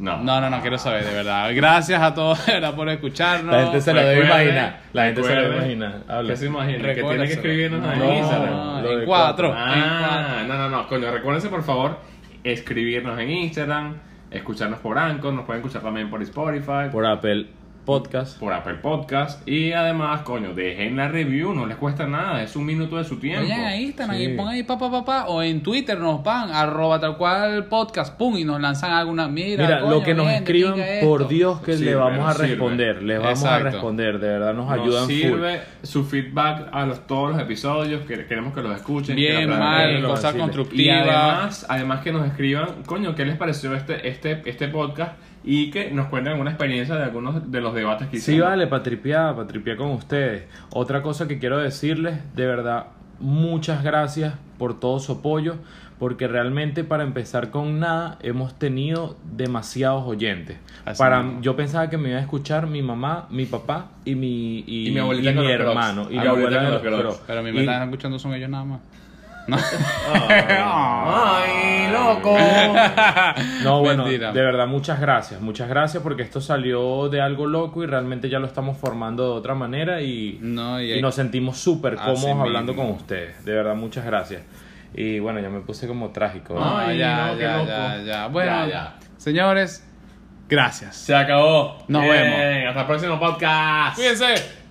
Speaker 1: No.
Speaker 3: No, no, no quiero saber, de verdad. Gracias a todos, de verdad, por escucharnos.
Speaker 2: La gente se lo debe
Speaker 1: recuerden,
Speaker 2: imaginar. La gente se lo
Speaker 1: recuerden.
Speaker 2: debe imaginar. Habla.
Speaker 1: ¿Qué se imagina? Que
Speaker 3: Recuerda
Speaker 1: tiene que
Speaker 3: eso.
Speaker 1: escribirnos ahí
Speaker 3: No,
Speaker 1: en
Speaker 2: Ah,
Speaker 1: Instagram.
Speaker 3: en
Speaker 1: Lo de
Speaker 3: cuatro, en
Speaker 1: Ah, no, no, no. Coño, recuérdense por favor escribirnos en Instagram, escucharnos por Anchor, nos pueden escuchar también por Spotify, por,
Speaker 2: Por Apple Podcast.
Speaker 1: Apple Podcast. Y además, coño, dejen la review, no les cuesta nada, es un minuto de su tiempo.
Speaker 3: Vayan a Instagram y pongan ahí papá papá o en Twitter nos van arroba tal cual podcast pum y nos lanzan alguna mira.
Speaker 2: Mira, lo
Speaker 3: coño,
Speaker 2: que nos
Speaker 3: miren,
Speaker 2: escriban,
Speaker 3: diga esto.
Speaker 2: por Dios que
Speaker 1: Sirve,
Speaker 2: le vamos
Speaker 1: nos
Speaker 2: a
Speaker 1: sirve.
Speaker 2: responder. Les vamos
Speaker 3: Exacto.
Speaker 2: a responder. De verdad nos,
Speaker 1: Nos
Speaker 2: ayudan
Speaker 1: sirve su feedback a los, todos los episodios, que, queremos que los escuchen. que
Speaker 3: Bien,
Speaker 1: aprendan de
Speaker 3: mal,
Speaker 1: ellos.
Speaker 3: cosas
Speaker 2: decirle.
Speaker 1: Y
Speaker 3: constructivas.
Speaker 1: además, además que nos escriban, coño, ¿qué les pareció este, este, este podcast? Y que nos cuenten alguna experiencia de algunos de los debates que
Speaker 2: full. Sí, vale, para tripear, para tripear con ustedes. Otra cosa que quiero decirles, de verdad, muchas gracias por todo su apoyo, porque realmente para empezar con nada hemos tenido demasiados oyentes.
Speaker 3: Así
Speaker 2: para
Speaker 3: mismo.
Speaker 2: Yo pensaba que me iba a escuchar mi mamá, mi papá y mi, y,
Speaker 1: Y mi abuelita
Speaker 2: y
Speaker 1: con
Speaker 2: mi
Speaker 1: los Crocs.
Speaker 2: hermano. Y
Speaker 1: Ah,
Speaker 2: mi
Speaker 1: mi
Speaker 2: abuela
Speaker 1: abuelita
Speaker 2: con los
Speaker 1: con los Crocs.
Speaker 2: Crocs.
Speaker 3: Pero a mí me
Speaker 2: Y-
Speaker 3: están escuchando son ellos nada más. No.
Speaker 1: ¡Ay, loco!
Speaker 2: No, bueno,
Speaker 3: Mentira.
Speaker 2: de verdad, muchas gracias. Muchas gracias porque esto salió de algo loco y realmente ya lo estamos formando de otra manera y,
Speaker 3: No, y-
Speaker 2: y nos sentimos súper
Speaker 3: Así
Speaker 2: cómodos hablando
Speaker 3: mismo.
Speaker 2: con ustedes. De verdad, muchas gracias. Y bueno, ya me puse como trágico. ¿no?
Speaker 3: Ah,
Speaker 1: Ay,
Speaker 3: ya,
Speaker 1: no, qué
Speaker 3: ya,
Speaker 1: loco.
Speaker 3: ya, ya. Bueno,
Speaker 1: Ya, ya.
Speaker 3: señores, gracias.
Speaker 1: Se acabó.
Speaker 3: Nos
Speaker 1: Bien,
Speaker 3: vemos.
Speaker 1: Hasta el próximo podcast.
Speaker 3: Cuídense.